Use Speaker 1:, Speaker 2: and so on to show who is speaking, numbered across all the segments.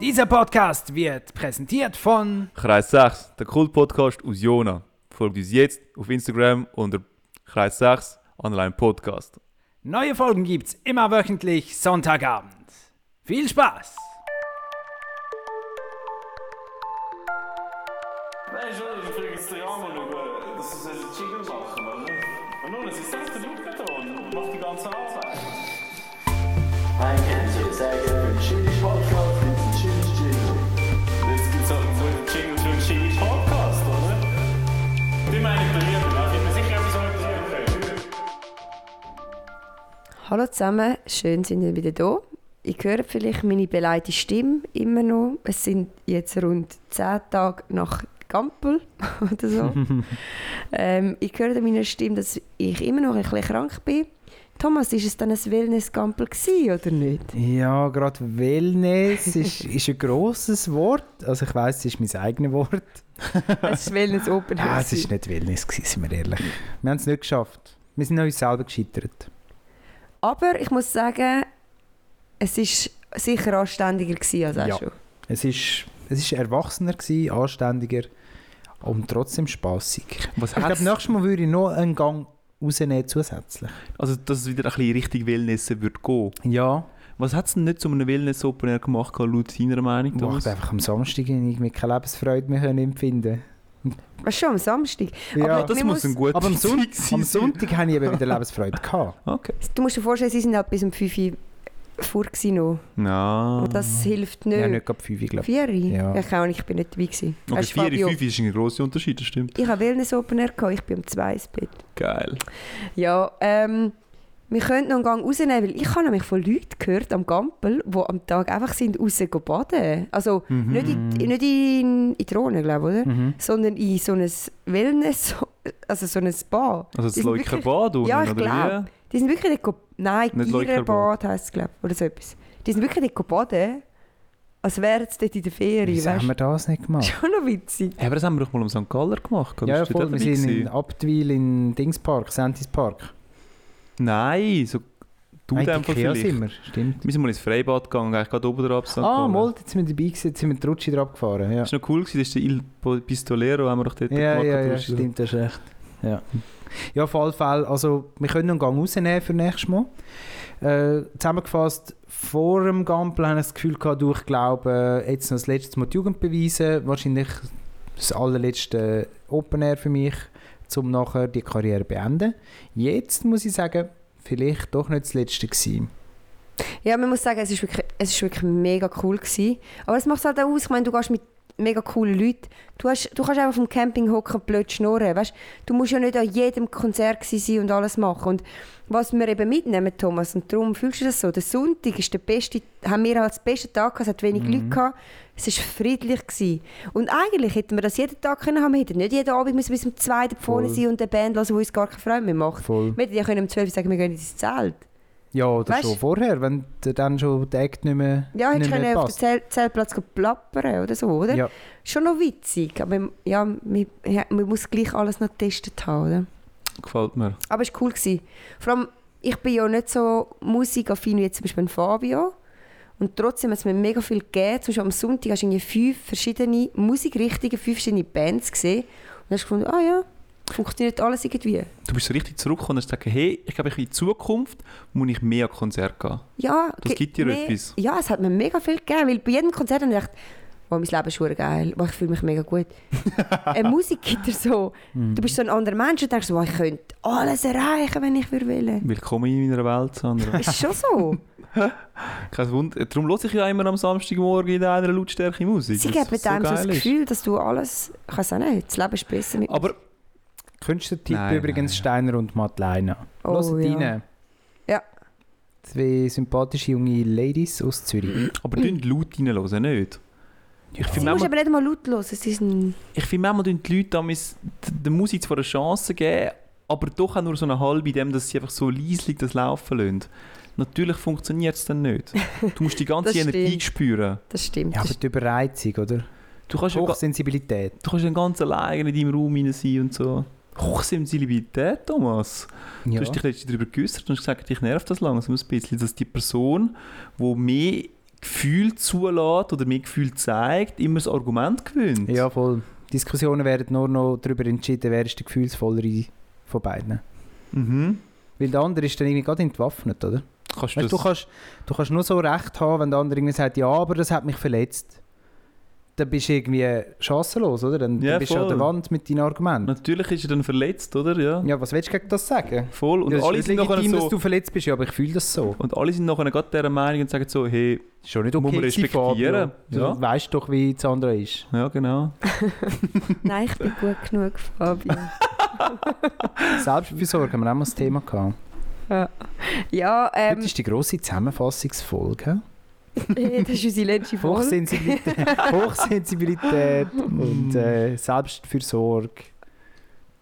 Speaker 1: Dieser Podcast wird präsentiert von
Speaker 2: Kreis 6, der Kult-Podcast aus Jona. Folgt uns jetzt auf Instagram unter Kreis 6 Online Podcast.
Speaker 1: Neue Folgen gibt's immer wöchentlich Sonntagabend. Viel Spaß!
Speaker 3: Nein, schon, das übrigens der Jammer schauen. Das ist ein Jingle machen, oder? Und nun, es ist selbst der Lukaton und macht die ganze Arbeit.
Speaker 4: I can't say that for Chili's podcast, it's Chili's Chili.
Speaker 3: Jetzt gibt es halt so einen Jingle für einen Jingle Podcast, oder? Die meine ich belieben, da wird mir sicher etwas anderes empfehlen.
Speaker 5: Hallo zusammen, schön sind ihr wieder da. Ihr hört vielleicht meine beleidigte Stimme immer noch. Es sind jetzt rund 10 Tage nach Gampel oder so. ähm, ich höre an meiner Stimme, dass ich immer noch ein bisschen krank bin. Thomas, ist es dann ein Wellness-Gampel gewesen, oder nicht?
Speaker 6: Ja, gerade Wellness ist, ist ein grosses Wort. Also ich weiß, es ist mein eigenes Wort.
Speaker 5: Es ist Wellness-Open
Speaker 6: Ah, es ist nicht Wellness, gewesen, sind wir ehrlich. Wir haben es nicht geschafft. Wir sind an uns selber gescheitert.
Speaker 5: Aber ich muss sagen, es ist sicher anständiger gewesen als auch
Speaker 6: Ja.
Speaker 5: schon.
Speaker 6: Es ist, es ist erwachsener, gewesen, anständiger und trotzdem spaßig.
Speaker 2: Was
Speaker 6: Ich glaube, nächstes Mal würde ich noch einen Gang rausnehmen zusätzlich.
Speaker 2: Also, dass es wieder ein bisschen Richtung Wellness wird gehen.
Speaker 6: Ja.
Speaker 2: Was hat es denn nicht zu einem Wellness-Open gemacht, laut deiner Meinung?
Speaker 6: Ich
Speaker 2: Thomas?
Speaker 6: habe einfach am Samstag irgendwie keine Lebensfreude mehr können empfinden
Speaker 5: Was schon am Samstag?
Speaker 6: Ja.
Speaker 5: Aber
Speaker 2: das
Speaker 5: man
Speaker 2: muss ein guter
Speaker 6: Aber am, Sonntag,
Speaker 2: Tag sein.
Speaker 6: am Sonntag hatte ich eben wieder Lebensfreude. Gehabt.
Speaker 2: Okay.
Speaker 5: Du musst dir vorstellen, sie sind halt bis um 5 Uhr vor gewesen noch.
Speaker 2: Nein.
Speaker 5: Und das hilft
Speaker 6: Ja,
Speaker 5: Ah. nicht.
Speaker 6: nicht gerade fünf, glaube ich.
Speaker 5: Äh, Vier?
Speaker 6: Ja.
Speaker 5: Ich auch nicht, ich bin nicht dabei. Gewesen.
Speaker 2: Okay,
Speaker 5: Weisst du,
Speaker 2: 4
Speaker 5: Fabio,
Speaker 2: und 5 ist ein grosser Unterschied, das stimmt.
Speaker 5: Ich habe Wellness Open Air gehabt, ich bin um zwei ins Bett.
Speaker 2: Geil.
Speaker 5: Ja, ähm, wir könnten noch einen Gang rausnehmen, weil ich habe nämlich von Leuten gehört am Gampel, die am Tag einfach sind raus go baden. Also
Speaker 6: Mhm.
Speaker 5: nicht, in, nicht in, in die Rhone, glaube ich, oder? Sondern in so ein Wellness, also so ein Spa.
Speaker 2: Also, das
Speaker 5: Die sind wirklich-
Speaker 2: Leukerbad unten,
Speaker 5: Ja, ich
Speaker 2: oder
Speaker 5: glaube.
Speaker 2: wie?
Speaker 5: Die sind wirklich dort go... Nein,
Speaker 2: Nicht Leukerbad.
Speaker 5: Giererbad heisst es, glaube ich, oder so etwas. Die sind wirklich dort go baden, als wären sie dort in der Ferie,
Speaker 6: Wieso
Speaker 5: weißt
Speaker 6: haben
Speaker 5: du?
Speaker 6: wir das nicht gemacht?
Speaker 5: Schon noch witzig.
Speaker 2: Ja, aber das haben wir doch mal am St. Galler gemacht. gell?
Speaker 6: Ja, ja,
Speaker 2: Bist du
Speaker 6: voll.
Speaker 2: dort
Speaker 6: Wir
Speaker 2: dabei
Speaker 6: sind in
Speaker 2: gewesen?
Speaker 6: Abtwil in Dingspark, Sentispark.
Speaker 2: Nein, so du
Speaker 6: Nein,
Speaker 2: in dem
Speaker 6: die
Speaker 2: Fall
Speaker 6: Ikea
Speaker 2: vielleicht.
Speaker 6: sind wir, stimmt.
Speaker 2: Wir sind mal ins Freibad gegangen, eigentlich gerade oben drauf. St.
Speaker 6: Ah,
Speaker 2: Galler.
Speaker 6: mal, jetzt sind wir dabei gewesen, jetzt sind wir die Rutsche drauf gefahren. Ja,
Speaker 2: Das war noch cool, gewesen, das ist der Il Po- Pistolero, haben wir doch dort
Speaker 6: ja,
Speaker 2: gemacht.
Speaker 6: ja,
Speaker 2: hat
Speaker 6: ja
Speaker 2: er schon-
Speaker 6: stimmt, das ist echt. Ja. ja, auf alle Fälle, also wir können noch einen Gang rausnehmen für nächstes Mal. Äh, zusammengefasst, vor dem Gampel habe ich das Gefühl gehabt, du, ich glaube, äh, jetzt noch das letzte Mal die Jugendbeweise, wahrscheinlich das allerletzte Open Air für mich, um nachher die Karriere zu beenden. Jetzt muss ich sagen, vielleicht doch nicht das letzte gewesen.
Speaker 5: Ja, man muss sagen, es ist wirklich, es ist wirklich mega cool gewesen. Aber es macht halt auch aus. Ich meine, du gehst mit mega coolen Leuten. Du, hast, du kannst einfach vom Camping hocken und blöd schnurren, weißt? Du musst ja nicht an jedem Konzert gewesen sein und alles machen. Und was wir eben mitnehmen, Thomas, und darum fühlst du das so. Der Sonntag ist der beste, haben wir als besten Tag gehabt. Es hat wenig Leute gehabt. Es war friedlich. Gewesen. Und eigentlich hätten wir das jeden Tag können haben. Wir hätten nicht jeden Abend müssen bis zum zweiten vorne
Speaker 6: Voll.
Speaker 5: sein und eine Band hören, die uns gar keine Freude mehr macht.
Speaker 6: Voll.
Speaker 5: Wir hätten ja können um 12 Uhr sagen, wir gehen ins Zelt.
Speaker 6: Ja, oder
Speaker 5: Weißt-
Speaker 6: schon vorher, wenn dir dann schon der Act nicht mehr,
Speaker 5: Ja,
Speaker 6: nicht
Speaker 5: hättest
Speaker 6: mehr
Speaker 5: können auf den
Speaker 6: passt.
Speaker 5: Zelt Zeltplatz gehen plappern oder so, oder?
Speaker 6: Ja,
Speaker 5: Schon noch witzig, aber ja, man, ja, man muss gleich alles noch getestet haben, oder?
Speaker 2: Gefällt mir.
Speaker 5: Aber es war cool. Gewesen. Vor allem, ich bin ja nicht so musikaffin wie jetzt zum Beispiel ein Fabio. Und trotzdem hat es mir mega viel gegeben. Zum Beispiel am Sonntag hast du irgendwie fünf verschiedene Musikrichtungen, fünf verschiedene Bands gesehen. Und hast gefunden, ah ja, funktioniert alles irgendwie.
Speaker 2: Du bist so richtig zurückgekommen und hast gesagt, hey, ich glaube, ich in Zukunft muss ich mehr an Konzerte gehen.
Speaker 5: Ja,
Speaker 2: Das
Speaker 5: ge-
Speaker 2: gibt dir
Speaker 5: mehr-
Speaker 2: etwas.
Speaker 5: Ja, es hat mir mega viel gegeben, weil bei jedem Konzert habe ich gedacht, wow, mein Leben ist verdammt geil, wow, ich fühle mich mega gut. Eine Musik gibt dir so,
Speaker 2: Mhm.
Speaker 5: du bist so ein anderer Mensch und denkst, so, wow, ich könnte alles erreichen, wenn ich würde will.
Speaker 2: Willkommen in meiner Welt, Sandra.
Speaker 5: Ist schon so.
Speaker 2: Kein Wunder. Darum höre ich ja immer am Samstagmorgen in einer Lautstärke Musik.
Speaker 5: Sie
Speaker 2: weil es
Speaker 5: geben einem so
Speaker 2: geil
Speaker 5: das
Speaker 2: ist.
Speaker 5: Gefühl, dass du alles, ich weiß auch nicht, das Leben ist besser mit
Speaker 2: Aber
Speaker 6: Künstlertipp
Speaker 2: Nein,
Speaker 6: übrigens
Speaker 2: nein,
Speaker 6: Steiner und Madeleine.
Speaker 5: Oh,
Speaker 6: Hört
Speaker 5: ja.
Speaker 6: rein.
Speaker 5: Ja.
Speaker 6: Zwei sympathische junge Ladies aus Zürich.
Speaker 2: Aber mhm. laut reinhören, nicht? Ich
Speaker 5: Sie
Speaker 2: finde
Speaker 5: musst
Speaker 2: manchmal,
Speaker 5: aber nicht mal laut hören, es ist ein...
Speaker 2: ich find manchmal tun die Leute damals d- der Musik zwar eine Chance geben, aber doch auch nur so eine halbe, indem dass sie einfach so leislich das laufen lassen. Natürlich funktioniert es dann nicht. Du musst die ganze
Speaker 5: Das stimmt.
Speaker 2: Energie spüren.
Speaker 5: Das stimmt.
Speaker 6: Ja,
Speaker 5: das
Speaker 6: aber die Überreizung, oder?
Speaker 2: Du kannst, ja, ga-
Speaker 6: Hochsensibilität.
Speaker 2: du kannst dann ganz alleine in deinem Raum rein sein und so. Hochsensibilität, Thomas.
Speaker 6: Ja.
Speaker 2: Du hast dich letztens darüber geäußert und hast gesagt, dich nervt das langsam ein bisschen, dass die Person, die mehr Gefühl zulässt oder mehr Gefühl zeigt, immer das Argument gewinnt.
Speaker 6: Ja, voll. Diskussionen werden nur noch darüber entschieden, wer ist der gefühlsvollere von beiden.
Speaker 2: Mhm.
Speaker 6: Weil der andere ist dann irgendwie gerade entwaffnet, oder?
Speaker 2: Kannst du
Speaker 6: Weißt, du,
Speaker 2: das?
Speaker 6: kannst, du kannst nur so recht haben, wenn der andere irgendwie sagt, ja, aber das hat mich verletzt. Dann bist du irgendwie chancenlos, oder? Dann,
Speaker 2: Ja,
Speaker 6: dann bist du an der
Speaker 2: voll.
Speaker 6: Wand mit deinen Argumenten.
Speaker 2: Natürlich ist er dann verletzt, oder? Ja.
Speaker 6: Ja, was willst du gegen das sagen?
Speaker 2: Voll. Und
Speaker 6: ja,
Speaker 2: alle
Speaker 6: ist
Speaker 2: sind nachher
Speaker 6: legitim, dass
Speaker 2: so.
Speaker 6: du verletzt bist, ja, aber ich fühle das so.
Speaker 2: Und alle sind nachher gerade dieser Meinung und sagen so, hey,
Speaker 6: Ist schon nicht
Speaker 2: Muss
Speaker 6: okay
Speaker 2: man
Speaker 6: gewesen,
Speaker 2: respektieren,
Speaker 6: Fabio.
Speaker 2: ja.
Speaker 6: Du weißt doch, wie Sandra ist.
Speaker 2: ja genau.
Speaker 5: Nein, ich bin gut genug, Fabio.
Speaker 6: Selbstversorgung haben wir auch mal das Thema gehabt.
Speaker 5: Ja,
Speaker 6: Heute
Speaker 5: ähm,
Speaker 6: ist die grosse Zusammenfassungsfolge.
Speaker 5: das ist unsere letzte Folge.
Speaker 6: Hochsensibilität, Hochsensibilität und äh, Selbstfürsorge.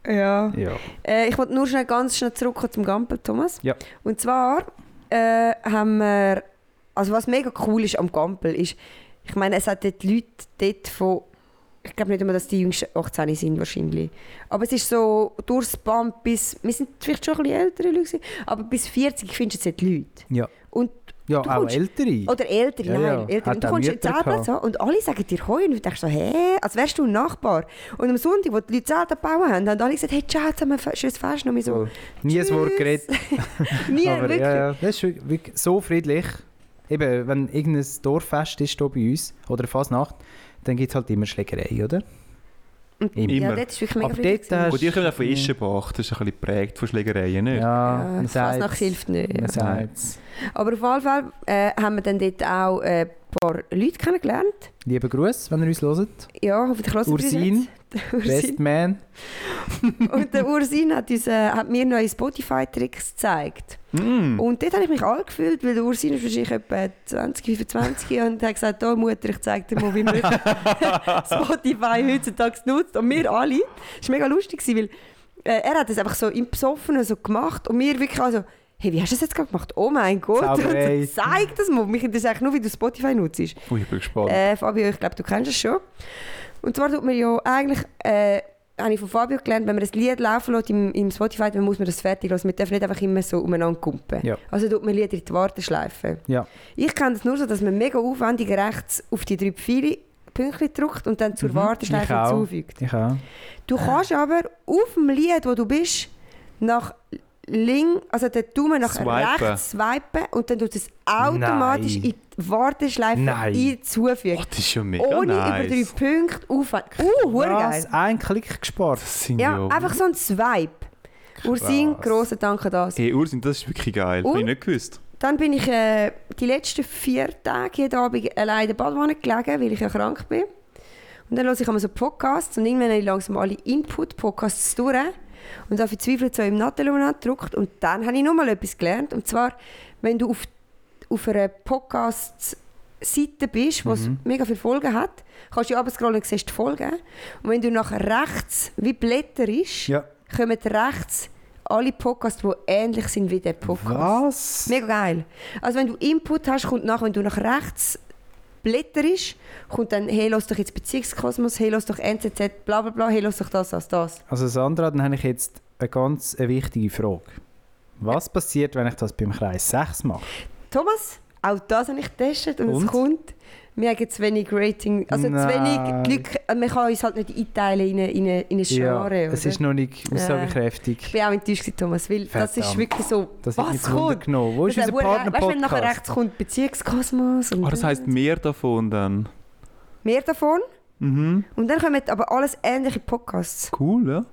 Speaker 5: Ja.
Speaker 6: Ja.
Speaker 5: Äh, ich wollte nur schnell ganz schnell zurückkommen zum Gampel, Thomas.
Speaker 6: Ja.
Speaker 5: Und zwar äh, haben wir, also was mega cool ist am Gampel ist, ich meine, es hat dort Leute dort von, ich glaube nicht immer, dass die jüngsten 18 sind wahrscheinlich, aber es ist so durchs Band bis, wir sind vielleicht schon ein bisschen ältere Leute, gewesen, aber bis 40 findest du jetzt Leute.
Speaker 6: Ja,
Speaker 5: Und,
Speaker 6: ja
Speaker 5: Du
Speaker 6: auch
Speaker 5: kommst-
Speaker 6: Ältere.
Speaker 5: oder ältere,
Speaker 6: Ja,
Speaker 5: nein,
Speaker 6: ja.
Speaker 5: ältere.
Speaker 6: Hat
Speaker 5: Und du
Speaker 6: auch
Speaker 5: kommst in
Speaker 6: Mütter
Speaker 5: Zelten
Speaker 6: gehabt.
Speaker 5: so, und alle sagen dir Hoi und du denkst so, hä, als wärst du ein Nachbar. Und am Sonntag, wo die Leute Zelten gebaut haben, haben alle gesagt, hey, ciao, zusammen, fe- schönes Fest, noch mal so.
Speaker 6: So. Nie ein Wort
Speaker 5: Tschüss.
Speaker 6: geredet.
Speaker 5: Nie,
Speaker 6: aber,
Speaker 5: wirklich.
Speaker 6: Ja, ja. Das ist wirklich wirklich so friedlich. Eben, wenn irgendein Dorffest ist hier bei uns oder eine Fasnacht, dann gibt es halt immer Schlägerei, oder?
Speaker 5: Und-
Speaker 6: Immer.
Speaker 5: Ja, dort ist wirklich mega
Speaker 6: Aber
Speaker 5: viel
Speaker 6: dort
Speaker 5: gewesen.
Speaker 6: hast-
Speaker 2: Und ihr kommt auch von Eschenbach, das ist ein bisschen geprägt von Schlägereien, nicht?
Speaker 6: Ja,
Speaker 5: Ja, das Fasnacht
Speaker 6: sagt's.
Speaker 5: hilft nicht.
Speaker 6: Man sagt's.
Speaker 5: Aber auf jeden Fall äh, haben wir dann dort auch äh, ein paar Leute kennengelernt.
Speaker 6: Lieber Gruß, wenn ihr uns hört.
Speaker 5: Ja, hoffentlich hören sie uns
Speaker 6: Ursin,
Speaker 5: jetzt.
Speaker 6: Best Man.
Speaker 5: Und der Ursin hat, uns, äh, hat mir neue Spotify-Tricks gezeigt.
Speaker 6: Oh.
Speaker 2: Mm.
Speaker 5: Und dort habe ich mich angefühlt, weil der Ursin ist wahrscheinlich etwa 20, 25 und hat gesagt, oh Mutter, ich zeige dir mal, wie man Spotify heutzutage nutzt. Und wir alle. Es war mega lustig, gewesen, weil äh, er hat das einfach so im Besoffenen so gemacht und wir wirklich also hey, wie hast du das jetzt gerade gemacht? Oh mein Gott. Und so,
Speaker 6: Zauberei.
Speaker 5: zeig das mal. Mich interessiert eigentlich nur, wie du Spotify nutzt.
Speaker 2: Ui, Oh, ich bin gespannt.
Speaker 5: Äh, Fabio, ich glaube, du kennst es schon. Und zwar tut man ja eigentlich, äh, habe ich von Fabio gelernt, wenn man ein Lied laufen lässt im, im Spotify, dann muss man das fertig lassen. Man darf nicht einfach immer so umeinander kumpen.
Speaker 6: Ja.
Speaker 5: Also tut man Lieder in die Warteschleife.
Speaker 6: Ja.
Speaker 5: Ich kenne das nur so, dass man mega aufwendig rechts auf die drei Pfeile Pünktchen drückt und dann zur
Speaker 6: Mhm,
Speaker 5: Warteschleife
Speaker 6: ich auch.
Speaker 5: hinzufügt.
Speaker 6: Ich auch.
Speaker 5: Du kannst aber auf dem Lied, wo du bist, nach links, also den Daumen nach
Speaker 2: Swipen.
Speaker 5: rechts swipen und dann tut es automatisch
Speaker 6: Nein.
Speaker 5: in die Warteschleife
Speaker 6: Nein.
Speaker 5: hinzufügen.
Speaker 2: oh, das ist ja mega
Speaker 5: Ohne
Speaker 2: nice.
Speaker 5: über drei Punkte aufwand. Uh, hure
Speaker 6: Was?
Speaker 5: geil.
Speaker 6: Ein Klick gespart.
Speaker 2: Das sind
Speaker 5: Ja,
Speaker 6: also-
Speaker 2: ja...
Speaker 5: einfach so ein Swipe. Ursin, grossen Dank an das.
Speaker 2: Hey, Ursin, das ist wirklich geil.
Speaker 5: Und-
Speaker 2: Bin ich nicht gewusst.
Speaker 5: Dann bin ich äh, die letzten vier Tage jeden Abend allein in der Badwanne gelegen, weil ich ja krank bin. Und dann höre ich immer so Podcasts und irgendwann habe ich langsam alle Input-Podcasts durch und habe verzweifelt so im Nattelumna gedrückt und dann habe ich nochmal etwas gelernt und zwar, wenn du auf, auf einer Podcast-Seite bist, wo es mega viele Folgen hat, kannst du runterscrollen und siehst die Folgen und wenn du nach rechts wie Blätter ist,
Speaker 6: Ja.
Speaker 5: kommen rechts alle Podcasts, die ähnlich sind wie der Podcast.
Speaker 6: Was?
Speaker 5: Mega geil. Also wenn du Input hast, kommt nach, wenn du nach rechts blätterst, kommt dann, hey, lass doch jetzt Beziehungskosmos, hey, lass doch NZZ, bla bla bla, hey, lass doch das, das, das.
Speaker 6: Also Sandra, dann habe ich jetzt eine ganz äh, wichtige Frage. Was passiert, wenn ich das beim Kreis 6 mache?
Speaker 5: Thomas, auch das habe ich getestet und,
Speaker 6: Und?
Speaker 5: es kommt, wir haben zu wenig Rating, also zu
Speaker 6: Nein.
Speaker 5: wenig Glück, äh, man kann uns halt nicht einteilen in eine, in eine, in eine Genre.
Speaker 6: es
Speaker 5: oder?
Speaker 6: ist noch nicht
Speaker 5: Ja.
Speaker 6: aussagekräftig.
Speaker 5: ich bin auch enttäuscht, gewesen, Thomas, weil das ist
Speaker 6: Verdammt.
Speaker 5: wirklich so,
Speaker 6: Das hat mich
Speaker 5: was
Speaker 6: zu Wunder
Speaker 5: kommt?
Speaker 6: genommen. Wo ist
Speaker 5: Das
Speaker 6: unser
Speaker 5: wär- Weißt du, wenn nachher
Speaker 6: Partner-Podcast?
Speaker 5: rechts kommt Beziehungskosmos
Speaker 6: Mhm.
Speaker 5: und
Speaker 2: Ah, das heisst mehr davon dann.
Speaker 5: mehr davon
Speaker 2: Mhm.
Speaker 5: und dann kommen aber alles ähnliche Podcasts.
Speaker 2: Cool, ja.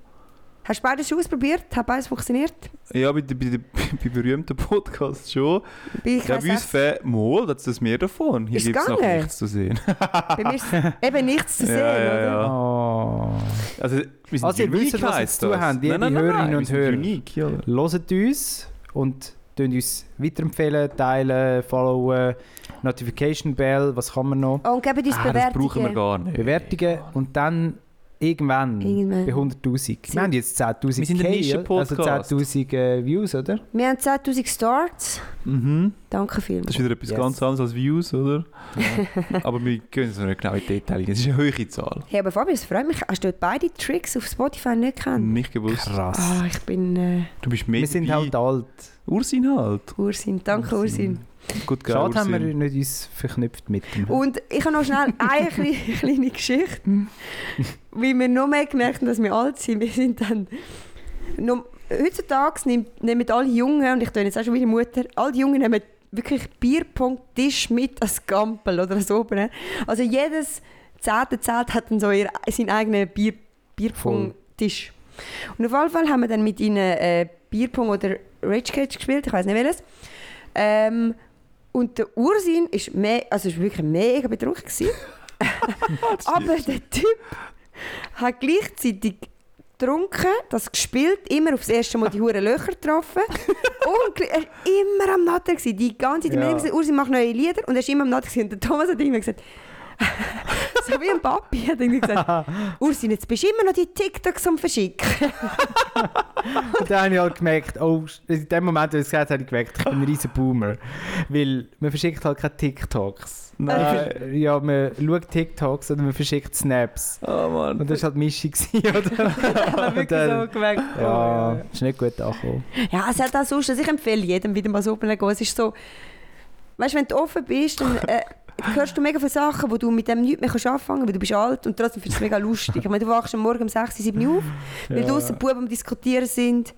Speaker 5: Hast du beides schon ausprobiert? Hat beides funktioniert?
Speaker 2: Ja, bei, den- bei, den- bei berühmten Podcasts schon.
Speaker 5: Bei,
Speaker 2: Ich glaube, bei uns fehlt... Mal, das ist mehr davon. Hier
Speaker 5: Ist
Speaker 2: gibt es noch
Speaker 5: gegangen?
Speaker 2: nichts zu sehen.
Speaker 5: bei mir ist eben nichts zu
Speaker 2: Ja,
Speaker 5: sehen,
Speaker 2: ja,
Speaker 5: oder?
Speaker 2: ja.
Speaker 6: Oh.
Speaker 2: Also, wir sind
Speaker 6: Also, ihr
Speaker 2: unique,
Speaker 6: wisst, was
Speaker 2: heisst
Speaker 6: ihr zu
Speaker 2: das.
Speaker 6: habt, liebe
Speaker 2: Nein, nein, nein,
Speaker 6: Hörerinnen
Speaker 2: nein,
Speaker 6: und
Speaker 2: wir sind
Speaker 6: Hörer.
Speaker 2: Unique, ja.
Speaker 6: Hört uns und teilt uns weiterempfehlen, teilen, followen, Notification Bell, was kann man noch?
Speaker 5: Oh, und geben uns
Speaker 2: Ah, das brauchen wir
Speaker 5: Bewertungen.
Speaker 2: gar nicht.
Speaker 6: Bewertungen und dann irgendwann,
Speaker 5: Irgendwann.
Speaker 6: bei 100'000. Wir haben jetzt 10'000
Speaker 2: Wir sind ein
Speaker 6: K,
Speaker 2: Nischen-Podcast.
Speaker 6: Also 10'000 äh, Views, oder?
Speaker 5: Wir haben 10'000 Starts.
Speaker 2: Mhm.
Speaker 5: Danke vielmals.
Speaker 2: Das ist wieder etwas
Speaker 6: Yes.
Speaker 2: ganz anderes als Views, oder? Aber wir gehen jetzt noch nicht genau in die Details. Es ist eine hohe Zahl.
Speaker 5: Hey, aber Fabian, es freut mich, hast du beide Tricks auf Spotify nicht gekannt?
Speaker 2: Nicht gewusst.
Speaker 6: Krass.
Speaker 5: Ah, ich bin äh,
Speaker 2: Du bist mit
Speaker 6: Wir sind halt alt.
Speaker 2: Ursin halt.
Speaker 5: Ursin. Danke, Ursin.
Speaker 2: Gut, gell,
Speaker 6: Schade, haben wir
Speaker 2: Ursinn.
Speaker 6: nicht uns verknüpft mit dem.
Speaker 5: Und ich habe noch schnell eine kleine, kleine Geschichte, wie wir noch mehr gemerkt haben, dass wir alt sind. Wir sind dann... Noch, heutzutage nehmen, nehmen alle Jungen, und ich tue jetzt auch schon wieder Mutter, alle Jungen nehmen wirklich Bierpunkt-Tisch mit als Gampel oder als oben. Also jedes zehnte Zelt hat dann so ihr, seinen eigenen Bier, Bierpunkt-Tisch. Und auf jeden Fall haben wir dann mit ihnen äh, Bierpong oder Rage Cage gespielt, ich weiß nicht welches. Ähm, und der Ursin ist, me also ist wirklich mega betrunken. gewesen. Aber der Typ hat gleichzeitig getrunken, das gespielt, immer aufs erste Mal die hure Löcher getroffen. und gl- er war immer am Natter. Gewesen, die ganze Zeit.
Speaker 6: Ja.
Speaker 5: Ja. Gesagt, Ursin macht neue Lieder und er ist immer am Natter. Gewesen. Und der Thomas hat immer gesagt, so wie ein Papi hat irgendwie gesagt, Ursin, jetzt bist du immer noch die TikToks am Verschicken.
Speaker 6: Und dann habe ich halt gemerkt, oh, in dem Moment, als ich es gesagt habe, habe ich gemerkt, ich bin ein riesen Boomer. Weil man verschickt halt keine TikToks. Äh,
Speaker 2: Nein.
Speaker 6: Ja, man schaut TikToks oder man verschickt Snaps.
Speaker 2: Oh Mann.
Speaker 6: Und das war halt Mischung, oder? Und dann-
Speaker 5: gemerkt.
Speaker 6: ja, ist nicht gut angekommen.
Speaker 5: Ja, es hat auch sonst, also ich empfehle jedem wieder mal so oben zu gehen. Es ist so, weißt du, wenn du offen bist, dann äh, hörst du mega viele Sachen, wo du mit dem nichts mehr kannst anfangen kannst, weil du bist alt und trotzdem findest du es mega lustig. Ich meine, du wachst am Morgen um 6, 7 Uhr auf, weil
Speaker 6: Ja.
Speaker 5: draußen Buben am Diskutieren sind,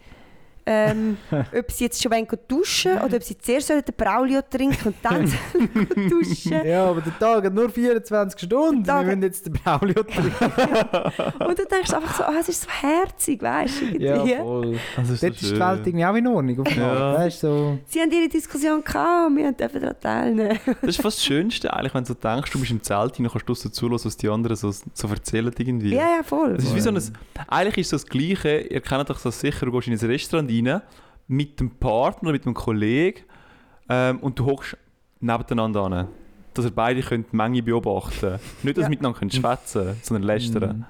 Speaker 5: ähm, ob sie jetzt schon wollen gehen duschen oder ob sie zuerst sollen den Braulio trinken und dann sollen gehen duschen.
Speaker 6: Ja, aber der Tag hat nur 24 Stunden.
Speaker 5: Der Tag-
Speaker 6: Wir müssen jetzt den Braulio trinken.
Speaker 5: Und du denkst einfach so, ah, es ist so herzig, weißt du, irgendwie.
Speaker 6: voll.
Speaker 2: Das ist
Speaker 6: Dort ist die Welt irgendwie auch in Ordnung. Auf
Speaker 2: Ja.
Speaker 6: ja. Weißt du, so.
Speaker 5: Sie haben ihre Diskussion gehabt und wir dürfen daran teilnehmen.
Speaker 2: Das ist fast das Schönste eigentlich, wenn du so denkst, du bist im Zelt und dann kannst du draussen zuhören, was die anderen so, so erzählen irgendwie.
Speaker 5: Ja, ja, voll.
Speaker 2: Das ist wie so ein, eigentlich ist es so das Gleiche, ihr kennt euch das sicher, du gehst in ein Restaurant rein mit dem Partner, mit einem Kollegen ähm, und du hockst nebeneinander an. Dass ihr beide könnt die Menge beobachten Nicht, dass ihr
Speaker 5: Ja.
Speaker 2: miteinander könnt schwätzen sondern
Speaker 6: Mm.
Speaker 2: lästern.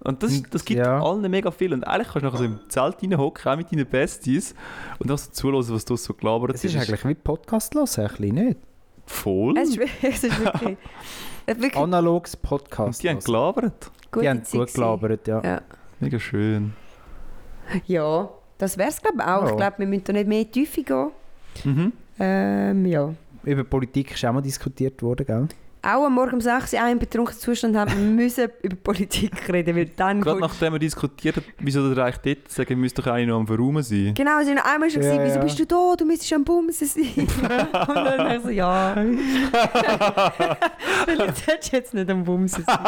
Speaker 2: Und das, ist- das gibt
Speaker 6: Ja.
Speaker 2: allen mega viel. Und eigentlich kannst du nachher so im Zelt reinhocken, auch mit deinen Besties, und dann so zuhören, was du so gelabert
Speaker 6: Es ist eigentlich wie Podcast los, ein bisschen, nicht?
Speaker 2: voll.
Speaker 5: Es ist, wirklich- es ist wirklich, es ist wirklich
Speaker 6: Analoges
Speaker 2: Und
Speaker 6: Podcast.
Speaker 2: die haben gelabert.
Speaker 5: gute
Speaker 6: Die haben
Speaker 5: Zeit
Speaker 6: gut
Speaker 5: gewesen.
Speaker 6: gelabert, ja.
Speaker 2: Mega schön.
Speaker 5: Ja, das wäre es glaube ich auch.
Speaker 6: Ja.
Speaker 5: Ich glaube, wir müssen da nicht mehr in die Tiefe gehen.
Speaker 2: Mhm.
Speaker 5: Ähm, ja.
Speaker 6: Über Politik ist auch mal diskutiert worden, gell?
Speaker 5: Auch am Morgen um 6 Uhr, auch im betrunkenen Zustand, haben wir müssen über Politik reden, weil dann...
Speaker 2: Gerade nachdem wir diskutiert haben, wieso der Reich dort sagen, müsste doch eigentlich noch am Verraumen sein.
Speaker 5: Genau, es war einmal schon,
Speaker 6: Ja,
Speaker 5: gewesen, wieso
Speaker 6: ja.
Speaker 5: bist du da, du müsstest am Bumsen sein. Und dann dachte ich so, ja. Vielleicht solltest du jetzt nicht am Bumsen sein.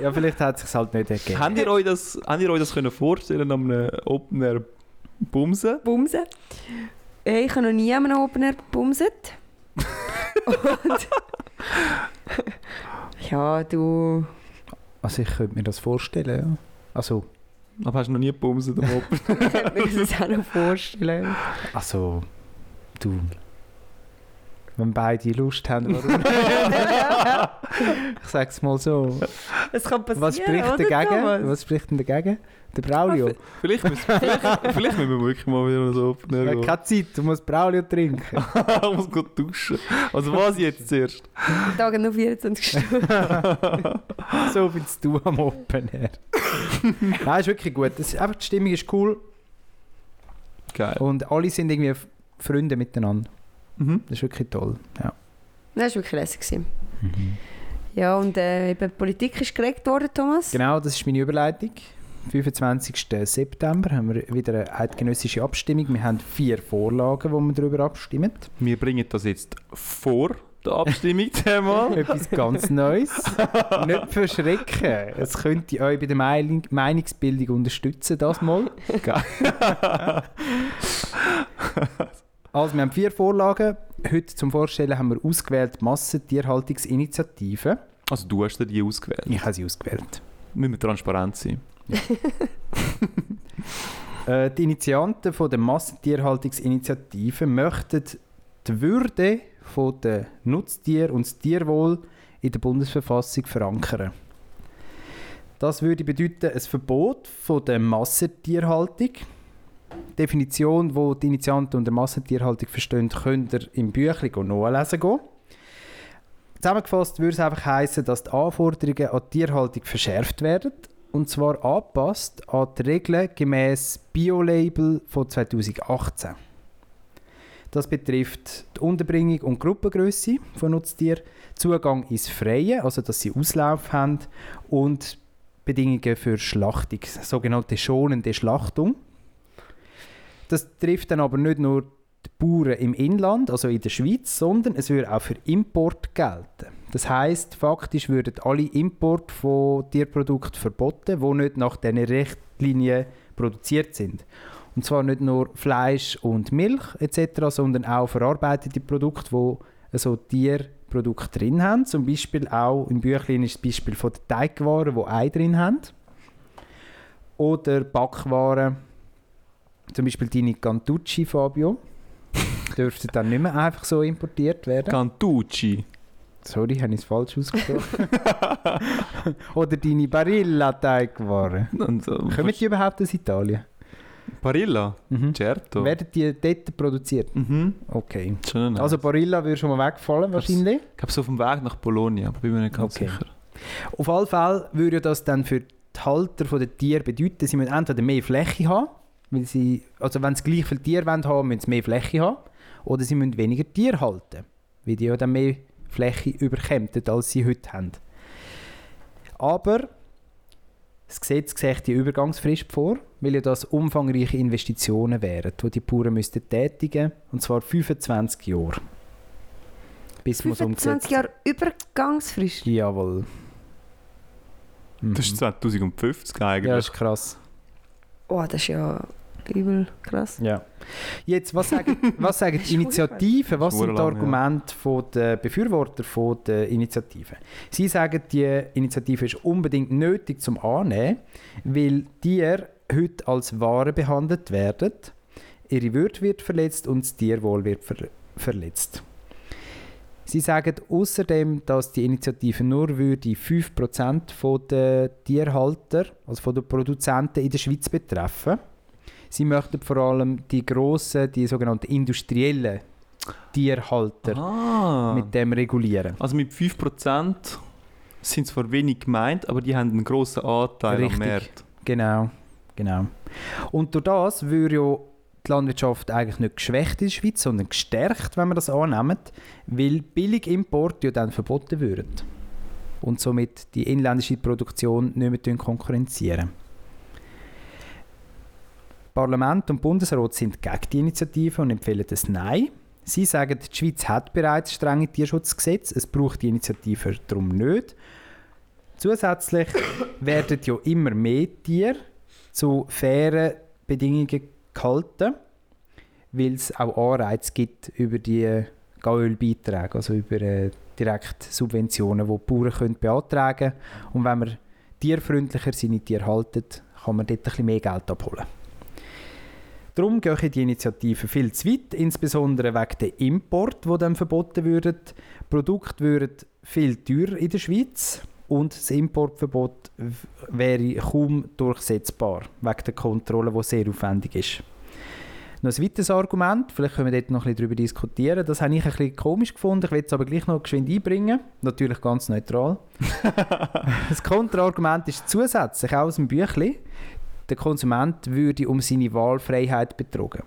Speaker 6: Ja, vielleicht hat es sich halt nicht ergeben.
Speaker 2: Habt ihr euch das, habt ihr euch das können vorstellen an einem Open Air Bumsen?
Speaker 5: Bumsen? Hey, ich habe noch nie einen Opener gebumset. Und... ja, du...
Speaker 6: Also ich könnte mir das vorstellen, ja. Also,
Speaker 2: Aber hast du noch nie Bumsen am Open?
Speaker 5: Könnte mir das auch noch vorstellen.
Speaker 6: also, du. Wenn beide Lust haben, warum? ich sag's mal so.
Speaker 5: Es kann passieren,
Speaker 6: Was spricht
Speaker 5: oder,
Speaker 6: dagegen?
Speaker 5: Thomas?
Speaker 6: Was spricht denn dagegen? Der Braulio.
Speaker 2: vielleicht, müssen, vielleicht, vielleicht müssen wir wirklich mal wieder an so Open
Speaker 6: Ja,
Speaker 2: Air gehen.
Speaker 6: keine Zeit, du musst Braulio trinken.
Speaker 2: ich muss gut duschen. Also was jetzt zuerst?
Speaker 5: Die Tage nur 24 Stunden.
Speaker 6: so bist du am Open Air. Nein, ist wirklich gut. Es, ist einfach, die Stimmung ist cool
Speaker 2: Geil.
Speaker 6: und alle sind irgendwie F- Freunde miteinander.
Speaker 2: Mhm.
Speaker 6: Das ist wirklich toll. Ja.
Speaker 5: Das war wirklich lässig. gewesen. Ja, und äh, eben Politik ist geregt worden, Thomas.
Speaker 6: Genau, das ist meine Überleitung. 25. September haben wir wieder eine eidgenössische Abstimmung. Wir haben vier Vorlagen, wo wir darüber abstimmen.
Speaker 2: Wir bringen das jetzt vor der Abstimmung Thema.
Speaker 6: Etwas ganz Neues. Nicht verschrecken. Es könnte euch bei der Meinung- Meinungsbildung unterstützen, das mal. Also, wir haben vier Vorlagen. Heute zum Vorstellen haben wir ausgewählt Massentierhaltungsinitiativen.
Speaker 2: Also du hast dir die ausgewählt.
Speaker 6: Ich habe sie ausgewählt.
Speaker 2: Müssen wir transparent sein.
Speaker 6: Äh, die Initianten von der Massentierhaltungsinitiative möchten die Würde von der Nutztier und das Tierwohl in der Bundesverfassung verankern. Das würde bedeuten ein Verbot von der Massentierhaltung. Die Definition, wo die Initianten unter Massentierhaltung verstehen, könnt ihr im Büchlein nachlesen gehen. Zusammengefasst würde es einfach heißen, dass die Anforderungen an die Tierhaltung verschärft werden und zwar angepasst an die Regeln gemäß Bio-Label von 2018. Das betrifft die Unterbringung und Gruppengröße von Nutztieren, Zugang ins Freie, also dass sie Auslauf haben und Bedingungen für Schlachtung, sogenannte schonende Schlachtung. Das trifft dann aber nicht nur die Bauern im Inland, also in der Schweiz, sondern es würde auch für Import gelten. Das heißt, faktisch würden alle Import von Tierprodukten verboten, die nicht nach diesen Richtlinien produziert sind. Und zwar nicht nur Fleisch und Milch etc., sondern auch verarbeitete Produkte, wo also Tierprodukte drin haben. Zum Beispiel auch im Büchlein ist das Beispiel von der Teigwaren, wo Ei drin haben. Oder Backwaren, zum Beispiel deine Cantucci, Fabio, dürften dann nicht mehr einfach so importiert werden.
Speaker 2: Cantucci.
Speaker 6: Sorry, habe ich es falsch ausgesprochen. Oder deine Barilla-Teigwaren.
Speaker 2: Und, äh,
Speaker 6: Kommen die überhaupt aus Italien?
Speaker 2: Barilla.
Speaker 6: Mhm.
Speaker 2: Certo.
Speaker 6: Werden die dort produziert?
Speaker 2: Mhm.
Speaker 6: Okay.
Speaker 2: Schon nice.
Speaker 6: Also Barilla würde schon mal wegfallen wahrscheinlich.
Speaker 2: ich glaube, so auf dem Weg nach Bologna, aber bin mir nicht ganz
Speaker 6: Okay.
Speaker 2: sicher.
Speaker 6: Auf alle Fälle würde ja das dann für die Halter der Tiere bedeuten, sie müssen entweder mehr Fläche haben, weil sie, also wenn sie gleich viele Tiere wollen haben, müssen sie mehr Fläche haben, oder sie müssen weniger Tiere halten, weil die ja dann mehr Fläche überkämmten, als sie heute haben. Aber das Gesetz sieht die Übergangsfrist vor, weil ja das umfangreiche Investitionen wären, die die Bauern müssten tätigen, und zwar 25 Jahre. Bis man es
Speaker 5: 25
Speaker 6: umgesetzt
Speaker 5: Jahre Übergangsfrist.
Speaker 6: Jawohl.
Speaker 2: Das ist 2050
Speaker 6: Mhm. ja, das
Speaker 2: eigentlich.
Speaker 6: ist krass.
Speaker 5: Oh, das ist ja übel krass.
Speaker 6: Ja. Jetzt, was sagen, was sagen die Initiativen? Was
Speaker 2: Das ist
Speaker 6: sind die
Speaker 2: verdammt lang, ja.
Speaker 6: Argumente von der Befürworter von der Initiative? Sie sagen, die Initiative ist unbedingt nötig zum Annehmen, weil Tiere heute als Ware behandelt werden, ihre Würde wird verletzt und das Tierwohl wird ver verletzt. Sie sagen außerdem, dass die Initiative nur würde 5% von den Tierhalter, also von den Produzenten in der Schweiz betreffen. Sie möchten vor allem die grossen, die sogenannten industriellen Tierhalter
Speaker 2: ah.
Speaker 6: mit dem regulieren.
Speaker 2: also mit 5% sind zwar wenig gemeint, aber die haben einen grossen Anteil
Speaker 6: Richtig.
Speaker 2: am Markt.
Speaker 6: Genau, genau. Und durch das würde ja die Landwirtschaft eigentlich nicht geschwächt in der Schweiz, sondern gestärkt, wenn wir das annehmen, weil Billigimporte ja dann verboten würden. Und somit die inländische Produktion nicht mehr konkurrenzieren. Parlament und Bundesrat sind gegen die Initiative und empfehlen das Nein. Sie sagen, die Schweiz hat bereits strenge Tierschutzgesetze, es braucht die Initiative darum nicht. Zusätzlich werden ja immer mehr Tiere zu fairen Bedingungen gehalten, weil es auch Anreize gibt über die Gaölbeiträge, also über äh, direkt Subventionen, die die Bauern können beantragen können. Und wenn man tierfreundlicher seine Tiere haltet, kann man dort ein bisschen mehr Geld abholen. Darum gehen die Initiativen viel zu weit, insbesondere wegen dem Import, wo dann verboten würden. Produkte würden viel teurer in der Schweiz und das Importverbot w- wäre kaum durchsetzbar, wegen der Kontrolle, die sehr aufwendig ist. Noch ein weiteres Argument, vielleicht können wir dort noch ein bisschen darüber diskutieren, das habe ich ein bisschen komisch gefunden, ich will es aber gleich noch geschwind einbringen, natürlich ganz neutral. das Kontraargument ist zusätzlich, auch aus dem Büchlein, der Konsument würde um seine Wahlfreiheit betrogen.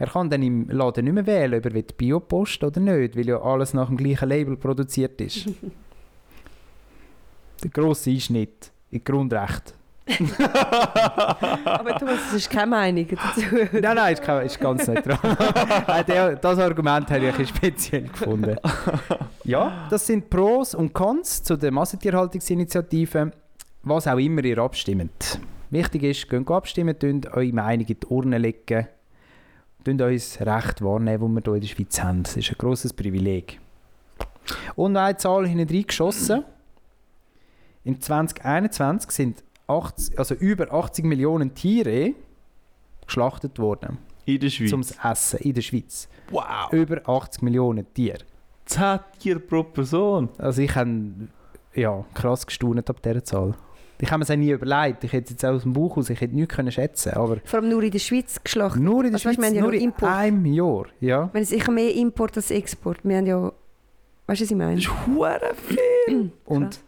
Speaker 6: Er kann dann im Laden nicht mehr wählen, ob er will Biopost oder nicht, weil ja alles nach dem gleichen Label produziert ist. Der grosse Einschnitt in die Grundrechte.
Speaker 5: Aber Thomas, das ist keine Meinung dazu.
Speaker 6: Nein, nein, ist, kein, ist ganz neutral. Äh, der- das Argument habe ich ein bisschen speziell gefunden. Ja, das sind Pros und Cons zu der Massentierhaltungsinitiative, was auch immer ihr abstimmt. Wichtig ist, geht abstimmen, tünt eure Meinung in die Urne legen, tünt euer Recht wahrnehmen, das wir hier in der Schweiz haben. Das ist ein grosses Privileg. Und noch eine Zahl hinten reingeschossen. Im 2021 sind 80, also über 80 Millionen Tiere geschlachtet worden.
Speaker 2: In der Schweiz.
Speaker 6: Zum Essen in der Schweiz.
Speaker 2: wow!
Speaker 6: Über 80 Millionen Tiere.
Speaker 2: 10 Tiere pro Person.
Speaker 6: Also ich habe ja, krass gestaunt ab dieser Zahl. Ich habe mir das auch nie überlegt. Ich hätte jetzt auch aus dem Buch aus, ich hätte nichts können schätzen aber
Speaker 5: Vor allem nur in der Schweiz geschlachtet.
Speaker 6: nur in der
Speaker 5: Also
Speaker 6: Schweiz,
Speaker 5: weißt, wir haben ja
Speaker 6: nur
Speaker 5: noch
Speaker 6: in
Speaker 5: Import.
Speaker 6: einem Jahr. Ja.
Speaker 5: Wenn es sicher mehr Import als Export. Wir haben ja. Weißt du, was ich meine?
Speaker 2: Das ist hure viel.
Speaker 6: Und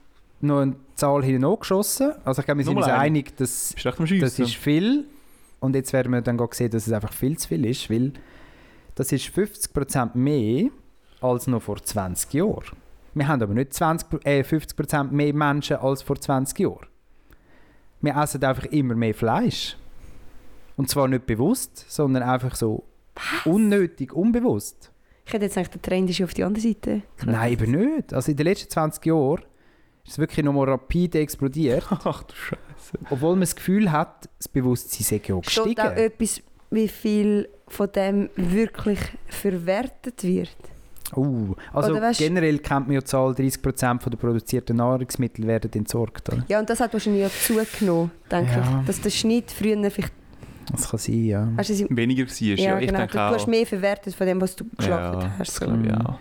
Speaker 6: noch eine Zahl hinten angeschossen. Also ich glaube, wir sind
Speaker 2: Nur
Speaker 6: uns
Speaker 2: eine.
Speaker 6: einig, dass
Speaker 2: Bist du echt am
Speaker 6: das
Speaker 2: Schiessen?
Speaker 6: ist viel. Und jetzt werden wir dann gerade sehen, dass es einfach viel zu viel ist, weil Das ist 50% mehr als noch vor 20 Jahren. Wir haben aber nicht 20, äh, 50% mehr Menschen als vor 20 Jahren. Wir essen einfach immer mehr Fleisch. Und zwar nicht bewusst, sondern einfach so unnötig, unbewusst.
Speaker 5: Ich hätte jetzt gedacht, der Trend ist ja auf die andere Seite.
Speaker 6: Nein, eben nicht. Also in den letzten 20 Jahren ist es wirklich nochmal rapide explodiert,
Speaker 2: Ach du Scheiße.
Speaker 6: obwohl man das Gefühl hat, das Bewusstsein sei auch
Speaker 5: Steht auch
Speaker 6: gestiegen.
Speaker 5: etwas, wie viel von dem wirklich verwertet wird?
Speaker 6: Uh, also
Speaker 5: Oder weisst-
Speaker 6: generell kennt man ja die Zahl, 30% von der produzierten Nahrungsmittel werden entsorgt. Oder?
Speaker 5: Ja, und das hat wahrscheinlich auch zugenommen, denke
Speaker 6: Ja.
Speaker 5: ich. Dass der Schnitt früher vielleicht...
Speaker 6: Das kann sein, ja.
Speaker 5: Weißt du, sie-
Speaker 2: Weniger war ja, ja, ich
Speaker 5: du,
Speaker 2: denke
Speaker 5: genau. du
Speaker 2: auch.
Speaker 5: hast mehr verwertet von dem, was du geschlachtet
Speaker 2: ja,
Speaker 5: hast.
Speaker 2: Das glaube ich
Speaker 6: Mhm.
Speaker 2: auch.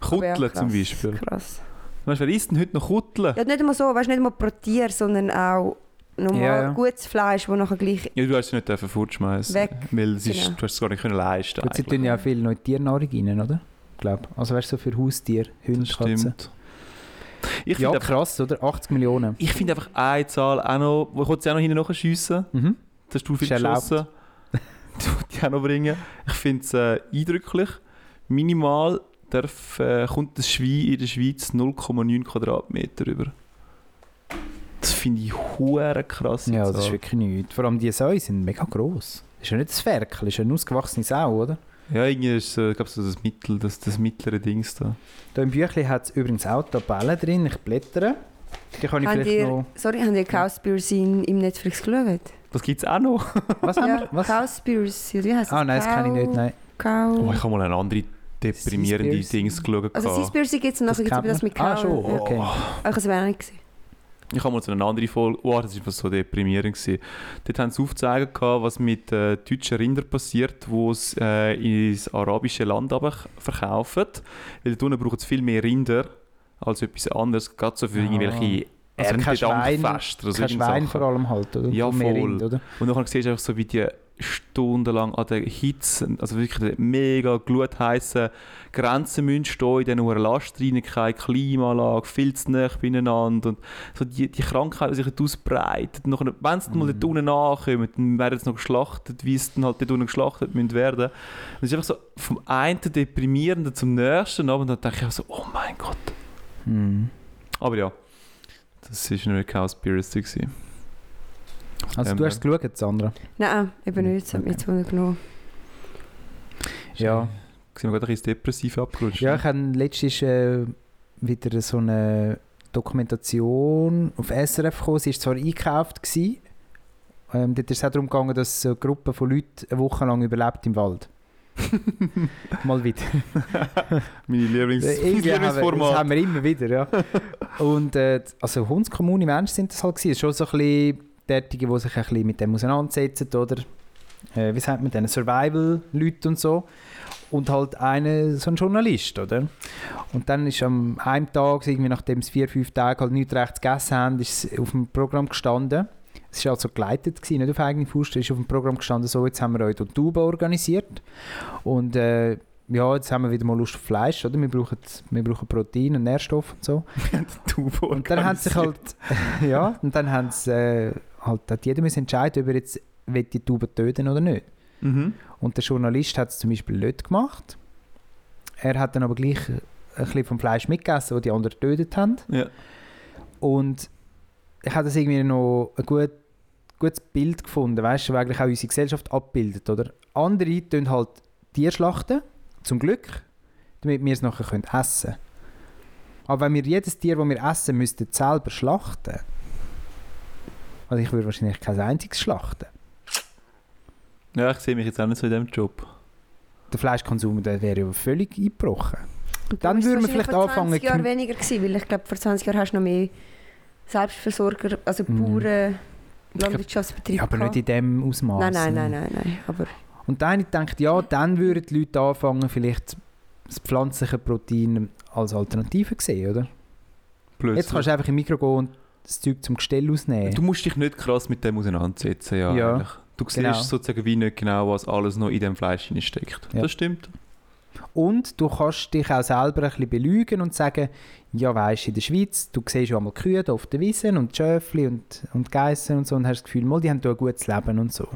Speaker 2: Kutteln zum Beispiel.
Speaker 5: Krass.
Speaker 2: Weißt du, wer isst denn heute noch Kutteln?
Speaker 5: Ja, nicht immer so, weißt du, nicht immer pro Tier, sondern auch normal
Speaker 6: Ja, ja.
Speaker 5: gutes Fleisch, das nachher gleich
Speaker 2: Ja, du hast es nicht dürfen fortschmeißen.
Speaker 5: Weg.
Speaker 2: Weil es ist,
Speaker 5: Genau.
Speaker 2: du hast es gar nicht können leisten
Speaker 6: Gut, sie
Speaker 2: eigentlich.
Speaker 6: tun ja auch viel neue Tiernahrung rein, oder? Ich glaube. Also weißt du, so für Haustiere, Hunde,
Speaker 2: Das
Speaker 6: Katzen.
Speaker 2: stimmt. Ich
Speaker 6: Ja,
Speaker 2: finde einfach,
Speaker 6: krass, oder? 80 Millionen.
Speaker 2: ich finde einfach eine Zahl auch noch, wo ich wollte sie auch noch hinten nachschiessen.
Speaker 6: Mhm.
Speaker 2: Das hast du viel
Speaker 6: Ist erlaubt.
Speaker 2: geschossen. Das wollte ich auch noch bringen. Ich finde es äh, eindrücklich. Minimal darf, äh, kommt das Schwein in der Schweiz 0,9 Quadratmeter über. Das finde ich hure krass.
Speaker 6: Ja, das ist wirklich nichts. Vor allem die Säue sind mega gross. Ist ja nicht das Ferkel, ist ja eine ausgewachsene Sau, oder?
Speaker 2: ja, irgendwie ist es, äh, glaub, so das, Mittel, das, das mittlere Dings da.
Speaker 6: Da im Büchli hat es übrigens auch Tabellen drin. Ich blättere. Die kann ich
Speaker 5: Habt
Speaker 6: vielleicht
Speaker 5: ihr-
Speaker 6: noch.
Speaker 5: Sorry, habt ihr Cowspiracy in, im Netflix geschaut?
Speaker 2: Das gibt es auch noch.
Speaker 6: Was haben wir? Was?
Speaker 5: Cowspiracy, oder wie heisst
Speaker 6: Ah, nein, das kenne ich nicht. Nein.
Speaker 5: Cow...
Speaker 2: Oh, ich habe mal eine andere deprimierende
Speaker 6: Seaspiracy.
Speaker 2: Dings geschaut.
Speaker 5: also Seaspiracy gibt es und nachher gibt es
Speaker 6: kennt
Speaker 5: das mit Cow.
Speaker 6: man. Ah, schon.
Speaker 5: Ja.
Speaker 2: Oh,
Speaker 6: Okay.
Speaker 5: Aber Ich habe es aber auch nicht gesehen.
Speaker 2: Ich habe mal so eine andere Folge, wow, das war so deprimierend. Gewesen. Dort haben sie aufgezeigt, gehabt, was mit äh, deutschen Rindern passiert, die es äh, ins arabische Land aber verkaufen. Weil dort unten brauchen sie viel mehr Rinder als etwas anderes, gerade so für
Speaker 6: Ah.
Speaker 2: irgendwelche
Speaker 6: Also kein Schwein-
Speaker 2: Erntedankfeste. oder so
Speaker 6: Kein
Speaker 2: irgend
Speaker 6: Schwein
Speaker 2: Sachen.
Speaker 6: vor allem halt, oder?
Speaker 2: Ja,
Speaker 6: Und mehr
Speaker 2: voll.
Speaker 6: Rind, oder?
Speaker 2: Und dann siehst du einfach so, wie die stundenlang an der Hitze, also wirklich der mega glutheißen Grenzen müssen stehen, in diesen hohen Lastreinen, keine Klimaanlage, viel zu nah beieinander. Und so die, die Krankheit, die sich dort ausbreitet. Nachher, Wenn sie dann
Speaker 6: Mhm.
Speaker 2: mal dort unten nachkommen, dann werden sie noch geschlachtet, wie sie dann halt dort unten geschlachtet müssen werden. Das ist einfach so vom einen deprimierenden zum nächsten. Aber dann denke ich auch so, oh mein Gott.
Speaker 6: Mhm.
Speaker 2: Aber ja, das war nur eine Cowspiracy. gewesen.
Speaker 6: Also,
Speaker 2: Ähm,
Speaker 6: du hast es geschaut, Sandra.
Speaker 5: Nein, ah, eben nicht. Das hat mich jetzt wundergenommen.
Speaker 6: Ja.
Speaker 2: Sind wir gerade ein bisschen depressiv abgerutscht.
Speaker 6: Ja,
Speaker 2: ne?
Speaker 6: ich habe letztens äh, wieder so eine Dokumentation auf SRF gekommen. Sie war zwar eingekauft. Gewesen, ähm, dort ist es auch darum gegangen, dass so eine Gruppe von Leuten eine Woche lang überlebt im Wald. Mal wieder.
Speaker 2: Meine Lieblings
Speaker 6: Äh,
Speaker 2: mein
Speaker 6: irgendwie haben wir- Das
Speaker 2: Lieblingsformat.
Speaker 6: haben wir immer wieder, ja. Und äh, also Hundskommune Menschen sind das halt gewesen. Schon so ein bisschen derartige, die sich ein bisschen mit dem auseinandersetzen, oder? Äh, wie sagt man denn? Survival-Leute und so. Und halt eine, so ein Journalist, oder? Und dann ist am einem Tag, irgendwie nachdem sie vier, fünf Tage halt nichts rechts gegessen haben, ist es auf dem Programm gestanden. Es war also geleitet, gewesen, nicht auf eigene Faust. Es ist auf dem Programm gestanden, so jetzt haben wir euch Tuba organisiert. Und äh, ja, jetzt haben wir wieder mal Lust auf Fleisch, oder? Wir brauchen, wir brauchen Protein und Nährstoff und so. Und dann haben sie sich halt, ja, und dann haben sie, äh, halt, hat jeder müssen entscheiden, ob er jetzt will die Tauben töten oder nicht.
Speaker 2: Mhm.
Speaker 6: Und der Journalist hat es zum Beispiel nicht gemacht. Er hat dann aber gleich ein bisschen vom Fleisch mitgegessen, das die anderen getötet haben.
Speaker 2: Ja.
Speaker 6: Und ich habe das irgendwie noch ein gut, gutes Bild gefunden, weißt du, was eigentlich auch unsere Gesellschaft abbildet, oder? Andere tun halt Tiere schlachten, zum Glück, damit wir es nachher können essen können. Aber wenn wir jedes Tier, das wir essen, müssten selber schlachten, also ich würde wahrscheinlich kein einziges schlachten.
Speaker 2: ja, ich sehe mich jetzt auch nicht so in diesem Job.
Speaker 6: Der Fleischkonsum der wäre ja völlig eingebrochen.
Speaker 5: Und
Speaker 6: Dann
Speaker 5: darum ist es
Speaker 6: würden wir
Speaker 5: wahrscheinlich
Speaker 6: vielleicht
Speaker 5: vor
Speaker 6: anfangen,
Speaker 5: 20 Jahren
Speaker 6: gemü-
Speaker 5: weniger gewesen, weil ich glaube, vor 20 Jahren hast du noch mehr Selbstversorger, also
Speaker 6: Mhm.
Speaker 5: Bauern, Landwirtschaftsbetriebe
Speaker 6: Ja, aber nicht
Speaker 5: gehabt.
Speaker 6: in dem Ausmaß.
Speaker 5: Nein, nein, nein, nein, nein. Aber
Speaker 6: Und der eine denkt, ja, dann würden die Leute anfangen, vielleicht das pflanzliche Protein als Alternative zu sehen, oder?
Speaker 2: Plötzlich.
Speaker 6: Jetzt kannst du einfach im Mikro gehen und das Zeug zum Gestell ausnehmen.
Speaker 2: du musst dich nicht krass mit dem auseinandersetzen, ja.
Speaker 6: Ja.
Speaker 2: eigentlich. Du siehst
Speaker 6: Genau.
Speaker 2: sozusagen wie nicht genau, was alles noch in dem Fleisch steckt.
Speaker 6: Ja.
Speaker 2: Das stimmt.
Speaker 6: Und du kannst dich auch selber ein bisschen belügen und sagen, ja weisst, in der Schweiz, du siehst ja mal Kühe da auf den Wiesen und die Schöfli und, und die Geissen und so und hast das Gefühl, mal, die haben da ein gutes Leben und so.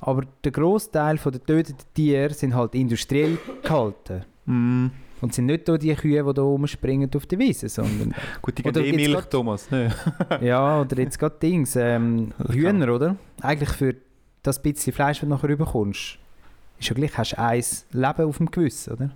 Speaker 6: Aber der Großteil der getöteten Tiere sind halt industriell gehalten.
Speaker 2: Mm.
Speaker 6: Und sind nicht da die Kühe, die da rumspringen auf der Wiese, sondern...
Speaker 2: Gut, die
Speaker 6: Oder
Speaker 2: geben eh
Speaker 6: jetzt
Speaker 2: Milch,
Speaker 6: grad-
Speaker 2: Thomas. Ne?
Speaker 6: ja, oder jetzt gerade Dings, ähm,
Speaker 2: Das kann-
Speaker 6: Hühner, oder? Eigentlich für das bisschen Fleisch, das du nachher bekommst, ist ja gleich, hast du ein Leben auf dem Gewissen, oder?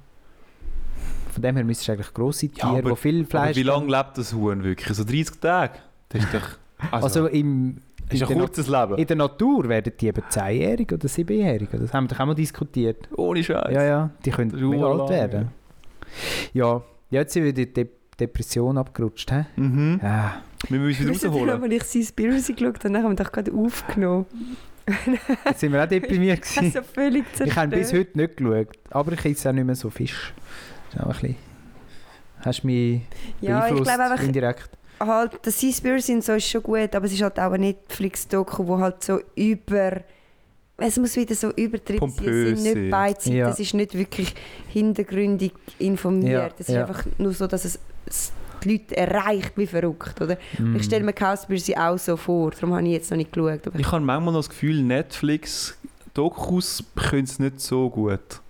Speaker 6: Von dem her müsstest du eigentlich grosse
Speaker 2: Ja,
Speaker 6: Tiere,
Speaker 2: aber-
Speaker 6: die viel Fleisch...
Speaker 2: Aber wie lange lebt das Huhn wirklich? So 30 Tage? Das ist doch... Also,
Speaker 6: Also genau. im...
Speaker 2: ist
Speaker 6: in
Speaker 2: ein
Speaker 6: der
Speaker 2: kurzes
Speaker 6: Na-
Speaker 2: Leben.
Speaker 6: In der Natur werden die eben 10-jährig oder 7-jährig, oder? das haben wir doch auch mal diskutiert.
Speaker 2: Ohne Scheiß.
Speaker 6: Ja, ja, die können
Speaker 2: Das ist
Speaker 6: mega alt
Speaker 2: urlang,
Speaker 6: werden. Ja, ja jetzt sind wir in die De Depression abgerutscht. Ah. He?
Speaker 2: Mhm.
Speaker 6: Ja.
Speaker 2: Wir müssen
Speaker 5: Wisst
Speaker 2: wieder
Speaker 5: ihr,
Speaker 2: rausholen.
Speaker 5: Als ich Seaspiracy geschaut habe, dann haben wir doch gerade aufgenommen.
Speaker 6: Jetzt sind wir auch deprimiert gewesen.
Speaker 5: Also völlig zerstört.
Speaker 6: Ich habe bis heute nicht geschaut, aber ich esse auch nicht mehr so Fisch. Ist auch ein bisschen... Hast du mich
Speaker 5: Ja, ich
Speaker 6: beeinflusst,
Speaker 5: glaube einfach,
Speaker 6: indirekt.
Speaker 5: halt, das Seaspiracy und so ist schon gut, aber es ist halt auch ein Netflix-Doku, wo halt so über... Es muss wieder so übertrieben sein.
Speaker 2: Pompös
Speaker 5: Es sind
Speaker 2: sein.
Speaker 5: nicht beidseitig,
Speaker 6: Ja.
Speaker 5: es ist nicht wirklich hintergründig
Speaker 6: Ja,
Speaker 5: informiert. Es ist
Speaker 6: ja.
Speaker 5: einfach nur so, dass es, es die Leute erreicht, wie verrückt, oder?
Speaker 6: Mm.
Speaker 5: Ich stelle mir Cowspiracy auch so vor, darum habe ich jetzt noch nicht geschaut. Aber ich
Speaker 2: Ich habe manchmal noch das Gefühl, Netflix-Dokus können es nicht so gut.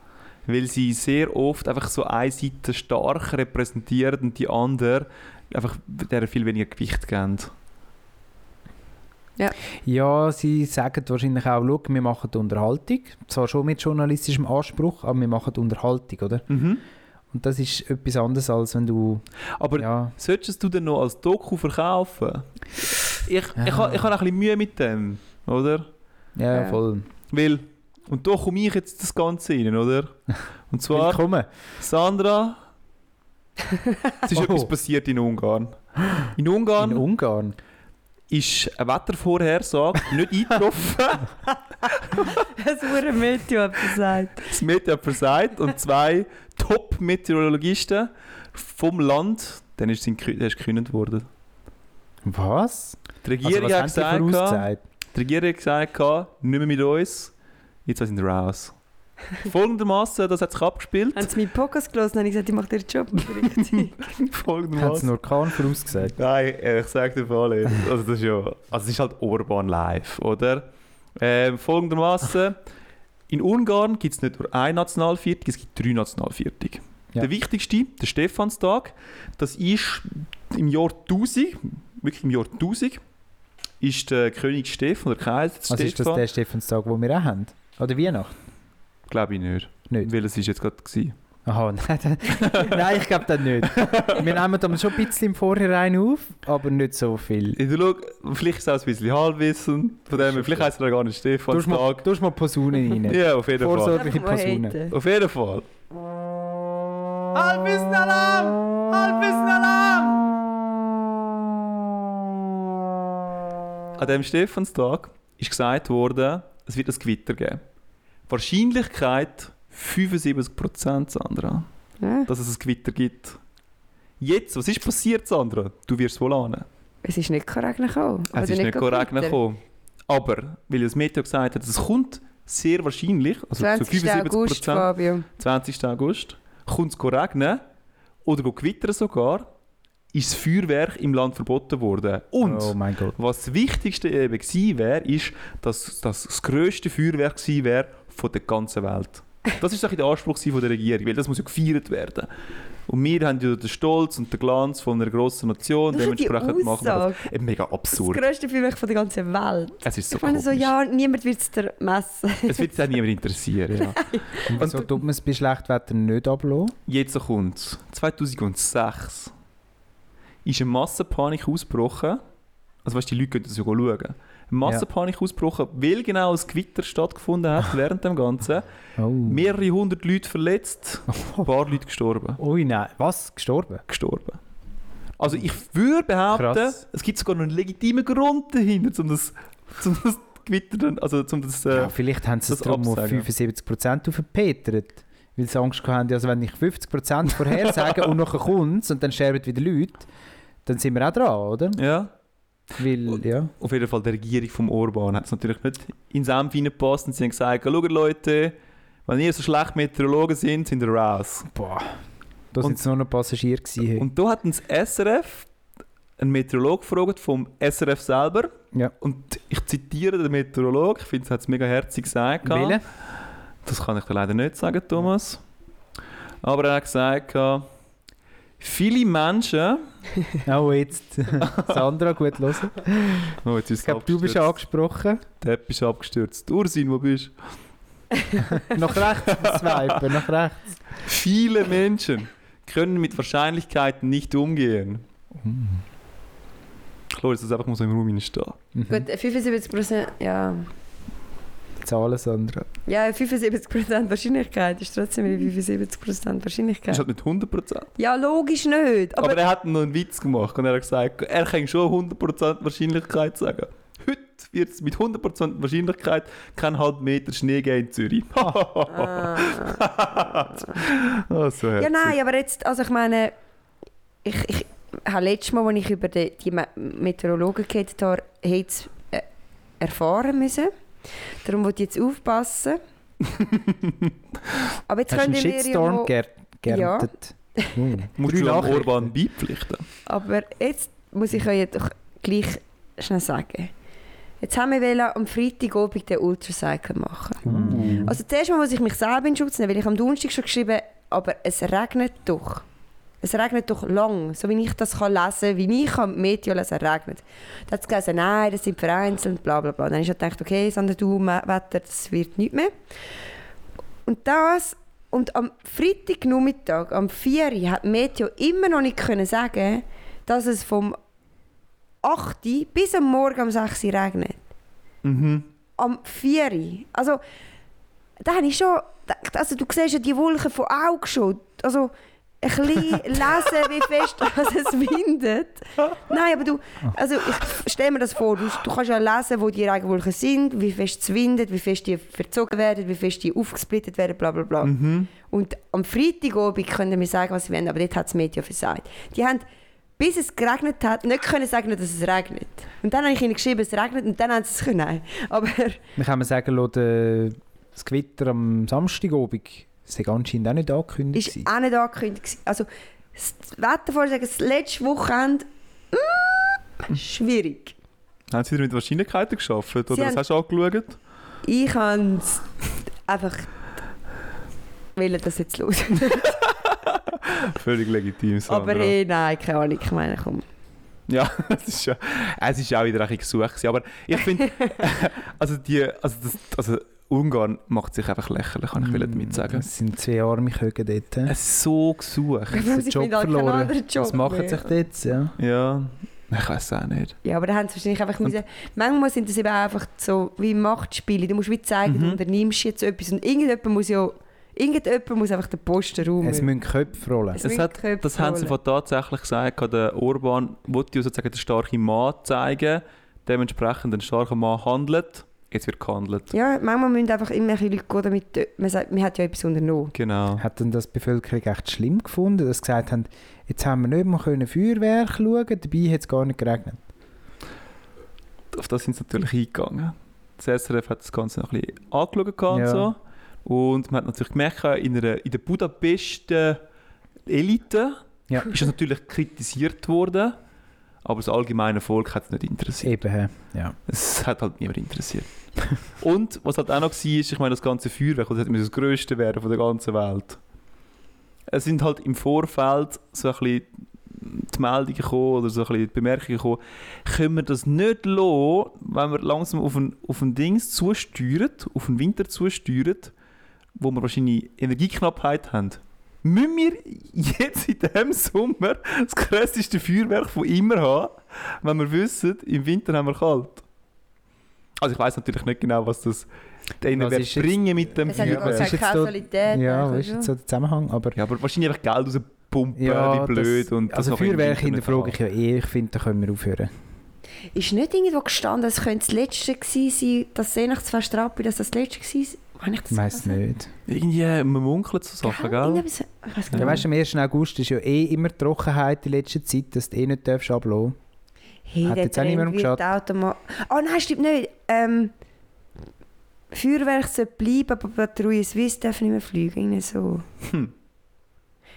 Speaker 2: Weil sie sehr oft einfach so eine Seite stark repräsentieren und die andere einfach der viel weniger Gewicht geben.
Speaker 6: Ja, sie sagen wahrscheinlich auch, «Schau, wir machen Unterhaltung. Zwar schon mit journalistischem Anspruch, aber wir machen Unterhaltung, oder?
Speaker 2: Mhm.
Speaker 6: Und das ist etwas anderes, als wenn du...
Speaker 2: Aber
Speaker 6: ja,
Speaker 2: solltest du denn noch als Doku verkaufen? Ich, ich,
Speaker 6: Ja.
Speaker 2: ha- ich habe ein bisschen Mühe mit dem, oder?
Speaker 6: ja,
Speaker 5: Ja.
Speaker 6: voll.
Speaker 2: Weil, und da komme ich jetzt das Ganze rein, oder? Und zwar,
Speaker 6: Willkommen.
Speaker 2: Sandra, es ist
Speaker 6: Oh.
Speaker 2: etwas passiert in Ungarn. In Ungarn,
Speaker 6: In Ungarn.
Speaker 2: ist eine Wettervorhersage nicht eingetroffen.
Speaker 5: habe so ein Meteor gesagt.
Speaker 2: das Meteor hat versagt und zwei Top-Meteorologisten vom Land, dann ist es gekündigt worden.
Speaker 6: Was? Also,
Speaker 2: Die Regierung
Speaker 6: was
Speaker 2: hat
Speaker 6: haben die
Speaker 2: gesagt,
Speaker 6: vorausgesagt?
Speaker 2: Die Regierung hat gesagt, «Ka, nicht mehr mit uns, jetzt sind wir raus. Folgendermaßen, das hat sich abgespielt.
Speaker 5: Haben sie meinen Podcast gelesen, habe ich gesagt, ich mache den Job. richtig.
Speaker 6: Hat es einen
Speaker 2: Folgendermaßen.
Speaker 6: Orkan vorausgesagt?
Speaker 2: Nein, äh, ich sage dir vor allem. Also, das ist ja. Also, es ist halt Urban Live, oder? Ähm, folgendermaßen: In Ungarn gibt es nicht nur ein Nationalviertel, es gibt drei Nationalviertel.
Speaker 6: Ja.
Speaker 2: Der wichtigste, der Stephanstag, das ist im Jahr 1000, wirklich im Jahr 1000, ist der König Stefan oder Kaiser
Speaker 6: Also ist das
Speaker 2: Stefan.
Speaker 6: der Stephanstag, den wir auch haben? Oder Weihnachten?
Speaker 2: Glaube ich nicht.
Speaker 6: Nicht.
Speaker 2: Weil es ist jetzt gerade. gewesen.
Speaker 6: Aha, nein, dann- nein ich glaube das nicht. Wir nehmen dann schon ein bisschen im Vorhinein auf, aber nicht so viel.
Speaker 2: Ich schau, vielleicht ist es auch ein bisschen Halbwissen. Von dem, her, vielleicht heißt er ja gar nicht
Speaker 6: Du hast mal,
Speaker 2: Stephanstag.
Speaker 6: du hast mal Posaunen rein.
Speaker 2: Ja, auf jeden Fall.
Speaker 6: Vorsorgliche
Speaker 5: Einfach mal
Speaker 6: Posaunen.
Speaker 5: haten.
Speaker 2: Auf jeden Fall. Halbwissen-Alarm! Halbwissen-Alarm! An dem Stephanstag ist gesagt worden, es wird ein Gewitter geben. Wahrscheinlichkeit 75%, Sandra,
Speaker 5: Ja,
Speaker 2: dass es ein Gewitter gibt. Jetzt, was ist passiert, Sandra? Du wirst wohl ahnen.
Speaker 5: es ist nicht korrekt gekommen.
Speaker 2: Es ist nicht korrekt gekommen. Aber, weil das Meteo gesagt hat, es kommt sehr wahrscheinlich, also zu
Speaker 5: 20.
Speaker 2: 75%.
Speaker 5: August, Fabio.
Speaker 2: 20. August, kommt es regnen oder geht gewittern sogar, ist das Feuerwerk im Land verboten worden. Und
Speaker 6: Oh mein Gott.
Speaker 2: was das Wichtigste eben gewesen wäre, ist, dass das das grösste Feuerwerk gewesen wäre von der ganzen Welt. Das ist doch der Anspruch gewesen von der Regierung, weil das muss ja gefeiert werden. Und wir haben ja den Stolz und den Glanz von einer grossen Nation,
Speaker 5: Das ist die
Speaker 2: dementsprechend machen wir
Speaker 5: Aussage.
Speaker 2: das. Eben mega
Speaker 5: Das
Speaker 2: absurd.
Speaker 5: grösste Feuerwerk von der ganzen Welt.
Speaker 2: Es ist so
Speaker 5: ich meine so,
Speaker 2: komisch.
Speaker 5: ja, niemand wird es dir messen.
Speaker 2: Es wird auch niemand interessieren. Ja.
Speaker 6: Und wieso tut man es bei schlechtem Wetter nicht ablassen?
Speaker 2: Jetzt kommt 2006 ist eine Massenpanik ausgebrochen. Also weißt, du, die Leute können das ja schauen. Eine Massenpanik ausgebrochen, weil genau ein Gewitter stattgefunden hat während dem Ganzen.
Speaker 6: Oh.
Speaker 2: Mehrere hundert Leute verletzt, ein paar Leute gestorben.
Speaker 6: Ui, nein. Was? Gestorben?
Speaker 2: gestorben. Also ich würde behaupten,
Speaker 6: Krass.
Speaker 2: es gibt sogar noch einen legitimen Grund dahinter, um das, um das Gewitter, dann- also um das... Äh,
Speaker 6: Ja, vielleicht haben sie es
Speaker 2: das
Speaker 6: darum auf
Speaker 2: absagen.
Speaker 6: 75% aufgepetert. Weil sie Angst hatten, also wenn ich 50% vorhersage und nachher kommt und dann sterben wieder Leute, dann sind wir auch dran, oder?
Speaker 2: ja.
Speaker 6: Weil, ja.
Speaker 2: Auf jeden Fall, der Regierung vom Orban hat es natürlich nicht ins Amt hineingepasst und sie haben gesagt, schaut Leute, wenn ihr so schlecht Meteorologen sind, sind ihr raus.
Speaker 6: Boah. Da
Speaker 2: Und-
Speaker 6: sind es nur noch Passagiere gewesen.
Speaker 2: Und da hat uns SRF einen Meteorolog gefragt vom SRF selber.
Speaker 6: Ja.
Speaker 2: Und ich zitiere den Meteorolog, ich finde, es hat es mega herzig gesagt. gehabt.
Speaker 6: Welche?
Speaker 2: Das kann ich dir leider nicht sagen, Thomas. Aber er hat gesagt, gehabt, viele Menschen.
Speaker 6: Oh, jetzt. Sandra, gut hören.
Speaker 2: Oh, jetzt ist
Speaker 6: Ich glaube, du bist angesprochen.
Speaker 2: Der App ist abgestürzt. Ursin, wo bist du?
Speaker 6: nach rechts swipen, nach rechts.
Speaker 2: Viele Menschen können mit Wahrscheinlichkeiten nicht umgehen. Hm. Chloe, das einfach mal so im Raum stehen.
Speaker 5: Gut, 75%, ja.
Speaker 6: Zahlen, Sandra.
Speaker 5: Ja, 75% Wahrscheinlichkeit ist trotzdem eine 75%
Speaker 2: Das ist
Speaker 5: Wahrscheinlichkeit.
Speaker 2: halt nicht 100%.
Speaker 5: Ja, logisch nicht.
Speaker 2: Aber,
Speaker 5: Aber,
Speaker 2: er hat noch einen Witz gemacht und er hat gesagt, er kann schon 100% Wahrscheinlichkeit sagen. Heute wird es mit 100% Wahrscheinlichkeit keinen halben Meter Schnee geben in Zürich. oh, so
Speaker 5: Ah. ja,
Speaker 2: herzig.
Speaker 5: nein, aber jetzt, also ich meine, ich, ich habe letztes Mal, als ich über die, die Me- Meteorologen geredet habe, hätte es äh, erfahren müssen. Darum wollte ich jetzt aufpassen. aber jetzt
Speaker 6: Hast du einen
Speaker 5: könnt ihr mir ja
Speaker 6: Shitstorm
Speaker 5: mal-
Speaker 6: ger geerntet? Uh,
Speaker 2: Musst
Speaker 6: drei
Speaker 2: du am
Speaker 6: Nachrichten.
Speaker 2: Orban beipflichten.
Speaker 5: Aber jetzt muss ich euch doch gleich schnell sagen. Jetzt haben wir wollen am Freitagabend den Ultracycle machen.
Speaker 2: Uh.
Speaker 6: Mm.
Speaker 5: Also zuerst mal muss ich mich selber in Schutz nehmen, weil ich am Donnerstag schon geschrieben aber es regnet doch. Es regnet doch lang, so wie ich das kann lesen kann, wie ich kann Meteo lesen, regnet. Da hat es gelesen, nein, das sind vereinzelt, bla bla bla. Dann habe ich halt gedacht, okay, Sander, du, Me- Wetter, das wird nichts mehr. Und das, und am Freitagnachmittag, am 4 Uhr, hat Meteo immer noch nicht können sagen, dass es vom 8 Uhr bis am Morgen um 6 Uhr regnet
Speaker 2: Mhm.
Speaker 5: am 4. Uhr. Also, da habe ich schon gedacht, also du siehst ja die Wolken von Augen schon. Also, ein bisschen lesen, wie fest dass es windet. Nein, aber du, also ich stell mir das vor, du, du kannst ja lesen, wo die Regenwolken sind, wie fest es windet, wie fest die verzogen werden, wie fest die aufgesplittet werden, bla bla bla. Und am Freitagabend können wir sagen, was sie wollen, aber dort hat das Media versagt. Die haben, bis es geregnet hat, nicht können sagen, dass es regnet. Und dann habe ich ihnen geschrieben, es regnet, und dann haben sie es können. Nein. Aber
Speaker 6: Wir können sagen, lassen, äh, das Gewitter am Samstagabend sei anscheinend auch nicht angekündigt.
Speaker 5: ist
Speaker 6: gewesen.
Speaker 5: auch nicht angekündigt. gewesen. Also, das Wettervorsagen, das letzte Wochenende, mm, schwierig.
Speaker 2: Haben sie wieder mit Wahrscheinlichkeiten geschafft? Oder was
Speaker 5: haben-
Speaker 2: hast du angeschaut?
Speaker 5: Ich kann es einfach will das jetzt los.
Speaker 2: Völlig legitim, Sandra.
Speaker 5: Aber eh, nein, keine Ahnung, ich meine, komm.
Speaker 2: Ja, es ist, ja, es ist auch wieder ein bisschen gesucht. gewesen, Aber ich finde, also, die, also, das, also Ungarn macht sich einfach lächerlich, kann ich mm. damit sagen.
Speaker 6: Es sind zwei arme Köge dort. hä?
Speaker 2: Es ist so gesucht.
Speaker 5: Sie
Speaker 6: den Job
Speaker 5: finden halt keinen
Speaker 6: verloren.
Speaker 5: anderen Job
Speaker 6: Was machen
Speaker 5: mehr.
Speaker 6: sich dort? Ja.
Speaker 2: Ja, ich weiß auch nicht.
Speaker 5: Ja, aber da haben sie wahrscheinlich einfach müssen. Manchmal sind das eben einfach so wie Machtspiele. Du musst wie zeigen, du
Speaker 2: Mhm.
Speaker 5: unternimmst jetzt etwas. Und irgendjemand muss ja. Irgendjemand muss einfach den Posten rum.
Speaker 6: Es müssen Köpfe rollen.
Speaker 5: Es
Speaker 2: Es
Speaker 5: müssen
Speaker 2: hat,
Speaker 5: Köpfe
Speaker 2: das haben sie
Speaker 5: rollen.
Speaker 2: von tatsächlich gesagt, hat der Orban wollte ja sozusagen den starken Mann zeigen, dementsprechend ein starker Mann handelt. Jetzt wird gehandelt.
Speaker 5: Ja, manchmal müssen einfach immer ein Leute gehen, damit man sagt, man hat ja etwas unternommen.
Speaker 2: Genau.
Speaker 6: Hat denn das die Bevölkerung echt schlimm gefunden, dass sie gesagt haben, jetzt haben wir nicht mal können Feuerwerk schauen, dabei hat es gar nicht geregnet.
Speaker 2: auf das sind sie natürlich eingegangen. Das SRF hat das Ganze noch ein bisschen angeschaut gehabt und
Speaker 6: Ja.
Speaker 2: so. Und man hat natürlich gemerkt, in, einer, in der Budapester Elite
Speaker 6: Ja.
Speaker 2: ist das natürlich kritisiert worden, aber das allgemeine Volk hat es nicht interessiert.
Speaker 6: Eben, hä? ja.
Speaker 2: Es hat halt niemand interessiert. und was halt auch noch war, ist, ich meine, das ganze Feuerwerk, das hätte müssen das grösste werden von der ganzen Welt. Es sind halt im Vorfeld so ein bisschen die Meldungen gekommen oder so ein bisschen die Bemerkungen gekommen, können wir das nicht lassen, wenn wir langsam auf ein, auf ein Dings zusteuern, auf den Winter zusteuern, wo wir wahrscheinlich Energieknappheit haben. Müssen wir jetzt in diesem Sommer das krasseste Feuerwerk von immer haben, wenn wir wissen, im Winter haben wir kalt? Also ich weiß natürlich nicht genau, was das denen
Speaker 6: Was
Speaker 2: wird
Speaker 6: ist jetzt-
Speaker 2: bringen mit dem
Speaker 5: Es hat ja
Speaker 6: aber
Speaker 5: gar
Speaker 6: es
Speaker 2: Feuerwerk.
Speaker 6: ist
Speaker 5: keine
Speaker 6: jetzt so-
Speaker 5: Kausalität.
Speaker 6: ja,
Speaker 5: eigentlich,
Speaker 6: weißt du,
Speaker 5: oder?
Speaker 6: jetzt so der Zusammenhang, aber...
Speaker 2: Ja, aber wahrscheinlich einfach Geld rauspumpen, wie blöd.
Speaker 6: das,
Speaker 2: und das
Speaker 6: also
Speaker 2: noch im
Speaker 6: Feuerwerk
Speaker 2: Internet
Speaker 6: hinterfrage ich ja eh, ich finde, da können wir aufhören.
Speaker 5: Ist nicht irgendwo gestanden, es könnte das letzte gewesen sein, das Seenachtsfest Rappi, dass das letzte gewesen war? Habe ich das
Speaker 6: Ich weiss
Speaker 5: gelesen?
Speaker 6: nicht.
Speaker 2: Irgendwie, äh, man munkelt so Sachen, gell?
Speaker 5: Irgendetwas- Ich weiss gar
Speaker 6: Ja,
Speaker 5: nicht.
Speaker 6: weißt du, am 1. August ist ja eh immer Trockenheit in letzter Zeit, dass du eh nicht darfst ablassen.
Speaker 5: Hey,
Speaker 6: Hat
Speaker 5: der
Speaker 6: jetzt auch
Speaker 5: Trend
Speaker 6: niemand
Speaker 5: wird
Speaker 6: geschaut.
Speaker 5: automa- Oh nein, stimmt nicht.
Speaker 6: Hm.
Speaker 5: Ähm, Feuerwerk soll bleiben, aber Patrouille Suisse darf nicht mehr fliegen. Irgendwie so.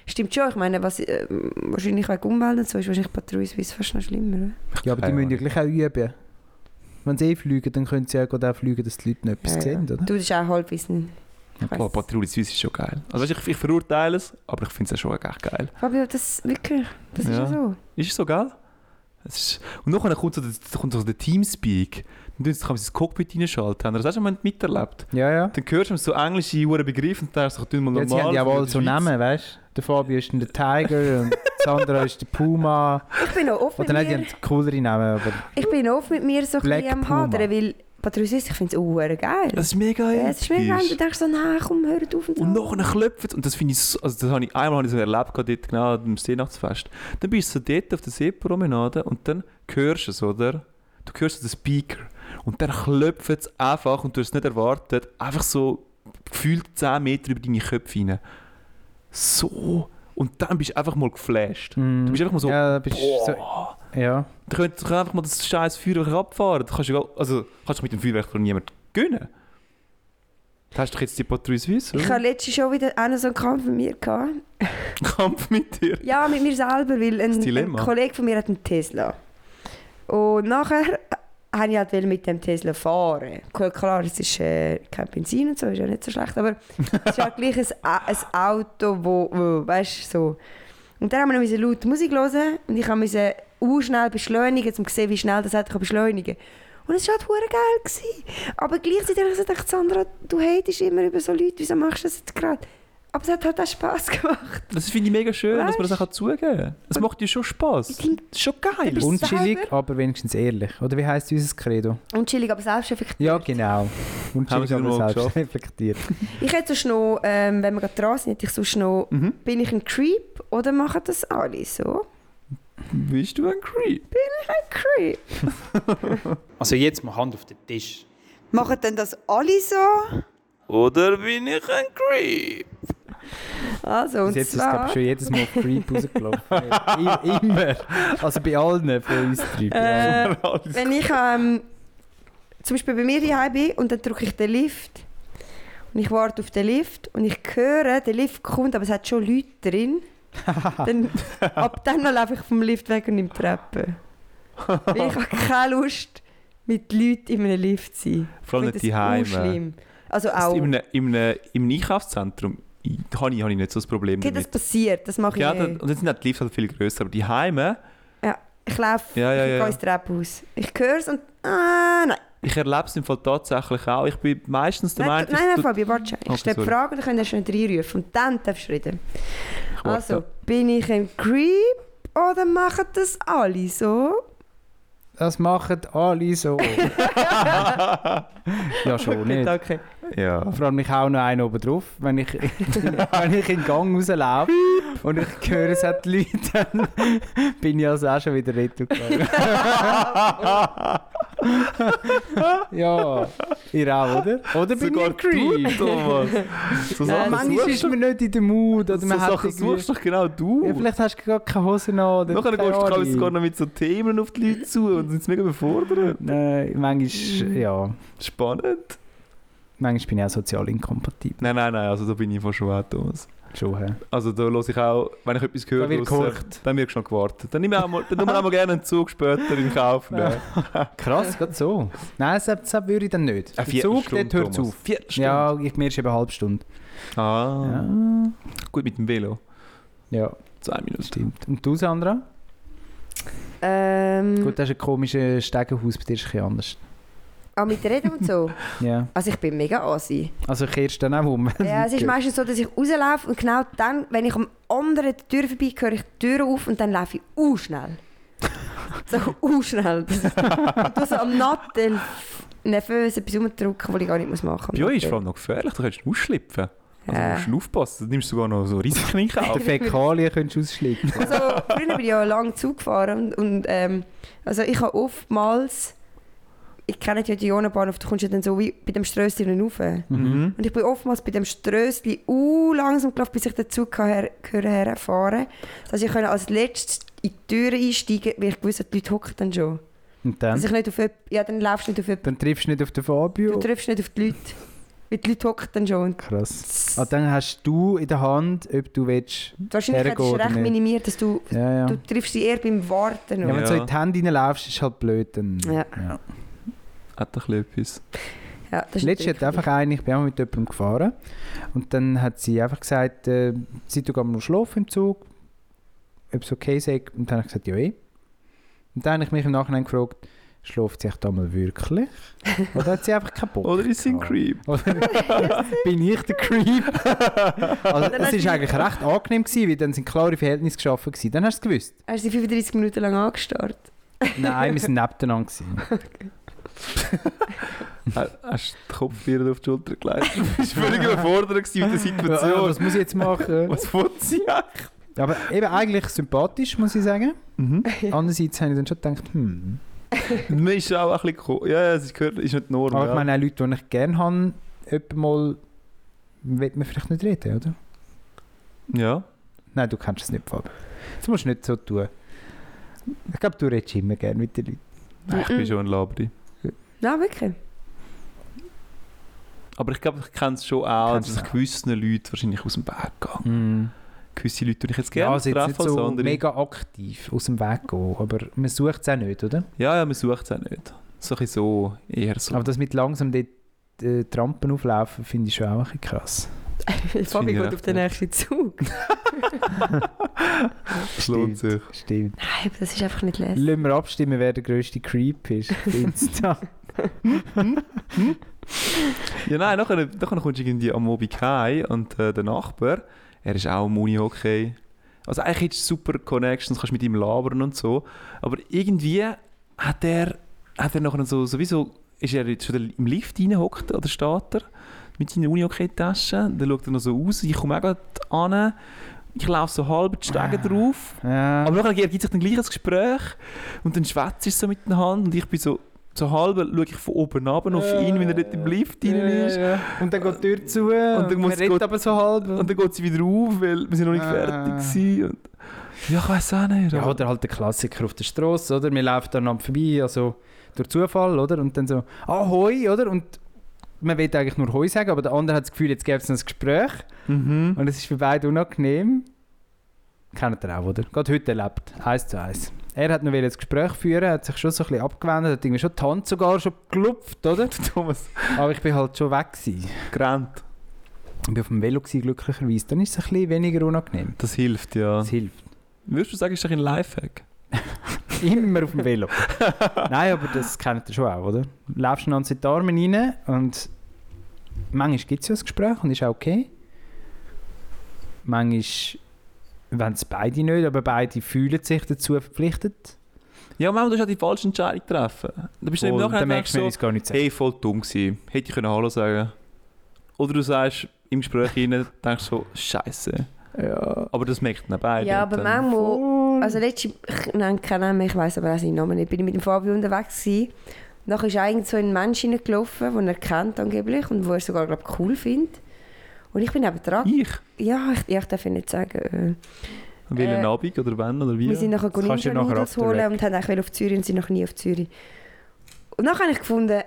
Speaker 5: Stimmt schon, ich meine, was, äh, wahrscheinlich wegen Umwelt und so ist wahrscheinlich Patrouille Suisse fast noch schlimmer. oder?
Speaker 6: Ja, aber die
Speaker 2: Keine
Speaker 6: müssen ja
Speaker 2: Ahnung.
Speaker 6: gleich auch üben. Wenn sie eh fliegen, dann können sie ja gerade auch fliegen, dass die Leute nicht etwas
Speaker 5: Ja, ja.
Speaker 6: sehen, oder?
Speaker 5: Du, das ist auch Halbwissen. Ich
Speaker 2: Boah,
Speaker 5: weiss.
Speaker 2: Patrouille Suisse ist schon geil. Also weißt, du, ich, ich verurteile es, aber ich finde es ja schon echt geil.
Speaker 5: Fabio, das wirklich, das ist
Speaker 2: Ja.
Speaker 5: ja so.
Speaker 2: Ist es so geil? Es ist, und nachher kommt so der, kommt so der Teamspeak. Dann tun sie- kann man sein Cockpit reinschalten. Haben Sie das auch schon mal miterlebt?
Speaker 6: Ja, ja.
Speaker 2: Dann hörst du so englische Uhren Begriffe und denkst, ich tue mal
Speaker 6: Jetzt haben
Speaker 2: normal.
Speaker 6: die
Speaker 2: für
Speaker 6: auch alle so
Speaker 2: Schweiz.
Speaker 6: Namen, weißt du? Der Fabio ist dann der Tiger und Sandra ist der Puma.
Speaker 5: Ich bin noch oft mit
Speaker 6: Oder nein, die
Speaker 5: mir,
Speaker 6: haben coolere Namen, aber
Speaker 5: ich bin oft mit mir so ein
Speaker 6: Black
Speaker 5: bisschen am
Speaker 6: Puma.
Speaker 5: Hadern, weil Patrouille Suisse, ich finde es auch geil.
Speaker 2: Das ist mega
Speaker 5: Ja, es ist mega geil,
Speaker 2: episch.
Speaker 5: du denkst so, nein, komm, hör auf und so.
Speaker 2: Und nachher klopft und das finde ich, so- also das habe ich einmal habe ich so erlebt, gerade dort, genau am Seenachtsfest. Dann bist du so dort auf der Seepromenade und dann hörst du es, oder? Du hörst so den Speaker und dann klopft es einfach und du hast es nicht erwartet, einfach so gefühlt 10 Meter über deine Köpfe hinein. So. Und dann bist du einfach mal geflasht. Du bist einfach mal so,
Speaker 6: ja, da bist du so,
Speaker 2: boah.
Speaker 6: ja.
Speaker 2: Du könntest doch einfach mal das scheiß Feuerwerk abfahren. Du kannst, ja gar- also, kannst du mit dem Feuerwerk doch niemand gönnen. Du hast doch jetzt die Patrouille Suisse,
Speaker 5: Ich
Speaker 2: oder?
Speaker 5: hatte letztens schon wieder einen so einen Kampf mit mir. Gehabt.
Speaker 2: Kampf mit dir.
Speaker 5: Ja, mit mir selber, weil ein,
Speaker 2: Das
Speaker 5: ein
Speaker 2: Dilemma.
Speaker 5: Kollege von mir hat einen Tesla. Und nachher wollte ich halt mit dem Tesla fahren. Cool, Klar, es ist äh, kein Benzin und so, ist ja nicht so schlecht, aber es ist ja gleich ein, A- ein Auto, wo, wo weißt du, so. Und dann haben wir noch laut Musik hören und ich musste uh, schnell beschleunigen, um zu sehen, wie schnell das Auto kann beschleunigen Und es war halt verdammt geil. Gewesen. Aber gleichzeitig habe ich gedacht, Sandra, du hatest immer über so Leute, wieso machst du das jetzt gerade? Aber es hat halt auch Spass gemacht.
Speaker 2: Das finde ich mega schön, dass man das auch zugeben kann. Es macht dir schon Spass. Das
Speaker 5: Ich denk-
Speaker 2: ist schon geil.
Speaker 5: bist-
Speaker 6: Unschillig,
Speaker 5: selber?
Speaker 6: aber wenigstens ehrlich. Oder wie heisst unser Credo?
Speaker 5: Und chillig, aber selbstverständlich
Speaker 6: Ja, genau.
Speaker 2: Haben
Speaker 6: Unschillig,
Speaker 2: wir
Speaker 6: aber
Speaker 2: mal geschafft.
Speaker 6: selbst reflektiert.
Speaker 5: Ich hätte sonst noch, ähm, wenn wir gerade dran sind, hätte ich sonst noch,
Speaker 2: Mhm.
Speaker 5: bin ich ein Creep oder machen das alle so?
Speaker 2: Bist du ein Creep?
Speaker 5: Creep.
Speaker 7: Also jetzt mal Hand auf den Tisch.
Speaker 8: Machen denn das alle so?
Speaker 2: Oder bin ich ein Creep?
Speaker 5: Also, und
Speaker 6: Bis jetzt ist es, glaube
Speaker 5: zwar,
Speaker 6: ich, schon jedes Mal auf Creep rausgelaufen. Ja, i- Immer. Also bei allen von uns drei. bei allen.
Speaker 5: äh, wenn ich ähm, zum Beispiel bei mir daheim bin und dann drücke ich den Lift und ich warte auf den Lift und ich höre, der Lift kommt, aber es hat schon Leute drin, dann, ab dann mal laufe ich vom Lift weg und nehme die Treppe. Weil ich habe keine Lust, mit Leuten in einem Lift zu sein.
Speaker 2: Vor allem nicht
Speaker 5: Ich
Speaker 2: äh,
Speaker 5: finde
Speaker 2: die
Speaker 5: das
Speaker 2: Heime.
Speaker 5: urschlimm. Also auch.
Speaker 2: Im, im, Im Einkaufszentrum ich- habe ich, habe ich nicht so ein Problem
Speaker 5: Okay, das
Speaker 2: damit.
Speaker 5: passiert, das mache ich
Speaker 2: Ja, dann,
Speaker 5: nicht.
Speaker 2: und jetzt sind halt die Lifts halt viel grösser, aber die Heime,
Speaker 5: Ich laufe,
Speaker 2: Ja, ja,
Speaker 5: ich
Speaker 2: ja.
Speaker 5: gehe ins Treppenhaus. Ich höre es und... Ah, nein.
Speaker 2: ich erlebe es im Fall tatsächlich auch. Ich bin meistens der
Speaker 5: Nein,
Speaker 2: Meinung,
Speaker 5: nein, nein,
Speaker 2: dass
Speaker 5: Fabio, warte schon. Ich
Speaker 2: Okay,
Speaker 5: stelle die
Speaker 2: sorry.
Speaker 5: Frage, dann könnt ihr schon nicht reinrufen und dann darfst du reden.
Speaker 2: du- ich warte.
Speaker 5: Also, bin ich ein Creep oder machen das alle so?
Speaker 6: Das machen alle so. ja, schon nicht.
Speaker 5: Okay.
Speaker 2: Ja.
Speaker 6: Vor allem ich auch noch einen oben drauf, wenn ich, wenn ich in den Gang rauslaufe und ich höre, es hat Leute, dann bin ich also auch schon wieder retour gegangen. ja, ihr auch, oder? Oder bin
Speaker 2: Sogar
Speaker 6: ich ein Creep?
Speaker 2: du, Thomas. So
Speaker 6: Ja,
Speaker 2: Sachen
Speaker 6: manchmal
Speaker 2: suchst
Speaker 6: ist
Speaker 2: du-
Speaker 6: man nicht in der Mut. Oder
Speaker 2: so
Speaker 6: man hat
Speaker 2: Sachen
Speaker 6: irgendwie-
Speaker 2: suchst doch genau du.
Speaker 6: ja, vielleicht hast du gar keine Hose an. Oder
Speaker 2: Nachher
Speaker 6: keine
Speaker 2: gehst du
Speaker 6: Ahnung.
Speaker 2: teilweise sogar noch mit so Themen auf die Leute zu und sind mega befordert.
Speaker 6: Nein, manchmal, ja,
Speaker 2: Spannend.
Speaker 6: manchmal bin ich auch sozial inkompatibel.
Speaker 2: Nein, nein, nein, also da bin ich von schon auch, Thomas.
Speaker 6: Schon, hä?
Speaker 2: Also da höre ich auch, wenn ich etwas höre,
Speaker 6: Da wird
Speaker 2: draussen,
Speaker 6: gehorcht.
Speaker 2: dann wird schon gewartet. Dann nehmen wir auch mal, dann nehmen wir auch mal gerne einen Zug später in Kauf. Ne?
Speaker 6: Krass, gerade so. Nein, selbst so würde ich dann nicht. Der Zug, dort hört es auf.
Speaker 2: Viertelstunde.
Speaker 6: Ja, ich, mir ist eben eine halbe Stunde.
Speaker 2: Ah, gut mit dem Velo.
Speaker 6: Ja. ja,
Speaker 2: Zwei Minuten.
Speaker 6: stimmt. Und du, Sandra?
Speaker 5: Mhm. Ähm,
Speaker 6: Gut, du hast ein komisches Stegenhaus, bei dir ist es ein bisschen anders.
Speaker 5: auch ah, mit Reden und so.
Speaker 6: Ja.
Speaker 5: Also, ich bin mega assi.
Speaker 6: Also kehrst du dann auch um.
Speaker 5: Ja, es ist meistens so, dass ich rauslaufe und genau dann, wenn ich am anderen die Tür vorbei, höre ich die Tür auf und dann laufe ich uh schnell. so uh schnell. Das ist- Und du so am Nattel nervös etwas rumdrücken, was ich gar nicht muss machen muss.
Speaker 2: Bei euch ist vor allem noch gefährlich, da kannst du ausschlüpfen. Also
Speaker 5: Ja.
Speaker 2: musst du aufpassen, dann nimmst du sogar noch so Risiken in Kauf.
Speaker 6: Die Fäkalien könntest du ausschlagen.
Speaker 5: Also, früher bin ich ja lange Zug gefahren und, und ähm, also ich habe oftmals, ich kenne ja die Ionenbahnhof, du kommst ja dann so wie bei dem Strösschen rauf.
Speaker 2: Mhm.
Speaker 5: Und ich bin oftmals bei dem Strössli uh, langsam gelaufen, bis ich den Zug kann her können herfahren konnte. Dass ich konnte als letztes in die Türe einsteigen weil ich gewusst habe, die Leute hocken dann schon.
Speaker 6: Und dann?
Speaker 5: Dass ich nicht auf jemand- ja, dann laufst du nicht auf jemanden.
Speaker 6: Dann triffst du nicht auf den
Speaker 5: Also Du
Speaker 6: Fabio.
Speaker 5: triffst nicht auf die Leute. Weil die Leute hocken dann schon.
Speaker 6: Krass. Ah, dann hast du in der Hand, ob du willst.
Speaker 5: Die Wahrscheinlichkeit ist
Speaker 6: Hergehen oder
Speaker 5: recht
Speaker 6: nicht?
Speaker 5: minimiert, dass du,
Speaker 6: Ja, ja.
Speaker 5: du triffst sie eher beim Warten.
Speaker 6: ja, wenn
Speaker 5: oder?
Speaker 6: du so
Speaker 2: Ja.
Speaker 6: in die Hände reinläufst, ist halt blöd. Dann.
Speaker 5: Ja.
Speaker 2: Hat doch ein bisschen etwas.
Speaker 5: Ja, das ist
Speaker 6: Letztes hat
Speaker 5: natürlich-
Speaker 6: einfach eine, ich bin auch mal mit jemandem gefahren und dann hat sie einfach gesagt, äh, seit du gehst noch schlafen im Zug, ob es okay sei. Und dann habe ich gesagt, ja eh. Und dann habe ich mich im Nachhinein gefragt, schläft sie echt da mal wirklich? Oder hat sie einfach keinen Bock?
Speaker 2: Oder ist sie ein Creep?
Speaker 6: Oder- bin ich der Creep? also,
Speaker 5: Dann
Speaker 6: es
Speaker 5: hast
Speaker 6: ist
Speaker 5: du-
Speaker 6: eigentlich recht angenehm gewesen, weil dann sind klare Verhältnisse geschaffen gewesen. Dann hast du es gewusst.
Speaker 5: Hast du sie 35 Minuten lang angestarrt?
Speaker 6: Nein, wir sind nebeneinander gewesen.
Speaker 2: Ha- Hast du den Kopf dir auf die Schulter gelegt? Du bist völlig überfordert gewesen mit der
Speaker 6: Ja,
Speaker 2: Situation.
Speaker 6: was muss ich jetzt machen?
Speaker 2: Was wollte sie eigentlich?
Speaker 6: Aber eben eigentlich sympathisch, muss ich sagen.
Speaker 2: Mhm.
Speaker 6: Andererseits habe ich dann schon gedacht, hm.
Speaker 2: Man ist auch ein bisschen... ko- Ja, ja, es ist, gehört, ist nicht die Norm.
Speaker 6: Aber ich
Speaker 2: ja.
Speaker 6: meine, auch Leute, die ich gerne habe, jemand mal will man vielleicht nicht reden, oder?
Speaker 2: ja.
Speaker 6: Nein, du kannst es nicht, Fabi. Das musst du nicht so tun. Ich glaube, du redest immer gerne mit den Leuten.
Speaker 2: Nein, ich bin schon ein Labri.
Speaker 5: Nein, wirklich.
Speaker 2: Aber ich glaube, ich kenne es schon auch,
Speaker 6: Kennst
Speaker 2: dass ich
Speaker 6: du auch.
Speaker 2: gewissen Leuten wahrscheinlich aus dem Weg gehe. Gewisse Leute würde ich
Speaker 6: Ja,
Speaker 2: jetzt Hm. gerne
Speaker 6: also jetzt
Speaker 2: treffen
Speaker 6: nicht
Speaker 2: als
Speaker 6: so
Speaker 2: andere.
Speaker 6: mega aktiv aus dem Weg gehen, aber man sucht es auch nicht, oder?
Speaker 2: Ja, ja, man sucht es auch nicht. So ein bisschen so, eher so.
Speaker 6: Aber das mit langsam dort äh, Trampen auflaufen, finde ich schon auch ein bisschen krass.
Speaker 5: Fabi
Speaker 2: ich
Speaker 5: geht
Speaker 2: recht
Speaker 5: auf den
Speaker 2: gut.
Speaker 5: nächsten Zug.
Speaker 2: Das lohnt sich.
Speaker 6: Stimmt.
Speaker 5: Nein, aber das ist einfach nicht lässig.
Speaker 6: Lassen wir abstimmen, wer der grösste Creep ist. auf Insta.
Speaker 2: Ja, nein, nachher, nachher kommst du irgendwie am Abend heim und äh, der Nachbar, er ist auch im Unihockey. Also eigentlich hättest du super Connections, kannst mit ihm labern und so. Aber irgendwie hat er, hat er nachher so, sowieso, ist er jetzt schon im Lift reingehockt oder steht er mit seiner Unihockey-Tasche. Dann schaut er noch so aus, ich komme auch gerade an, ich laufe so halb die Stege drauf.
Speaker 6: ja.
Speaker 2: Aber nachher ergibt sich dann gleich ein Gespräch und dann schwätzt er so mit der Hand und ich bin so, so halb, schaue ich von oben runter auf ihn, wenn er dort im Lift drin ist.
Speaker 6: Und dann geht die Tür zu und dann
Speaker 2: muss
Speaker 6: muss
Speaker 2: Gott-
Speaker 6: redet aber so halb.
Speaker 2: Und dann geht sie wieder auf, weil wir sind noch nicht
Speaker 6: Ah.
Speaker 2: fertig waren. Und ja, ich weiß auch nicht.
Speaker 6: ja,
Speaker 2: aber-
Speaker 6: oder halt der Klassiker auf der Straße, oder? Wir laufen dann am vorbei, also durch Zufall, oder? Und dann so, ahoi, oder? Und man will eigentlich nur Hoi sagen, aber der andere hat das Gefühl, jetzt gäbe es noch ein Gespräch.
Speaker 2: Mhm.
Speaker 6: Und es ist für beide unangenehm. Kennt ihr auch, oder? Gerade heute erlebt. Eins zu eins. Er hat noch ein Gespräch führen, hat sich schon so ein bisschen abgewendet, hat irgendwie schon die Hand sogar schon gelupft, oder?
Speaker 2: Thomas,
Speaker 6: Aber ich bin halt schon weg gewesen.
Speaker 2: gerannt.
Speaker 6: Ich bin auf dem Velo gewesen, glücklicherweise. Dann ist es ein bisschen weniger unangenehm.
Speaker 2: Das hilft, ja.
Speaker 6: Das hilft.
Speaker 2: Würdest du sagen, ist doch ein Lifehack?
Speaker 6: Immer auf dem Velo. Nein, aber das kennt ihr schon auch, oder? Läufst du in die Arme rein und manchmal gibt es ja ein Gespräch und ist auch okay. Manchmal wenn es beide nicht, aber beide fühlen sich dazu verpflichtet.
Speaker 2: Ja, manchmal musst du auch die falsche Entscheidung treffen. Dann bist du im
Speaker 6: und dann
Speaker 2: Nachhinein
Speaker 6: merkst du, wir
Speaker 2: so,
Speaker 6: haben uns gar nicht sagen.
Speaker 2: hey, voll dumm gewesen. Hätte ich können Hallo sagen Oder du sagst im Gespräch rein, denkst so, Scheiße.
Speaker 6: Ja.
Speaker 2: Aber das merkt man beide.
Speaker 5: Ja,
Speaker 2: und
Speaker 5: aber
Speaker 2: dann-
Speaker 5: manchmal... Also letzte, ich nenne keinen Namen, ich weiß aber auch seinen Namen nicht. Bin ich mit dem Fabio unterwegs gewesen. Nachher ist eigentlich so ein Mensch hineingelaufen, den er kennt angeblich und wo er sogar glaub, cool findet. Und ich bin eben dran.
Speaker 2: Ich?
Speaker 5: Ja, ich, ja, ich darf ihn nicht sagen.
Speaker 2: Welchen
Speaker 5: Äh,
Speaker 2: Abend oder wann oder
Speaker 5: Äh,
Speaker 2: wie?
Speaker 5: wir sind nachher
Speaker 6: das kannst du ja
Speaker 5: Ninja
Speaker 6: nachher
Speaker 5: Noodles
Speaker 6: afterweg.
Speaker 5: holen und haben eigentlich auf Zürich und sind noch nie auf Zürich. Und nachher habe ich gefunden,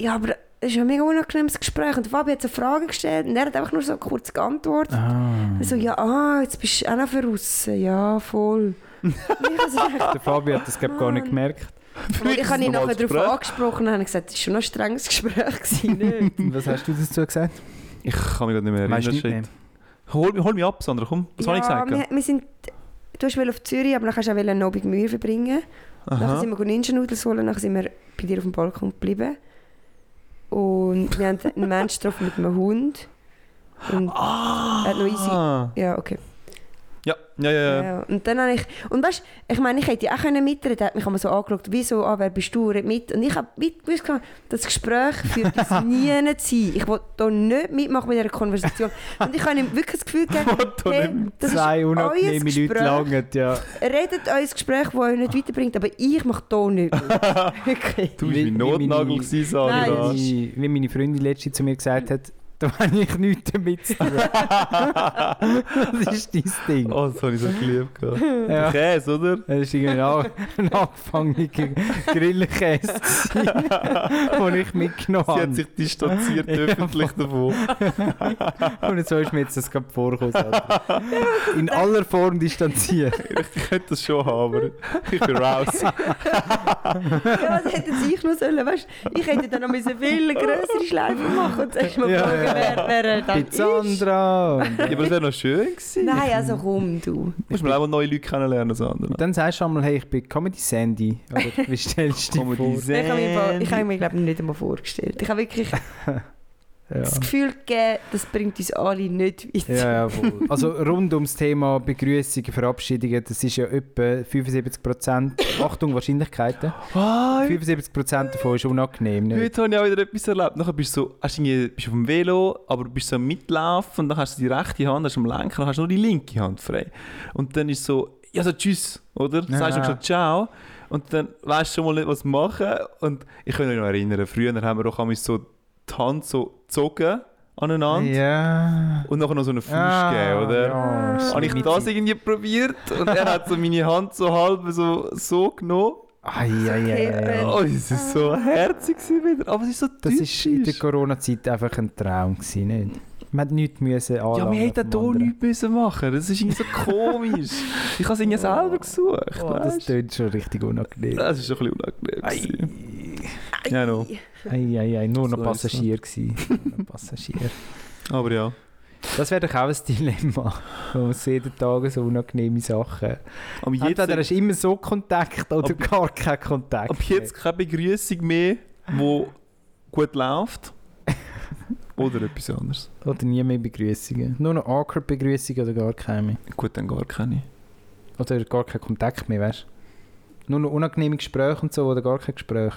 Speaker 5: ja, aber das ist ja ein mega unangenehmes Gespräch. Und der Fabio hat so Fragen gestellt und er hat einfach nur so kurz geantwortet.
Speaker 6: Ah.
Speaker 5: So, ja, ah, jetzt bist du auch noch für aussen. Ja, voll. Und ich habe so gedacht,
Speaker 6: Der Fabio hat das glaub, gar nicht gemerkt.
Speaker 5: Und ich habe ihn
Speaker 2: Normales
Speaker 5: nachher darauf
Speaker 2: Gespräch.
Speaker 5: angesprochen und habe gesagt, es war schon noch ein strenges Gespräch. gewesen, ne?
Speaker 6: Was hast du dazu gesagt?
Speaker 2: Ich kann mich gerade nicht mehr
Speaker 6: Weißt du nicht
Speaker 2: erinnern.
Speaker 6: mehr?
Speaker 2: Shit. Hol, hol mich ab, Sandra, komm. Was habe ich
Speaker 5: Ja,
Speaker 2: gesagt?
Speaker 5: Wir, wir sind, du hast auf Zürich, aber dann kannst du auch einen Abend Mühe verbringen. Nachher
Speaker 2: Aha.
Speaker 5: sind wir Ninja Noodles holen, nachher sind wir bei dir auf dem Balkon geblieben. Und wir haben einen Menschen getroffen mit einem Hund. Und er hat noch easy...
Speaker 2: Ah.
Speaker 5: Ja, okay.
Speaker 2: Ja, ja, ja. ja.
Speaker 5: Ja, und dann habe ich... Und weißt du, ich meine, ich hätte auch können mitreden Er hat mich einmal so angeschaut, wieso, ah, wer bist du, red mit. Und ich habe weit gewusst, das Gespräch führt uns nie hin. Ich will hier nicht mitmachen bei dieser Konversation. Und ich habe ihm wirklich das Gefühl gegeben,
Speaker 2: Foto
Speaker 5: hey,
Speaker 2: nehmen.
Speaker 5: das ist
Speaker 6: Zwei
Speaker 5: euer
Speaker 6: unangenehme Leute
Speaker 5: Gespräch.
Speaker 6: langen, ja.
Speaker 5: Redet euch ein Gespräch, das euch nicht weiterbringt, aber ich mache hier nicht mit. Okay.
Speaker 2: Du bist
Speaker 6: Wie-
Speaker 2: mein
Speaker 6: wie meine-
Speaker 2: Notnagel gewesen,
Speaker 5: Nein,
Speaker 2: Sandra.
Speaker 5: das
Speaker 6: Wie, wie meine Freundin letztens zu mir gesagt hat, Da habe ich nichts damit zu tun. das ist dein Ding.
Speaker 2: Oh, das habe ich so geliebt. gehabt.
Speaker 6: Ja.
Speaker 2: Käse, oder?
Speaker 6: Das ist irgendwie ein, an- ein angefangener Grillkäse, den ich mitgenommen
Speaker 2: Sie hat
Speaker 6: habe.
Speaker 2: sich distanziert
Speaker 6: Ja,
Speaker 2: öffentlich davon.
Speaker 6: Und so ist mir jetzt das gerade vorgekommen. Alter. In aller Form distanziert.
Speaker 2: Ich könnte das schon haben, aber ich bin raus.
Speaker 5: Ja, das hätte ich noch sollen, weißt du? Ich hätte dann noch müssen viel größere Schleife machen und zuerst mal
Speaker 6: Ja,
Speaker 5: fragen,
Speaker 6: ja.
Speaker 5: wer, wer er dann ist.
Speaker 6: Pizzandra. Und
Speaker 2: Ja, aber das wäre noch schön gewesen.
Speaker 5: Nein, also komm du.
Speaker 2: Muss man auch mal neue Leute kennenlernen, Sandra.
Speaker 6: dann sagst du einmal, hey, ich bin Comedy Sandy. Oder wie stellst du dich vor?
Speaker 5: Ich habe mir, voll- ich habe mir glaube ich, nicht einmal vorgestellt. Ich habe wirklich
Speaker 6: Ja.
Speaker 5: das Gefühl gegeben, das bringt uns alle nicht weiter.
Speaker 6: Ja, jawohl. Also rund ums Thema Begrüßungen, Verabschiedungen, das ist ja etwa 75%, Achtung, Wahrscheinlichkeiten,
Speaker 2: Was?
Speaker 6: 75% davon ist unangenehm. Nicht?
Speaker 2: Heute habe ich auch wieder etwas erlebt. Nachher bist du so, hast irgendwie, bist auf dem Velo, aber bist so am Mitlaufen und dann hast du die rechte Hand hast am Lenker, dann hast du nur die linke Hand frei. Und dann ist so, ja, so tschüss, oder? Dann sagst du
Speaker 6: Ja.
Speaker 2: schon ciao. Und dann weißt du schon mal nicht, was machen. Und ich kann mich noch erinnern, früher haben wir doch einmal so die Hand so gezogen aneinander
Speaker 6: Ja. Ah,
Speaker 2: und nachher noch so einen Fuß gegeben, oder?
Speaker 6: Ja,
Speaker 2: Habe ich das irgendwie probiert und er hat so meine Hand so halb so, so genommen.
Speaker 6: Ai, ai, ai, ai.
Speaker 2: Oh, es war so herzig gewesen wieder. Aber es ist so
Speaker 6: Das
Speaker 2: typisch.
Speaker 6: war in der Corona-Zeit einfach ein Traum, gewesen, nicht? Man hat nichts müssen
Speaker 2: ja, wir
Speaker 6: anlangen vom
Speaker 2: hätten hier
Speaker 6: anderen.
Speaker 2: nichts müssen machen Das ist irgendwie so komisch. Ich habe es irgendwie selber gesucht.
Speaker 6: Oh, das
Speaker 2: weißt?
Speaker 6: tönt schon richtig unangenehm.
Speaker 2: das ist schon ein bisschen unangenehm. gewesen. Ja, no.
Speaker 6: Ei, ei, ei, nur noch
Speaker 2: So ist
Speaker 6: Passagier gewesen. Nur noch Passagier.
Speaker 2: Aber ja.
Speaker 6: Das wäre doch auch ein Dilemma. Man muss jeden Tag so unangenehme Sachen.
Speaker 2: Aber jetzt,
Speaker 6: Entweder hast du immer so Kontakt oder
Speaker 2: Ab-
Speaker 6: gar keinen Kontakt.
Speaker 2: ab jetzt keine Begrüßung mehr, die gut läuft. Oder etwas anderes.
Speaker 6: mehr. Oder nie mehr Begrüßungen. Nur noch awkward Begrüßungen oder gar keine.
Speaker 2: Gut, dann gar keine.
Speaker 6: Oder gar keinen Kontakt mehr, weißt du? Nur noch unangenehme Gespräche und so oder gar kein Gespräch.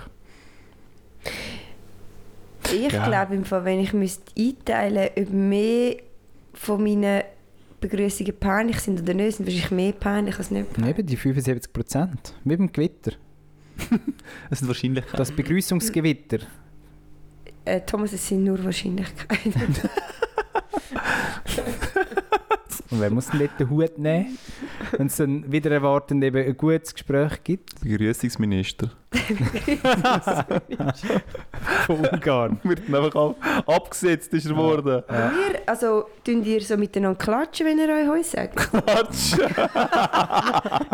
Speaker 5: Ich
Speaker 2: Ja.
Speaker 5: glaube, im Fall, wenn ich müsste einteilen müsste, ob mehr von meinen Begrüßungen peinlich sind oder nicht, sind wahrscheinlich mehr peinlich als nicht
Speaker 6: Und
Speaker 5: peinlich.
Speaker 6: eben die 75%. Wie beim Gewitter.
Speaker 2: Es sind wahrscheinlich
Speaker 6: Das Begrüßungsgewitter.
Speaker 5: Äh, Thomas, es sind nur Wahrscheinlichkeiten.
Speaker 6: Und wer muss denn dort den Hut nehmen? Wenn es dann wieder erwartend eben ein gutes Gespräch gibt.
Speaker 2: Begrüßungsminister.
Speaker 6: Von Ungarn.
Speaker 2: Wir haben einfach ab- abgesetzt, ist er worden.
Speaker 5: Wir, also, tun ihr so miteinander klatschen, wenn ihr euch Heu sagt?
Speaker 2: Quatsch!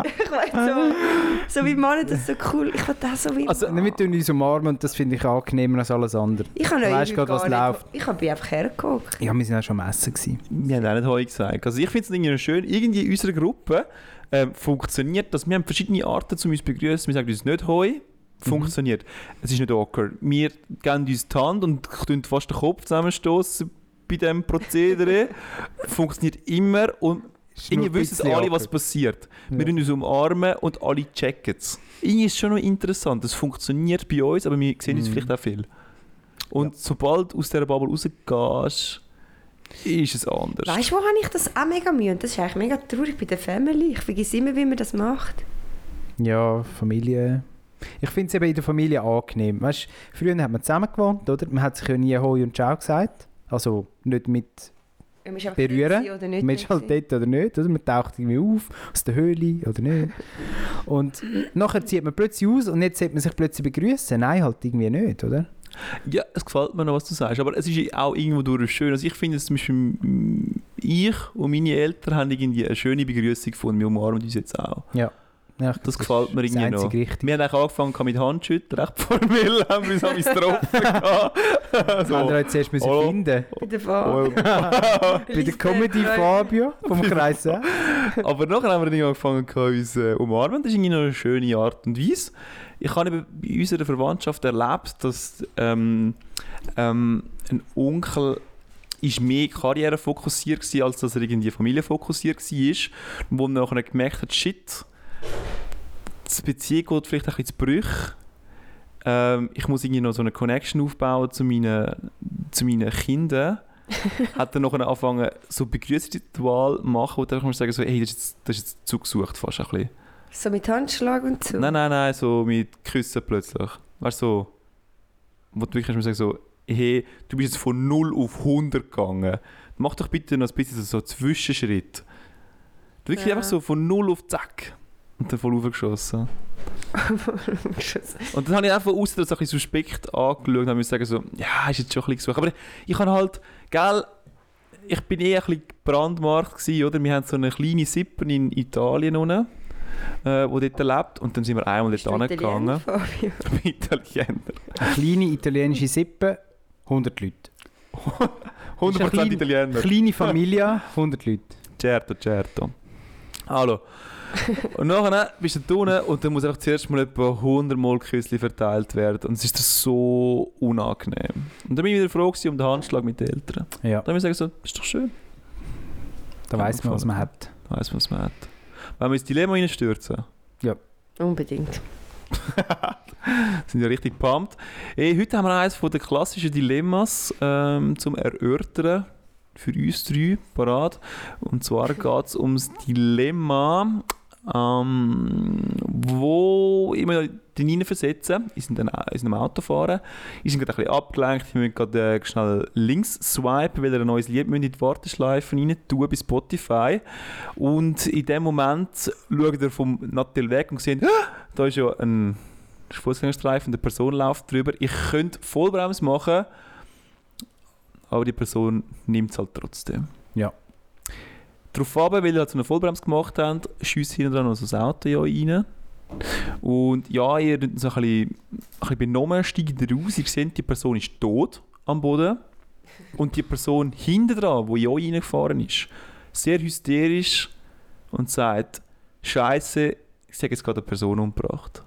Speaker 5: Ich weiß so, so wie Männer das so cool. Ich will das so wie
Speaker 6: Also, wir tun uns umarmen und das finde ich angenehmer als alles andere.
Speaker 5: Ich habe
Speaker 6: Du
Speaker 5: euch
Speaker 6: weißt
Speaker 5: heute
Speaker 6: gerade, was
Speaker 5: gar
Speaker 6: läuft.
Speaker 5: Ich habe einfach hergeguckt.
Speaker 6: Ja, wir sind auch schon am Essen. Gewesen.
Speaker 2: Wir haben auch nicht heu gesagt. Also ich finde es irgendwie noch schön, irgendwie in unserer Gruppe ähm, funktioniert das. Wir haben verschiedene Arten, um uns zu begrüßen. Wir sagen uns nicht heu, funktioniert. Es ist nicht awkward. Wir geben uns die Hand und tun fast den Kopf zusammenstoßen bei diesem Prozedere. funktioniert immer und
Speaker 6: Ist nur ein
Speaker 2: irgendwie wissen
Speaker 6: bisschen
Speaker 2: alle, was
Speaker 6: awkward.
Speaker 2: passiert.
Speaker 6: Ja.
Speaker 2: Wir tun uns umarmen und alle checken es. Irgendwie ist schon noch interessant. Es funktioniert bei uns, aber wir sehen uns
Speaker 6: Mhm.
Speaker 2: vielleicht auch viel. Und sobald aus dieser Bubble rausgehst, ist es anders.
Speaker 5: Weißt du, wo habe ich das auch mega Mühe? Und das ist eigentlich mega traurig bei der Family. Ich vergesse immer, wie man das macht.
Speaker 6: Ja, Familie. Ich finde es eben in der Familie angenehm. Weißt, früher hat man zusammen gewohnt, oder? Man hat sich ja nie Hoi und Ciao gesagt. Also nicht mit,
Speaker 5: Ja, man ist einfach
Speaker 6: Berühren?
Speaker 5: nicht oder nicht
Speaker 6: man ist
Speaker 5: drin
Speaker 6: halt dort oder nicht, oder? Man taucht irgendwie auf, aus der Höhle oder nicht. Und nachher zieht man plötzlich aus und jetzt sollte man sich plötzlich begrüßen. Nein, halt irgendwie nicht, oder?
Speaker 2: Ja, es gefällt mir noch, was du sagst, aber es ist auch irgendwo durch schön. Also ich finde es zum Beispiel, mm, ich und meine Eltern haben irgendwie eine schöne Begrüßung gefunden, wir umarmen uns jetzt auch.
Speaker 6: Ja, ich glaub,
Speaker 2: Das gefällt mir
Speaker 6: ist
Speaker 2: irgendwie
Speaker 6: das
Speaker 2: noch.
Speaker 6: einzig Richtige.
Speaker 2: Wir haben auch angefangen mit Handschütteln, recht formell, haben wir uns an mich getroffen.
Speaker 6: Wir haben
Speaker 2: so.
Speaker 6: jetzt zuerst müssen
Speaker 2: Hallo.
Speaker 6: finden.
Speaker 5: Bei der Wahl.
Speaker 2: Oh,
Speaker 6: Bei der Comedy Fabio vom Kreis. ja.
Speaker 2: Aber nachher haben wir dann angefangen, uns äh, umarmen. Das ist irgendwie noch eine schöne Art und Weise. Ich habe eben bei unserer Verwandtschaft erlebt, dass ähm, ähm, ein Onkel ist mehr karrierefokussiert war, als dass er irgendwie familienfokussiert war. Wo man nachher gemerkt hat, shit, das Beziehung geht vielleicht ein bisschen zu Brüch. Ähm, ich muss irgendwie noch so eine Connection aufbauen zu meinen, zu meinen Kindern. hat dann nachher angefangen, so Begrüßungsritual machen, wo du einfach mal sagen so, hey, das ist jetzt, das ist jetzt zugesucht fast ein bisschen.
Speaker 5: So mit Handschlag und so.
Speaker 2: Nein, nein, nein, so mit Küssen plötzlich. Weißt du, so, wo du wirklich kannst mir sagen so, hey, du bist jetzt von 0 auf 100 gegangen. Mach doch bitte noch ein bisschen so einen Zwischenschritt. Wirklich
Speaker 5: Ja.
Speaker 2: einfach so von 0 auf zack. Und dann voll aufgeschossen. Und dann habe ich einfach außer das ein bisschen suspekt angeschaut und musste sagen so, ja, ist jetzt schon ein bisschen gesucht. Aber ich habe halt, gell, ich bin eh ein bisschen brandmarkt gewesen, oder? Wir haben so eine kleine Sippe in Italien unten, äh, wo dort lebt. Und dann sind wir einmal
Speaker 5: Bist du
Speaker 2: dort
Speaker 5: Italiener,
Speaker 2: angegangen.
Speaker 5: Fabio?
Speaker 2: Ich bin Italiener.
Speaker 6: Eine kleine italienische Sippe, 100 Leute.
Speaker 2: 100%
Speaker 6: klein-
Speaker 2: Italiener.
Speaker 6: Kleine Familie, 100 Leute.
Speaker 2: Certo, certo. Hallo. Und nachher bist du da unten und dann muss einfach zuerst mal etwa 100 Mal Küssli verteilt werden. Und es ist dir so unangenehm. Und dann bin ich wieder froh gewesen um den Handschlag mit den Eltern.
Speaker 6: Ja,
Speaker 2: Dann muss ich sagen, so, ist doch schön.
Speaker 6: da weiß man, was man hat.
Speaker 2: Da weiss man, was man hat. Wenn wir ins Dilemma reinstürzen,
Speaker 5: Unbedingt.
Speaker 2: sind ja richtig pumped. Hey, heute haben wir eines der klassischen Dilemmas ähm, zum Erörtern für uns drei parat. Und zwar geht es ums Dilemma, ähm, wo ich mich dann hineinversetze. Ich bin in einem Auto fahren. Ich bin gerade ein bisschen abgelenkt. Ich muss gerade äh, schnell links swipen, weil ihr ein neues Lied müsst in die Warteschleife rein tun bei Spotify. Und in dem Moment schaut ihr vom Nattel weg und seht, «Ah, da ist ja ein ist Fußgängerstreifen und eine Person läuft drüber. Ich könnte Vollbremse machen, aber die Person nimmt es halt trotzdem.
Speaker 6: Ja.
Speaker 2: Darauf ab, weil wir halt so eine Vollbremse gemacht haben, schiesst hinten dran noch so das Auto ja rein. Und ja, ihr seid so ein bisschen, ein bisschen benommen, steigt ihr raus, ihr seht, die Person ist tot am Boden. Und die Person hinten dran, die ja reingefahren ist, sehr hysterisch und sagt, Scheiße, ich sage jetzt gerade eine Person umgebracht.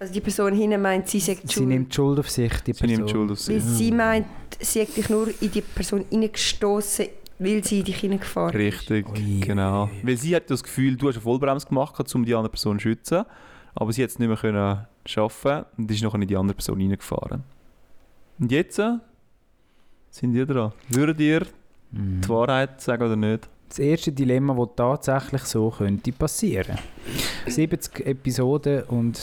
Speaker 5: Also die Person hinten meint, sie sagt
Speaker 6: Sie nimmt die Schuld auf sich, die
Speaker 2: Sie
Speaker 6: Person.
Speaker 2: nimmt die Schuld auf
Speaker 5: Weil
Speaker 2: sich.
Speaker 5: sie meint, sie hat dich nur in die Person hineingestoßen, weil sie in dich hineingefahren
Speaker 2: Richtig,
Speaker 6: Ui.
Speaker 2: genau. Weil sie hat das Gefühl, du hast eine Vollbremse gemacht, um die andere Person zu schützen. Aber sie hat es nicht mehr können schaffen und ist noch in die andere Person reingefahren. Und jetzt äh, sind ihr dran. Würdet ihr die Wahrheit sagen oder nicht?
Speaker 6: Das erste Dilemma, das tatsächlich so könnte passieren. 70 Episoden und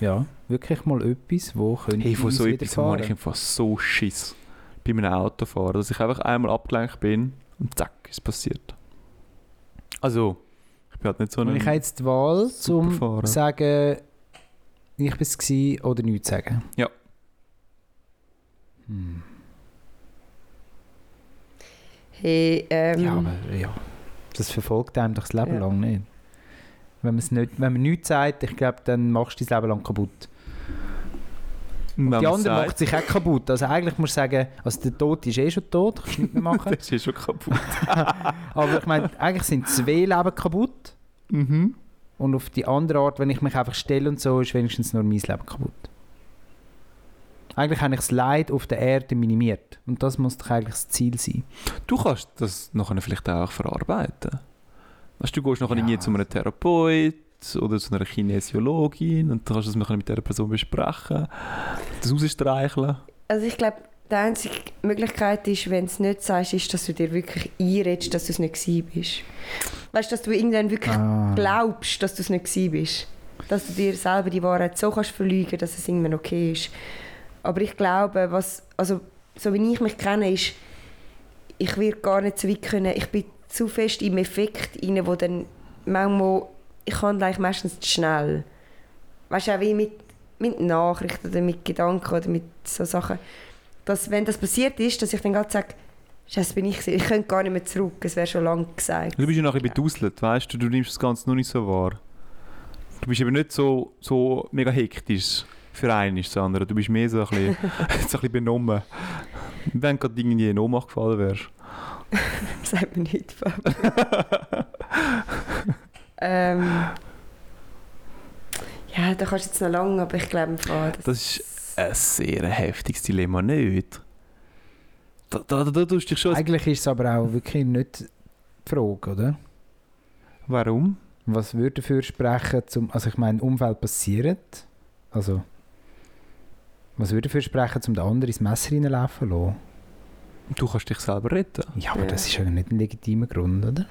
Speaker 6: ja, wirklich mal etwas, wo könnte
Speaker 2: Hey, von so
Speaker 6: uns
Speaker 2: etwas mache ich
Speaker 6: widerfahren.
Speaker 2: einfach so Schiss bei einem Autofahren, dass ich einfach einmal abgelenkt bin und zack, ist passiert. Also, ich bin halt nicht so
Speaker 6: Und
Speaker 2: ein...
Speaker 6: ich habe jetzt die Wahl, zum
Speaker 2: Superfahrer.
Speaker 6: sagen, ich bin es gewesen oder nichts zu sagen.
Speaker 2: Ja.
Speaker 6: Hm.
Speaker 5: Hey, ähm,
Speaker 6: Ja, aber ja. Das verfolgt einem doch das Leben
Speaker 5: Ja.
Speaker 6: lang nicht. Wenn, man's nicht. wenn man nichts sagt, ich glaube, dann machst du dein Leben lang kaputt.
Speaker 2: Und wenn
Speaker 6: Die
Speaker 2: man
Speaker 6: andere
Speaker 2: sagt,
Speaker 6: macht sich auch kaputt. Also eigentlich muss ich sagen, also der Tod ist eh schon tot, kannst du nichts mehr machen.
Speaker 2: Das ist schon kaputt.
Speaker 6: aber ich meine, eigentlich sind zwei Leben kaputt.
Speaker 2: mhm.
Speaker 6: Und auf die andere Art, wenn ich mich einfach stelle und so, ist wenigstens nur mein Leben kaputt. Eigentlich habe ich das Leid auf der Erde minimiert. Und das muss doch eigentlich das Ziel sein.
Speaker 2: Du kannst das nachher vielleicht auch verarbeiten. Weißt, du du gehst nachher
Speaker 6: Ja.
Speaker 2: irgendwie zu einem Therapeut oder zu einer Kinesiologin und dann kannst du das nachher mit dieser Person besprechen, das rausstreicheln.
Speaker 5: also ich glaube, die einzige Möglichkeit ist, wenn du es nicht sagst, ist, dass du dir wirklich einredest, dass du es nicht gewesen bist. Weißt du, dass du irgendwann wirklich
Speaker 6: Ah.
Speaker 5: glaubst, dass du es nicht gewesen bist. Dass du dir selber die Wahrheit so kannst verlügen, dass es irgendwann okay ist. Aber ich glaube, was, also, so wie ich mich kenne, ist, ich werde gar nicht so weit können. Ich bin zu fest im Effekt rein, wo dann manchmal, ich handle eigentlich meistens zu schnell. Weißt du, auch wie mit, mit Nachrichten oder mit Gedanken oder mit so Sachen. Dass, wenn das passiert ist, dass ich dann gerade sage, Scheiße, bin ich gewesen. Ich könnte gar nicht mehr zurück, es wäre schon lange gesagt.
Speaker 2: Du bist ja nachher beduselt, weißt du, du nimmst das Ganze noch nicht so wahr. Du bist eben nicht so, so mega hektisch für einen ist das andere. Du bist mehr so ein bisschen, so ein bisschen benommen. Wenn gerade irgendwie in Ohnmacht gefallen wärst.
Speaker 5: Sagt mir nicht, Fabio. ähm, ja, da kannst du jetzt noch lange, aber ich glaube, im Fall, das,
Speaker 2: Das ist ein sehr heftiges Dilemma, nicht? Da, da, da, da tust du dich schon...
Speaker 6: Eigentlich ist es aber auch wirklich nicht die Frage, oder?
Speaker 2: Warum?
Speaker 6: Was würde dafür sprechen, zum, also ich meine, Umfeld passiert, also was würde dafür sprechen, zum den anderen ins Messer reinlaufen zu lassen?
Speaker 2: Du kannst dich selber retten.
Speaker 6: Ja, aber
Speaker 5: Ja.
Speaker 6: das ist ja nicht ein legitimer Grund, oder?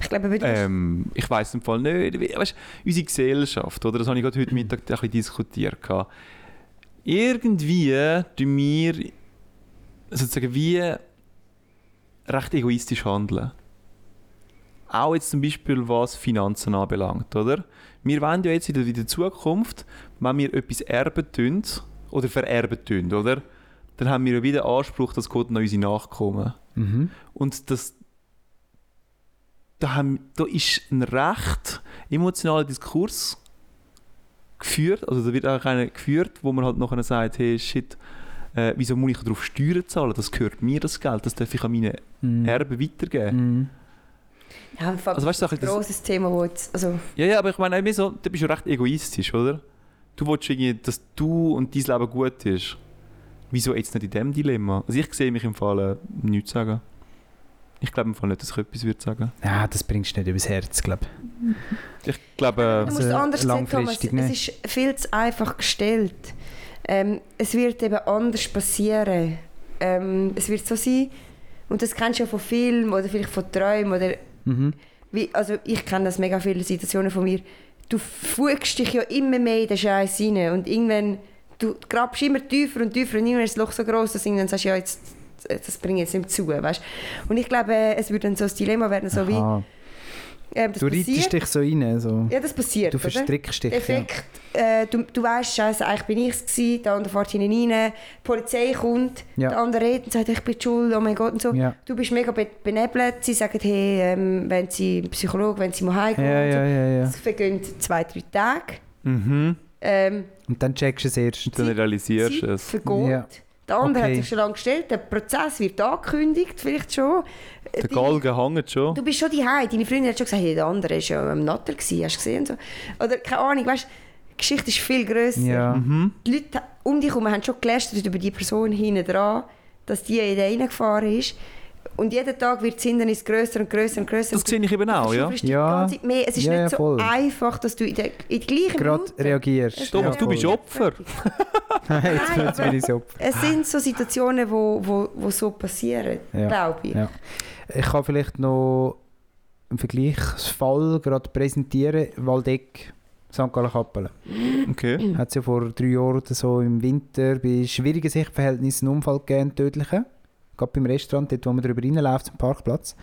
Speaker 5: ich glaube, aber du musst-
Speaker 2: Ähm, ich weiß im Fall nicht. Weißt, unsere Gesellschaft, oder? das habe ich gerade heute Mittag ein bisschen diskutiert. gehabt. irgendwie tun wir sozusagen wie recht egoistisch handeln. Auch jetzt zum Beispiel, was Finanzen anbelangt, oder? Wir wollen ja jetzt wieder in der Zukunft, wenn wir etwas erben tun, oder vererben tun, oder? Dann haben wir ja wieder Anspruch, dass Gott an unsere Nachkommen.
Speaker 6: Mhm.
Speaker 2: Und das, da, haben, da ist ein recht emotionaler Diskurs geführt, also da wird auch einer geführt, wo man halt nachher sagt, hey shit, äh, wieso muss ich darauf Steuern zahlen? Das gehört mir, das Geld, das darf ich an meine Erben weitergeben.
Speaker 6: Mhm.
Speaker 5: Ja, im Fall
Speaker 2: Also weißt du, so ein
Speaker 5: ein
Speaker 2: bisschen das,
Speaker 5: grosses Thema, wo jetzt, also,
Speaker 2: ja, ja, aber ich meine, eben so, du bist ja recht egoistisch, oder? Du willst irgendwie, dass du und dein Leben gut ist. Wieso jetzt nicht in diesem Dilemma? Also ich sehe mich im Fall äh, nichts sagen. Ich glaube im Fall nicht, dass ich etwas würde sagen.
Speaker 6: Ja, das bringst du nicht übers Herz, glaube ich.
Speaker 2: Ich glaube...
Speaker 5: du
Speaker 6: Also,
Speaker 5: musst anders sehen, Thomas.
Speaker 6: langfristig,
Speaker 5: Es
Speaker 6: ne?
Speaker 5: ist viel zu einfach gestellt. Ähm, es wird eben anders passieren. Ähm, es wird so sein, und das kennst du ja von Filmen oder vielleicht von Träumen oder
Speaker 6: Mhm.
Speaker 5: wie, also ich kenne das mega viele Situationen von mir. Du fugst dich ja immer mehr in den Scheiß rein und irgendwann du grabst immer tiefer und tiefer und irgendwann ist das Loch so groß, dass du irgendwann sagst ja jetzt das bringe ich jetzt nicht mehr zu, weißt? Und ich glaube, es würde dann so ein Dilemma werden, so wie
Speaker 6: Aha.
Speaker 5: ähm, das
Speaker 6: Du reitest
Speaker 5: passiert.
Speaker 6: dich so rein, so.
Speaker 5: Ja, das passiert.
Speaker 6: du
Speaker 5: oder?
Speaker 6: verstrickst dich. Ja.
Speaker 5: Effekt, äh, du, du weißt, Scheiße, eigentlich bin ich es, der andere fährt hinein, rein, die Polizei kommt,
Speaker 6: Ja.
Speaker 5: der andere redet und sagt, ich bin die schuld, oh mein Gott und so.
Speaker 6: Ja.
Speaker 5: Du bist mega be benebelt, sie sagen, hey, ähm, wenn sie Psychologe, wenn sie mal
Speaker 6: Ja,
Speaker 5: heimkommen und so.
Speaker 6: ja, ja, ja.
Speaker 5: Das vergönnt zwei, drei Tage.
Speaker 2: Mhm.
Speaker 5: Ähm,
Speaker 6: Und dann checkst du es erst.
Speaker 2: Dann realisierst
Speaker 5: Zeit
Speaker 2: du es.
Speaker 5: vergeht.
Speaker 6: Ja.
Speaker 5: Der andere
Speaker 6: Okay.
Speaker 5: hat sich schon lange gestellt, der Prozess wird angekündigt, vielleicht schon. Äh,
Speaker 2: Der
Speaker 5: die-
Speaker 2: Galgen hängt schon.
Speaker 5: Du bist schon daheim. Deine Freundin hat schon gesagt, hey, der andere war ja am Natter, gewesen, hast du gesehen? So. Oder keine Ahnung, weißt du, die Geschichte ist viel grösser.
Speaker 6: Ja.
Speaker 2: Mhm.
Speaker 5: Die Leute um dich herum haben schon gelästert über die Person hinten dran, dass die in den reingefahren ist. Und jeden Tag wird das Hindernis grösser und grösser und grösser.
Speaker 2: Das sehe ich eben auch, Oh ja.
Speaker 5: ja.
Speaker 6: Ja.
Speaker 5: Die ganze Zeit mehr. Es ist
Speaker 6: Ja, ja,
Speaker 5: nicht so
Speaker 6: voll.
Speaker 5: einfach, dass du in der, in der gleichen
Speaker 6: Gerade
Speaker 5: Minute-
Speaker 6: reagierst.
Speaker 2: Thomas, du bist
Speaker 6: voll.
Speaker 2: Opfer.
Speaker 6: Jetzt
Speaker 5: Nein,
Speaker 6: wird's
Speaker 5: aber-
Speaker 6: wieder so Opfer.
Speaker 5: Es sind so Situationen, wo, wo, wo so passieren,
Speaker 6: Ja.
Speaker 5: glaube ich.
Speaker 6: Ja. Ich kann vielleicht noch einen Vergleichsfall gerade präsentieren. Waldeck, St. Gallen Kappelen.
Speaker 2: Okay.
Speaker 6: Hat es ja vor drei Jahren oder so im Winter bei schwierigen Sichtverhältnissen einen Unfall gegeben, einen tödlichen. Gerade beim Restaurant, dort, wo man drüber reinläuft, zum Parkplatz.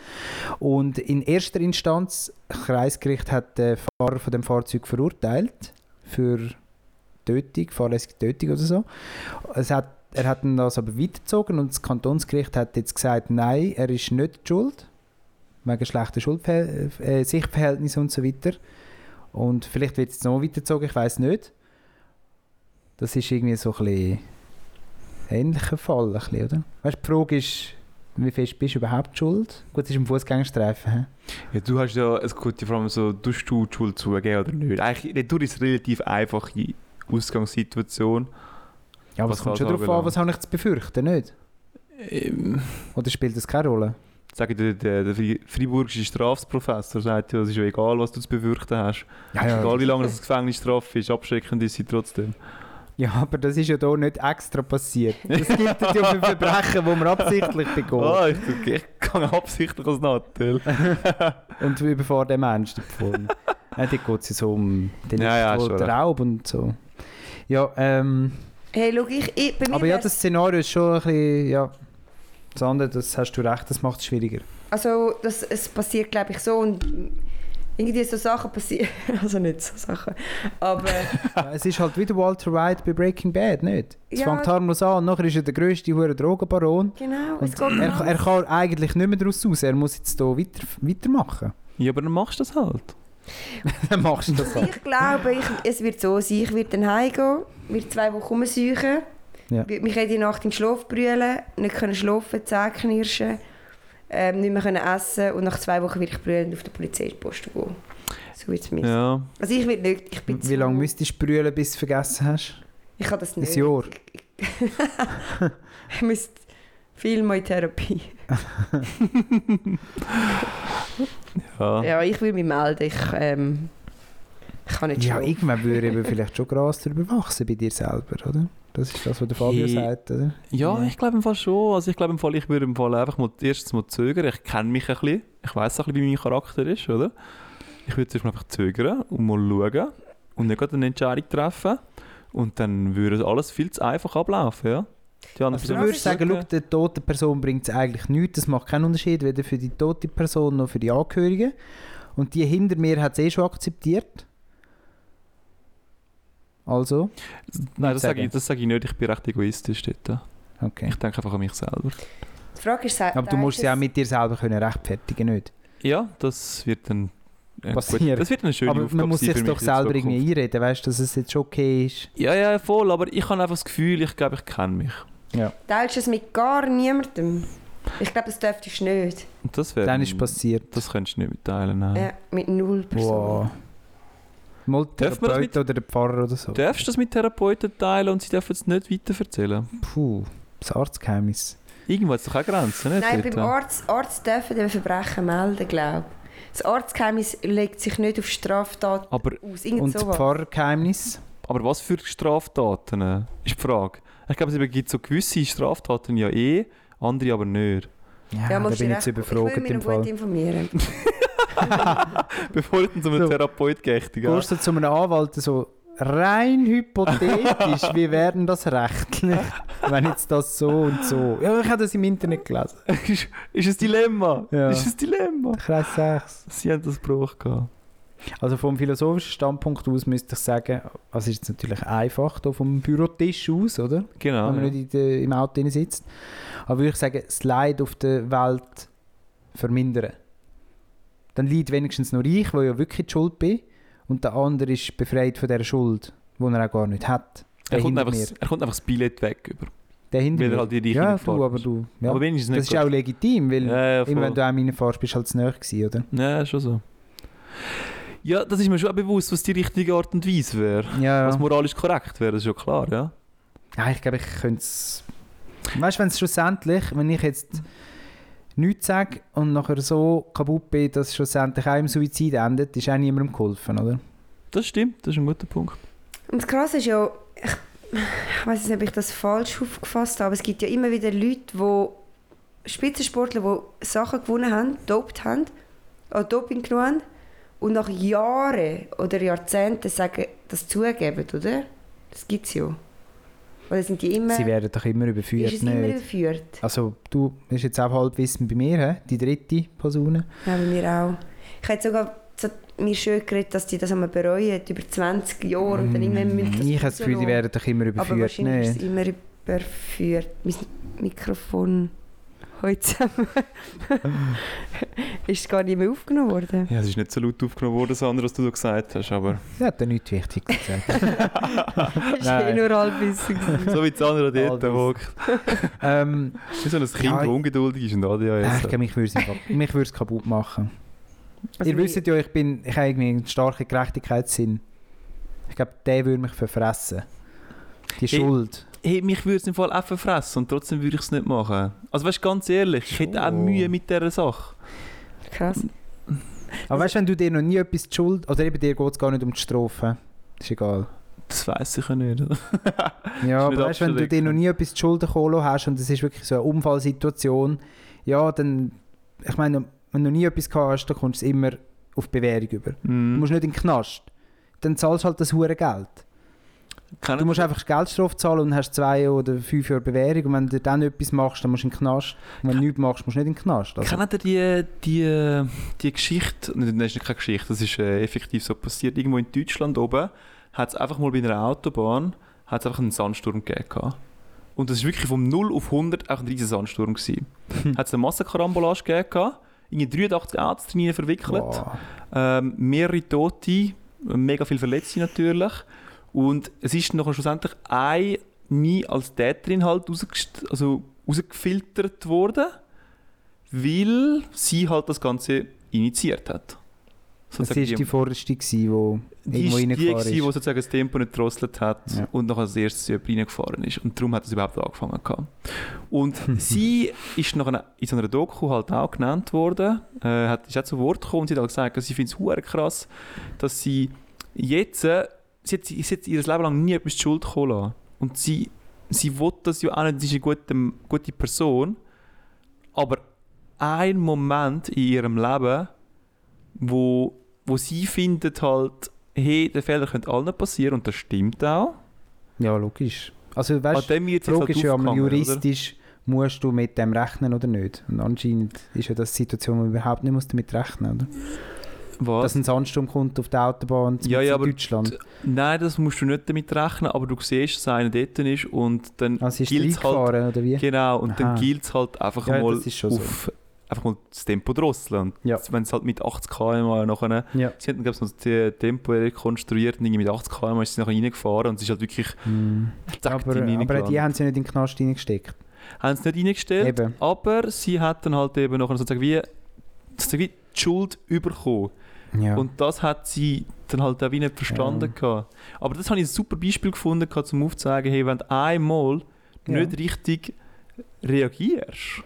Speaker 6: Und in erster Instanz, das Kreisgericht hat den Fahrer von dem Fahrzeug verurteilt für Tötung, fahrlässige Tötung oder so. Es hat, er hat ihn das aber weitergezogen und das Kantonsgericht hat jetzt gesagt, nein, er ist nicht schuld, wegen schlechter Schuldverhäl äh, Sichtverhältnisse und so weiter. Und vielleicht wird es noch weitergezogen, ich weiß nicht. Das ist irgendwie so ein bisschen ähnlicher Fall, ein bisschen, oder? Weißt, die Frage ist, wie fest bist du überhaupt schuld? Gut, es ist im Fußgängerstreifen. hä?
Speaker 2: Ja, du hast ja eine gute Frage, so, tust du die Schuld zugeben oder nicht? Eigentlich, du ist eine relativ einfache Ausgangssituation.
Speaker 6: Ja, aber
Speaker 2: Was
Speaker 6: es kommt schon
Speaker 2: das
Speaker 6: darauf an,
Speaker 2: anbelangt.
Speaker 6: was habe ich zu befürchten, nicht?
Speaker 2: Ähm,
Speaker 6: Oder spielt das keine Rolle?
Speaker 2: sagen der, der, der Fri- freiburgische Strafprofessor sagt ja, es ist ja egal, was du zu befürchten hast.
Speaker 6: Ja,
Speaker 2: Egal wie lange das Gefängnisstrafe ist, abschreckend ist sie trotzdem.
Speaker 6: Ja, aber das ist ja hier nicht extra passiert. Es gibt ja um ein Verbrechen, das man absichtlich begeht.
Speaker 2: Ah, ich, ich gehe absichtlich als Nattel.
Speaker 6: Und überfahren den Menschen davon. ja, dort geht es so um den
Speaker 2: Ja, ja,
Speaker 6: Raub
Speaker 2: schon recht.
Speaker 6: Raub und so. Ja, ähm,
Speaker 5: Hey, schau, ich, ich, bei mir
Speaker 6: aber ja,
Speaker 5: wär's-
Speaker 6: das Szenario ist schon ein bisschen, ja... Das andere, das hast du recht, das macht es schwieriger.
Speaker 5: Also, das, es passiert, glaube ich, so und irgendwie so Sachen passieren. Also nicht so Sachen. Aber
Speaker 6: Ja, es ist halt wieder Walter White bei Breaking Bad, nicht? Es
Speaker 5: Ja.
Speaker 6: fängt harmlos an und nachher ist er der grösste hure Drogenbaron.
Speaker 5: genau,
Speaker 6: Und
Speaker 5: es geht
Speaker 6: er,
Speaker 5: um
Speaker 6: er kann eigentlich nicht mehr daraus raus, er muss jetzt hier weiter, weitermachen.
Speaker 2: Ja, aber dann machst du das halt.
Speaker 6: Dann machst du das halt.
Speaker 5: alles. Ich glaube, ich, es wird so sein. Ich werde dann heimgehen, werde zwei Wochen rumsuchen,
Speaker 6: Ja.
Speaker 5: werde mich jede Nacht im Schlaf brüllen, nicht können schlafen, Zähne knirschen, ähm, nicht mehr können essen und nach zwei Wochen werde ich brüllend auf der Polizeipost gehen. So wird es mir.
Speaker 2: Ja.
Speaker 5: Also ich werde nicht, ich bin
Speaker 6: Wie lange müsstest du brüllen, bis du vergessen hast?
Speaker 5: Ich kann das
Speaker 6: Ein
Speaker 5: nicht.
Speaker 6: Jahr?
Speaker 5: Ich müsste viel mal in Therapie.
Speaker 2: ja.
Speaker 5: Ja, ich will mich melden. Ich, ähm, ich kann nicht
Speaker 6: Ja,
Speaker 5: schlafen.
Speaker 6: irgendwann würde eben vielleicht schon Gras darüber wachsen bei dir selber, oder? Das ist das, was der Fabio
Speaker 2: Hey.
Speaker 6: sagt, oder?
Speaker 2: Ja,
Speaker 6: Ja.
Speaker 2: ich glaube im Fall schon. Also ich glaube im Fall, ich würde im Fall einfach mal erstens mal zögern. Ich kenne mich ein bisschen. Ich weiß ein bisschen, wie mein Charakter ist, oder? Ich würde zuerst mal einfach zögern und mal schauen und nicht gerade eine Entscheidung treffen. Und dann würde alles viel zu einfach ablaufen, ja. Die anderen
Speaker 6: Also du
Speaker 2: versuchen
Speaker 6: würdest
Speaker 2: es
Speaker 6: sagen,
Speaker 2: zurück-
Speaker 6: schau, der toten Person bringt es eigentlich nichts, das macht keinen Unterschied, weder für die tote Person noch für die Angehörigen. Und die hinter mir hat es eh schon akzeptiert. Also,
Speaker 2: Nein, das sage,
Speaker 6: sagen.
Speaker 2: ich, das sage ich nicht. Ich bin recht egoistisch dort.
Speaker 6: okay.
Speaker 2: Ich denke einfach an mich selber.
Speaker 5: Die Frage ist,
Speaker 6: Aber du musst es ja auch mit dir selber können rechtfertigen nicht.
Speaker 2: Ja, das wird dann... äh, gut.
Speaker 6: Passieren.
Speaker 2: Das wird eine schöne
Speaker 6: Aber
Speaker 2: Aufgabe
Speaker 6: man muss
Speaker 2: sein
Speaker 6: sich
Speaker 2: für
Speaker 6: doch
Speaker 2: mich in
Speaker 6: selber
Speaker 2: Zukunft.
Speaker 6: irgendwie einreden, weißt du, dass es jetzt schon okay ist.
Speaker 2: Ja, ja, voll, aber ich habe einfach das Gefühl, ich glaube, ich kenne mich.
Speaker 5: Teilst du es mit gar niemandem? Ich glaube, das dürftest du nicht.
Speaker 2: Und das wäre...
Speaker 6: Dann ist es passiert.
Speaker 2: Ähm, Das könntest du nicht mitteilen, nein.
Speaker 5: Ja, mit null Personen.
Speaker 6: Ah. Wow. Mal
Speaker 2: Darf man das
Speaker 6: Therapeut oder der Pfarrer oder so.
Speaker 2: Du darfst das mit Therapeuten teilen und sie dürfen es nicht weiterverzählen.
Speaker 6: Puh, das Arztgeheimnis.
Speaker 2: Irgendwo hat es doch auch Grenzen, nicht?
Speaker 5: Nein,
Speaker 2: dort?
Speaker 5: beim Arzt, Arzt dürfen die Verbrechen melden, glaube ich. Das Arztgeheimnis legt sich nicht auf Straftaten
Speaker 2: aber,
Speaker 5: aus. Irgend
Speaker 6: Und das
Speaker 5: sowas.
Speaker 6: Pfarrergeheimnis?
Speaker 2: aber was für Straftaten äh, ist die Frage. Ich glaube, es gibt so gewisse Straftaten ja eh, andere aber nicht.
Speaker 5: Ja,
Speaker 6: Ah, da
Speaker 5: musst
Speaker 6: bin ich
Speaker 5: du
Speaker 6: jetzt
Speaker 5: recht-
Speaker 6: überfragt
Speaker 5: ich will
Speaker 6: im
Speaker 5: mich noch gut
Speaker 6: Fall.
Speaker 5: informieren.
Speaker 2: Bevor du zu einem
Speaker 6: So.
Speaker 2: Therapeut gehst, gell?
Speaker 6: Gehst du zu einem Anwalt so rein hypothetisch, wie wäre denn das rechtlich, wenn jetzt das so und so... Ja, ich habe das im Internet gelesen.
Speaker 2: ist, ist ein Dilemma.
Speaker 6: Ja.
Speaker 2: Ist ein Dilemma.
Speaker 6: Kreis 6.
Speaker 2: Sie haben das Bruch gehabt.
Speaker 6: Also vom philosophischen Standpunkt aus müsste ich sagen, also ist jetzt natürlich einfach, hier vom Bürotisch aus, oder?
Speaker 2: Genau.
Speaker 6: wenn man
Speaker 2: ja.
Speaker 6: nicht in der, im Auto drin sitzt. Aber würde ich sagen, das Leid auf der Welt vermindern. Dann leidet wenigstens nur ich, wo ja wirklich die Schuld bin. Und der andere ist befreit von dieser Schuld, die er auch gar nicht hat. Der
Speaker 2: er, kommt
Speaker 6: hinter
Speaker 2: einfach,
Speaker 6: mir.
Speaker 2: er kommt einfach das Billett weg. Über.
Speaker 6: Der hinter
Speaker 2: Weil er
Speaker 6: mir.
Speaker 2: halt in die Richtung
Speaker 6: Ja,
Speaker 2: gefahren
Speaker 6: du, aber
Speaker 2: ist.
Speaker 6: du. Ja.
Speaker 2: Aber wenigstens
Speaker 6: das
Speaker 2: nicht.
Speaker 6: ist ja auch legitim, weil
Speaker 2: ja, ja,
Speaker 6: immer
Speaker 2: voll.
Speaker 6: wenn du einem reinfährst, bist du halt zu nahe gewesen, oder?
Speaker 2: Ja, ist schon so. Ja, das ist mir schon auch bewusst, was die richtige Art und Weise wäre.
Speaker 6: Ja,
Speaker 2: Was
Speaker 6: ja.
Speaker 2: moralisch korrekt wäre, das ist ja klar, ja.
Speaker 6: Nein, ich glaube, ich könnte es... Weißt du, wenn es schlussendlich, wenn ich jetzt nichts sage und nachher so kaputt bin, dass es schlussendlich auch im Suizid endet, ist auch niemandem geholfen, oder?
Speaker 2: Das stimmt, das ist ein guter Punkt.
Speaker 5: Und das Krasse ist ja, ich, ich weiß nicht, ob ich das falsch aufgefasst habe, aber es gibt ja immer wieder Leute, wo Spitzensportler, die Sachen gewonnen haben, dopt haben, auch Doping genommen haben und nach Jahren oder Jahrzehnten sagen, das zugeben, oder? Das gibt es ja. Oder sind die immer,
Speaker 6: Sie werden doch immer überführt,
Speaker 5: ist es immer
Speaker 6: nicht?
Speaker 5: überführt?
Speaker 6: Also du bist jetzt auch Halbwissen bei mir, hä? die dritte Person.
Speaker 5: Ja, bei mir auch. Ich hätte sogar zu mir schön geredet, dass die das einmal bereuen, über 20 Jahre und dann irgendwann müssen sie
Speaker 6: Mm, ich habe das Gefühl, die
Speaker 5: rauslassen.
Speaker 6: werden doch immer
Speaker 5: Aber
Speaker 6: überführt,
Speaker 5: wahrscheinlich ist
Speaker 6: nicht?
Speaker 5: es immer überführt. Mein Mikrofon heute zusammen. ist gar nicht mehr aufgenommen worden.
Speaker 2: Ja, es ist nicht so laut aufgenommen worden, Sandra, was du da gesagt hast, aber
Speaker 6: Sie hat ja nichts Wichtiges gesagt.
Speaker 5: Das war eh
Speaker 6: Nein.
Speaker 5: nur halbwissen. gewesen.
Speaker 2: so wie Sandra dort
Speaker 6: Alles.
Speaker 2: hockt.
Speaker 6: ähm,
Speaker 2: Wie so ein Kind,
Speaker 6: Ja,
Speaker 2: das
Speaker 6: ich-
Speaker 2: ungeduldig ist und
Speaker 6: ich
Speaker 2: ADHS
Speaker 6: denke,
Speaker 2: hat.
Speaker 6: Äh, mich würde es im Fall- mich würde es kaputt machen.
Speaker 5: Also
Speaker 6: Ihr wisst ja, ich, bin, ich habe irgendwie einen starken Gerechtigkeitssinn. Ich glaube, der würde mich verfressen. Die Schuld.
Speaker 2: Hey, mich würde es im Fall auch verfressen und trotzdem würde ich es nicht machen. Also weißt du, ganz ehrlich, ich hätte auch
Speaker 6: Schon.
Speaker 2: Mühe mit dieser Sache.
Speaker 5: Krass.
Speaker 6: Aber weißt du, wenn du dir noch nie etwas die Schuld... Oder eben dir geht es gar nicht um die Strophe. Ist egal.
Speaker 2: Das weiss ich ja nicht.
Speaker 6: Ja,
Speaker 2: Ist nicht
Speaker 6: aber weißt, wenn du dir
Speaker 2: abzudecken.
Speaker 6: noch nie etwas zu Schulden kommen lassen hast und es ist wirklich so eine Unfallsituation, ja, dann, ich meine, wenn du nie etwas gehabt hast, dann kommst du es immer auf Bewährung über. Du
Speaker 2: Mm.
Speaker 6: musst nicht in den Knast. Dann zahlst du halt das hure Geld.
Speaker 2: Kennen-
Speaker 6: Du musst einfach die Geldstrafe zahlen und hast zwei oder fünf Jahre Bewährung. Und wenn du dann etwas machst, dann musst du in den Knast. Und wenn du nichts machst, musst du nicht in den Knast. Also,
Speaker 2: Kennt ihr die, die, die Geschichte? Nein, das ist keine Geschichte, das ist äh, effektiv so passiert. Irgendwo in Deutschland oben hat es einfach mal bei einer Autobahn hat's einfach einen Sandsturm gegeben. gehabt. Und das ist wirklich vom 0 auf 100 auch ein riesiger Sandsturm. gewesen. Hat es eine Massenkarambolage gegeben, gehabt, irgendwie 83 Ärzte drin verwickelt,
Speaker 6: boah.
Speaker 2: ähm, mehrere Tote, mega viele Verletzte natürlich. Und es ist noch schlussendlich ein nie als Täterin halt rausgest- also rausgefiltert worden, weil sie halt das Ganze initiiert hat.
Speaker 6: Das war die vorderste, gewesen, die
Speaker 2: die,
Speaker 6: irgendwo
Speaker 2: ist die,
Speaker 6: reingefahren
Speaker 2: gewesen, die
Speaker 6: ist.
Speaker 2: sozusagen das Tempo nicht drosselt hat
Speaker 6: Ja.
Speaker 2: und noch als erstes jemand reingefahren ist. Und darum hat es überhaupt angefangen. Gehabt. Und sie ist noch in so einer Doku halt auch genannt worden, äh, hat, ist auch zu Wort gekommen und sie hat halt gesagt, sie findet es hure krass, dass sie jetzt, äh, sie hat, sie hat ihr Leben lang nie etwas die Schuld kommen lassen. Und sie, sie will das ja auch nicht, sie ist eine gute, gute Person, aber ein Moment in ihrem Leben, wo, wo sie findet halt, hey, der Fehler könnte allen passieren und das stimmt auch.
Speaker 6: Ja, logisch. Also weißt du,
Speaker 2: dem wird
Speaker 6: die
Speaker 2: Ah, jetzt
Speaker 6: Frage
Speaker 2: halt
Speaker 6: ist ja einmal
Speaker 2: aufgehangen, oder?
Speaker 6: juristisch, musst du mit dem rechnen oder nicht? Und anscheinend ist ja das die Situation, wo man überhaupt nicht muss damit rechnen oder?
Speaker 2: Was?
Speaker 6: Dass ein Sandsturm kommt auf der Autobahn zum
Speaker 2: Ja, ja,
Speaker 6: in
Speaker 2: aber
Speaker 6: Deutschland.
Speaker 2: Nein, das musst du nicht damit rechnen, aber du siehst, dass einer dort ist und dann
Speaker 6: Also ist
Speaker 2: gilt's halt.
Speaker 6: reingefahren oder wie?
Speaker 2: Genau, und dann
Speaker 6: Aha.
Speaker 2: gilt es halt einfach
Speaker 6: Ja,
Speaker 2: mal
Speaker 6: das ist schon so.
Speaker 2: auf einfach mal das Tempo drosseln. Und
Speaker 6: Ja.
Speaker 2: Wenn es halt mit 80 km nachher.
Speaker 6: Ja.
Speaker 2: Sie hatten, glaube ich, noch das Tempo rekonstruiert und irgendwie mit 80 km ist sie nachher reingefahren und es ist halt wirklich
Speaker 6: Hm.
Speaker 2: zack
Speaker 6: Aber,
Speaker 2: drin
Speaker 6: aber die
Speaker 2: reingelandet.
Speaker 6: haben sie nicht in den Knast reingesteckt.
Speaker 2: Haben es nicht reingestellt,
Speaker 6: Eben.
Speaker 2: aber sie hat dann halt eben nachher sozusagen wie, sozusagen wie die Schuld bekommen.
Speaker 6: Ja.
Speaker 2: Und das hat sie dann halt auch wie nicht verstanden. gehabt. Aber das habe ich ein super Beispiel gefunden, gehabt, um aufzuzeigen, hey, wenn du einmal
Speaker 6: Ja.
Speaker 2: nicht richtig reagierst,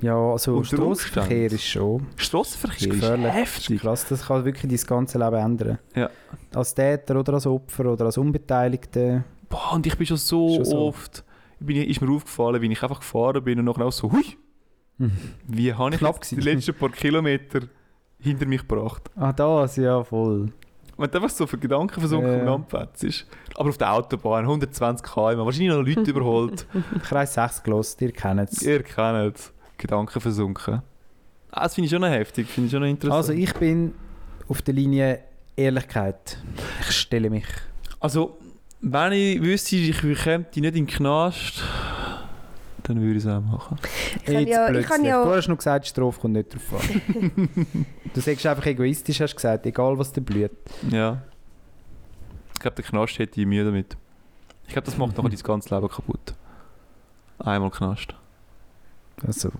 Speaker 6: ja, also
Speaker 2: Unter Umständen.
Speaker 6: Straßenverkehr ist schon
Speaker 2: Straßenverkehr
Speaker 6: Ist
Speaker 2: ist,
Speaker 6: gefährlich.
Speaker 2: heftig.
Speaker 6: krass. Das kann wirklich dein ganze Leben ändern.
Speaker 2: Ja.
Speaker 6: Als Täter oder als Opfer oder als Unbeteiligte.
Speaker 2: Boah, und ich bin schon so,
Speaker 6: Schon so.
Speaker 2: oft, bin, ich- ist mir aufgefallen, wie ich einfach gefahren bin und nachher auch so, hui,
Speaker 6: Mhm.
Speaker 2: wie habe ich
Speaker 6: Knapp
Speaker 2: jetzt die
Speaker 6: gewesen.
Speaker 2: letzten paar Kilometer hinter mich gebracht.
Speaker 6: Ah, das, ja, voll.
Speaker 2: Wenn du einfach so für Gedanken
Speaker 6: Ja.
Speaker 2: versunken und äh. ist. Aber auf der Autobahn, 120 km, wahrscheinlich noch Leute überholt.
Speaker 6: Kreis 6 gelost, ihr kennt es.
Speaker 2: Ihr kennt es. Gedanken versunken. Ah, das finde ich schon noch heftig, finde ich schon noch interessant.
Speaker 6: Also, ich bin auf der Linie Ehrlichkeit. Ich stelle mich.
Speaker 2: Also, wenn ich wüsste, ich käme nicht in den Knast, dann würde ich es auch machen.
Speaker 5: Ich kann ja- ich kann ja-
Speaker 6: Du hast noch gesagt, Strophe kommt nicht drauf an. du sagst einfach egoistisch, hast gesagt, egal was dir blüht.
Speaker 2: Ja. Ich glaube, der Knast hätte ich Mühe damit. Ich glaube, das macht nachher dein ganzes Leben kaputt. Einmal Knast.
Speaker 6: Also,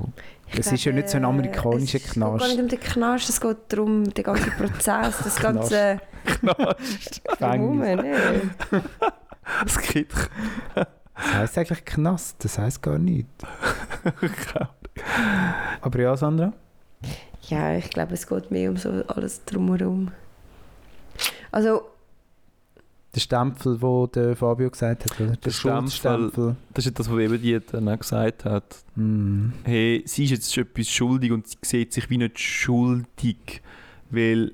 Speaker 5: Ich
Speaker 6: Es ist ja nicht so ein amerikanischer
Speaker 5: Äh, es geht gar
Speaker 6: Knast.
Speaker 5: nicht um den Knast, es geht darum, den ganzen Prozess, das
Speaker 6: Knast.
Speaker 5: ganze Drumherum.
Speaker 6: Gefängnis.
Speaker 5: ne?
Speaker 2: Das geht
Speaker 6: Das heisst eigentlich Knast, das heisst gar nichts. Aber ja, Sandra?
Speaker 5: Ja, ich glaube, es geht mehr um so alles drumherum. Also,
Speaker 6: Der Stempel, den der Fabio gesagt hat, oder? Der
Speaker 2: Stempel.
Speaker 6: Schuldstempel.
Speaker 2: Das ist ja das, was eben die dann auch gesagt hat.
Speaker 6: Mm.
Speaker 2: Hey, sie ist jetzt etwas schuldig und sie sieht sich wie nicht schuldig. Weil,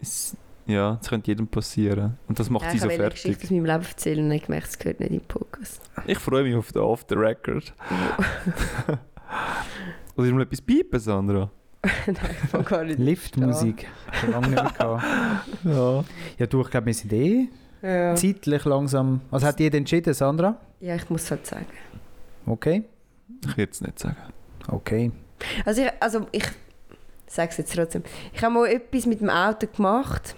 Speaker 2: es- ja, das könnte jedem passieren. Und das macht
Speaker 5: ja,
Speaker 2: sie
Speaker 5: ich
Speaker 2: so
Speaker 5: habe eine
Speaker 2: fertig.
Speaker 5: Geschichte aus meinem Leben erzählen und habe gemerkt, es gehört nicht in den Podcast.
Speaker 2: Ich freue mich auf den Off the Record. Oder ist mal etwas piepen, Sandra?
Speaker 5: Nein, ich fange gar nicht.
Speaker 6: Liftmusik. Schon lange nicht mehr gehabt.
Speaker 2: Ja.
Speaker 6: Ja, du, ich glaube, wir sind eh
Speaker 5: Ja.
Speaker 6: zeitlich langsam. Also hat jeder entschieden, Sandra?
Speaker 5: ja, ich muss es halt sagen.
Speaker 6: Okay.
Speaker 2: Ich würde es nicht sagen.
Speaker 6: Okay.
Speaker 5: Also ich, also ich sage es jetzt trotzdem. Ich habe mal etwas mit dem Auto gemacht.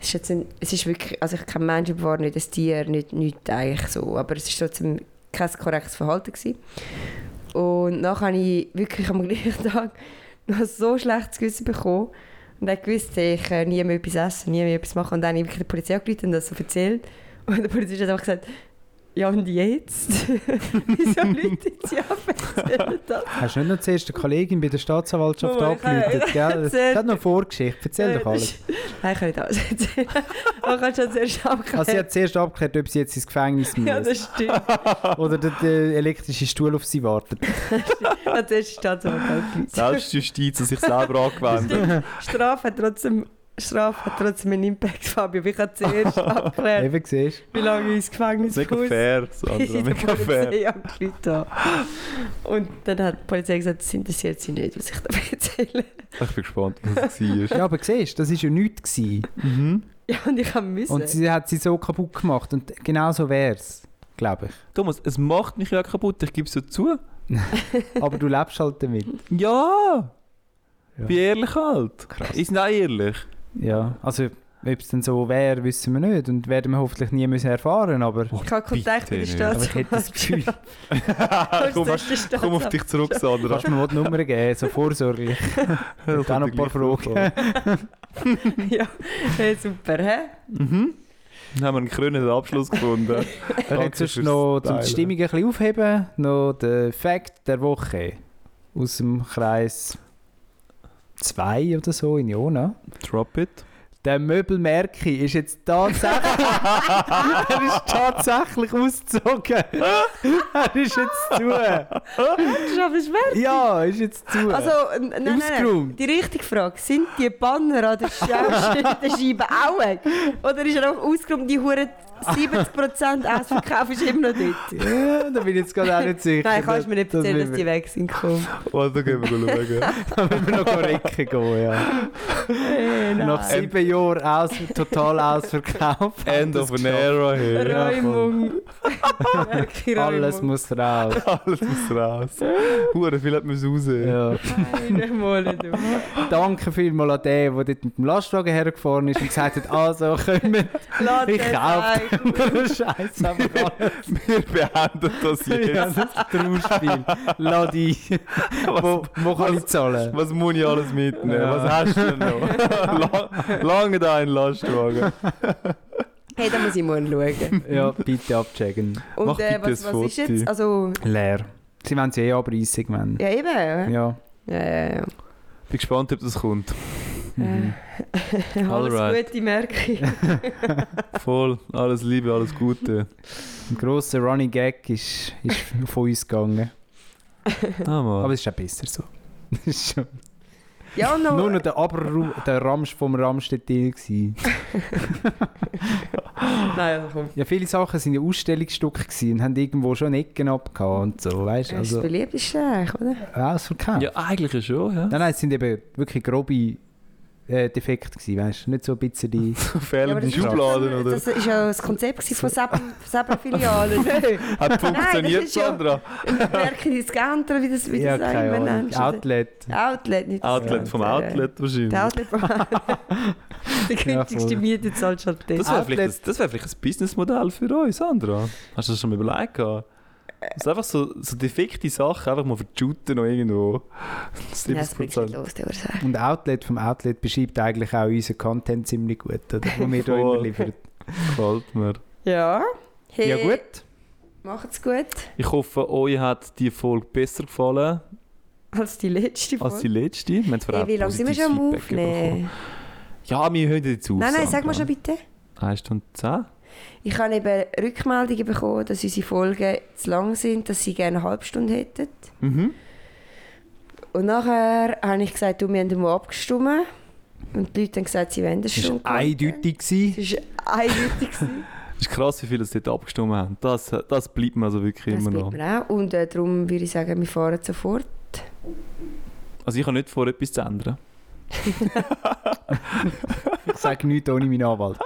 Speaker 5: Es ist, jetzt ein, es ist wirklich, also ich kein Mensch war nicht ein Tier, nicht, nicht eigentlich so, aber es ist trotzdem kein korrektes Verhalten gewesen. Und nachher habe ich wirklich am gleichen Tag noch so schlechtes Gewissen bekommen und habe gewusst, hey, ich kann nie mehr etwas essen, nie mehr etwas machen. Und dann habe ich wirklich der Polizei angerufen und das so erzählt. Und der Polizist hat einfach gesagt, ja und jetzt? Wieso Leute jetzt ja erzählen das?
Speaker 6: Hast du nicht noch zuerst eine Kollegin bei der Staatsanwaltschaft
Speaker 5: Oh, ich
Speaker 6: angeläutet, gell? Es
Speaker 5: erzählt.
Speaker 6: hat noch eine Vorgeschichte. Erzähl doch alles.
Speaker 5: Nein, ich kann nicht alles erzählen. Man kann schon zuerst abklären.
Speaker 6: Also sie hat zuerst abgeklärt, ob sie jetzt ins Gefängnis muss.
Speaker 5: ja, das stimmt.
Speaker 6: Oder der, der elektrische Stuhl auf sie wartet.
Speaker 5: Ja, das ist Staatsanwalt.
Speaker 2: Selbstjustiz an sich selber angewendet.
Speaker 5: Strafe hat trotzdem... Strafe hat trotzdem einen Impact, Fabio. Ich habe zuerst abklären,
Speaker 6: Eben siehst
Speaker 5: wie lange ich ins Gefängnis
Speaker 2: Mega
Speaker 5: muss.
Speaker 2: fair,
Speaker 5: Ich
Speaker 2: Sandra.
Speaker 5: bin
Speaker 2: Mega fair.
Speaker 5: am Leute Und dann hat die Polizei gesagt, es interessiert sie nicht, was ich da erzähle.
Speaker 2: Ich bin gespannt, was es
Speaker 6: du.
Speaker 2: war.
Speaker 6: Ja, aber siehst du, das war ja nichts. Gewesen.
Speaker 2: mhm.
Speaker 5: Ja, und ich habe müssen.
Speaker 6: Und sie hat sie so kaputt gemacht. Und genau so wär's, glaube ich.
Speaker 2: Thomas, es macht mich ja kaputt, ich gebe es ja zu.
Speaker 6: Aber du lebst halt damit.
Speaker 2: Ja!
Speaker 6: Ja.
Speaker 2: Bin ehrlich halt. Ist nicht ehrlich.
Speaker 6: Ja, also ob es denn so wäre, wissen wir nicht und werden wir hoffentlich nie müssen erfahren, aber
Speaker 5: ich habe Kontakt mit der
Speaker 2: Bitte nicht.
Speaker 6: Aber ich hätte das Gefühl.
Speaker 5: Staatsanwaltschaft.
Speaker 2: komm,
Speaker 5: Das ist der
Speaker 2: komm auf dich zurück, Sandra.
Speaker 6: kannst du mir mal die Nummer geben, so vorsorglich.
Speaker 2: Das
Speaker 6: Dann noch ein
Speaker 2: kommt
Speaker 6: paar
Speaker 2: gleich drauf
Speaker 6: Fragen.
Speaker 5: Ja, hey, super, hä?
Speaker 2: Mhm. Dann haben wir einen krönenden Abschluss gefunden.
Speaker 6: Er hat
Speaker 2: Danke
Speaker 6: sonst
Speaker 2: fürs
Speaker 6: noch, um
Speaker 2: Teilen.
Speaker 6: die Stimmung ein bisschen aufheben, noch den Fact der Woche aus dem Kreis 2 oder so in Jona.
Speaker 2: Drop it.
Speaker 6: der Möbelmerki ist jetzt tatsächlich, er ist tatsächlich ausgezogen. er ist jetzt zu.
Speaker 5: Schaff es weg.
Speaker 6: Ja, ist jetzt zu.
Speaker 5: Also, n- nein, nein, nein.
Speaker 6: Ausgeräumt.
Speaker 5: Die richtige Frage, sind die Banner an der Schaust- der Scheibe auch weg? Oder ist er auch ausgeräumt, die Hure 70% Essverkauf ist immer noch dort?
Speaker 6: ja, da bin ich jetzt gerade auch nicht sicher.
Speaker 5: Nein, kannst du mir nicht
Speaker 6: Das- das
Speaker 5: erzählen, dass
Speaker 6: will
Speaker 5: die weg sind. Komm.
Speaker 2: Oh, da gehen wir schauen.
Speaker 6: Da müssen wir noch recken gehen, ja. Nach
Speaker 5: Ähm,
Speaker 6: sieben Jahren aus, total ausverkauft.
Speaker 2: End of an era here.
Speaker 5: Räumung. Wirklich Räumung.
Speaker 6: Alles muss raus.
Speaker 2: Alles muss raus. Hure, viel hat man es raus.
Speaker 6: Ja.
Speaker 5: Einen Monat.
Speaker 6: Danke vielmals an den, der dort mit dem Lastwagen hergefahren ist und gesagt hat, also kommen
Speaker 5: Lass
Speaker 6: Ich
Speaker 5: es
Speaker 6: kauf
Speaker 5: sein.
Speaker 6: wir Scheiße einfach alles.
Speaker 2: Wir beenden das jetzt.
Speaker 6: Ja, das ist ein Trauerspiel. Lass dich. Wo, wo kann ich zahlen?
Speaker 2: Was muss ich alles mitnehmen?
Speaker 6: Ja.
Speaker 2: Was hast du denn noch? Lang, lange da einen Lastwagen.
Speaker 5: Hey, da muss ich mal schauen.
Speaker 6: Ja, bitte abchecken.
Speaker 2: Mach
Speaker 5: Und äh,
Speaker 2: bitte
Speaker 5: was,
Speaker 2: ein
Speaker 5: was ist
Speaker 2: Foto.
Speaker 5: jetzt? Also,
Speaker 6: Leer. Sie wollen sie eh abreissig, wenn.
Speaker 5: ja eben.
Speaker 6: Ja.
Speaker 5: Ja, ja, ja.
Speaker 2: Bin gespannt, ob das kommt.
Speaker 6: Mhm.
Speaker 5: Alles
Speaker 2: Alright.
Speaker 5: Gute, merke ich.
Speaker 2: Voll. Alles Liebe, alles Gute.
Speaker 6: Ein grosser Running Gag ist, ist von uns gegangen.
Speaker 2: Ah, Mann.
Speaker 6: Aber es ist auch besser so. Es ist schon-
Speaker 5: Ja, und noch,
Speaker 6: Nur noch der, Abru der Ramsch vom Ramstedt-Deal. gewesen.
Speaker 5: Nein, komm.
Speaker 6: Ja, viele Sachen sind ja Ausstellungsstücke gewesen und haben irgendwo schon Ecken abgehauen und so, weißt du?
Speaker 5: Das
Speaker 6: Also,
Speaker 5: beliebt ist eigentlich, oder?
Speaker 6: ausverkauft.
Speaker 2: Ja, eigentlich ja schon, ja.
Speaker 6: Nein, nein, es sind eben wirklich grobe äh, Defekte gewesen, weißt du? Nicht so ein bisschen die...
Speaker 5: aber
Speaker 2: Fehlende
Speaker 5: das ist doch
Speaker 2: Schubladen,
Speaker 5: so-
Speaker 2: oder?
Speaker 5: Das ist ja das Konzept gewesen von Sepp- von Sepp-Filialen.
Speaker 2: Hat funktioniert,
Speaker 5: ist ja-
Speaker 2: Sandra?
Speaker 5: Merke ich das Gantra, wie das, wie
Speaker 6: ja,
Speaker 5: das auch
Speaker 6: keine
Speaker 5: immer
Speaker 6: Ahnung.
Speaker 5: nennst. oder?
Speaker 6: Outlet.
Speaker 5: Outlet, nicht das
Speaker 2: Outlet, vom
Speaker 5: Gantra, ja.
Speaker 2: Outlet wahrscheinlich.
Speaker 5: Der Outlet vom Der günstigste
Speaker 6: voll.
Speaker 5: Miete halt zahlt schon den.
Speaker 2: Das wäre vielleicht, das wär vielleicht ein Businessmodell für uns, Sandra. Hast du das schon mal überlegt? gehabt? Also einfach so, so defekte Sachen einfach mal verjuten noch irgendwo.
Speaker 5: Nein, das bringt
Speaker 2: 70%.
Speaker 5: nicht los, der Ursache.
Speaker 6: Und Outlet vom Outlet beschreibt eigentlich auch unseren Content ziemlich gut, oder? Den wir hier
Speaker 2: Voll.
Speaker 6: immer liefern.
Speaker 2: Gefällt mir.
Speaker 5: Ja. Hey,
Speaker 6: Ja gut.
Speaker 5: Macht's gut.
Speaker 2: Ich hoffe, euch hat die Folge besser gefallen
Speaker 5: Als die letzte
Speaker 2: als die
Speaker 5: Folge.
Speaker 2: letzte. Wir haben zwar
Speaker 5: Hey,
Speaker 2: auch
Speaker 5: wie lange sind wir schon am
Speaker 2: positives Feedback bekommen.
Speaker 5: Aufnehmen?
Speaker 2: Ja, wir hören jetzt auf.
Speaker 5: Nein, nein, sag mal schon
Speaker 2: Sandra.
Speaker 5: bitte.
Speaker 2: Eine Stunde zehn?
Speaker 5: Ich habe eben Rückmeldungen bekommen, dass unsere Folgen zu lang sind, dass sie gerne eine halbe Stunde hätten.
Speaker 2: Mhm.
Speaker 5: Und nachher habe ich gesagt, du, wir haben mal abgestimmt. Und die Leute haben gesagt, sie wollen das
Speaker 6: Das
Speaker 5: schon.
Speaker 6: war eindeutig. Gewesen.
Speaker 5: Es war eindeutig. gewesen.
Speaker 2: Es ist krass, wie viele es dort abgestimmt haben. Das, das bleibt mir also wirklich
Speaker 5: das
Speaker 2: immer noch.
Speaker 5: bleibt mir auch. Und äh, darum würde ich sagen, wir fahren sofort.
Speaker 2: Also ich habe nicht vor, etwas zu ändern.
Speaker 6: Ich sage nichts ohne meinen Anwalt.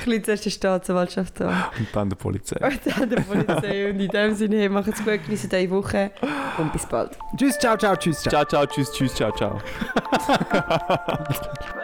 Speaker 5: Ich lade zuerst die Staatsanwaltschaft an.
Speaker 2: Und dann der Polizei.
Speaker 5: Und dann der Polizei. Und in dem Sinne, hey, macht's gut, genießen eure Woche. Und bis bald.
Speaker 6: Tschüss, ciao, ciao, tschüss, ciao.
Speaker 2: Ciao, ciao, tschüss, tschüss, ciao, ciao.
Speaker 3: eh, nou,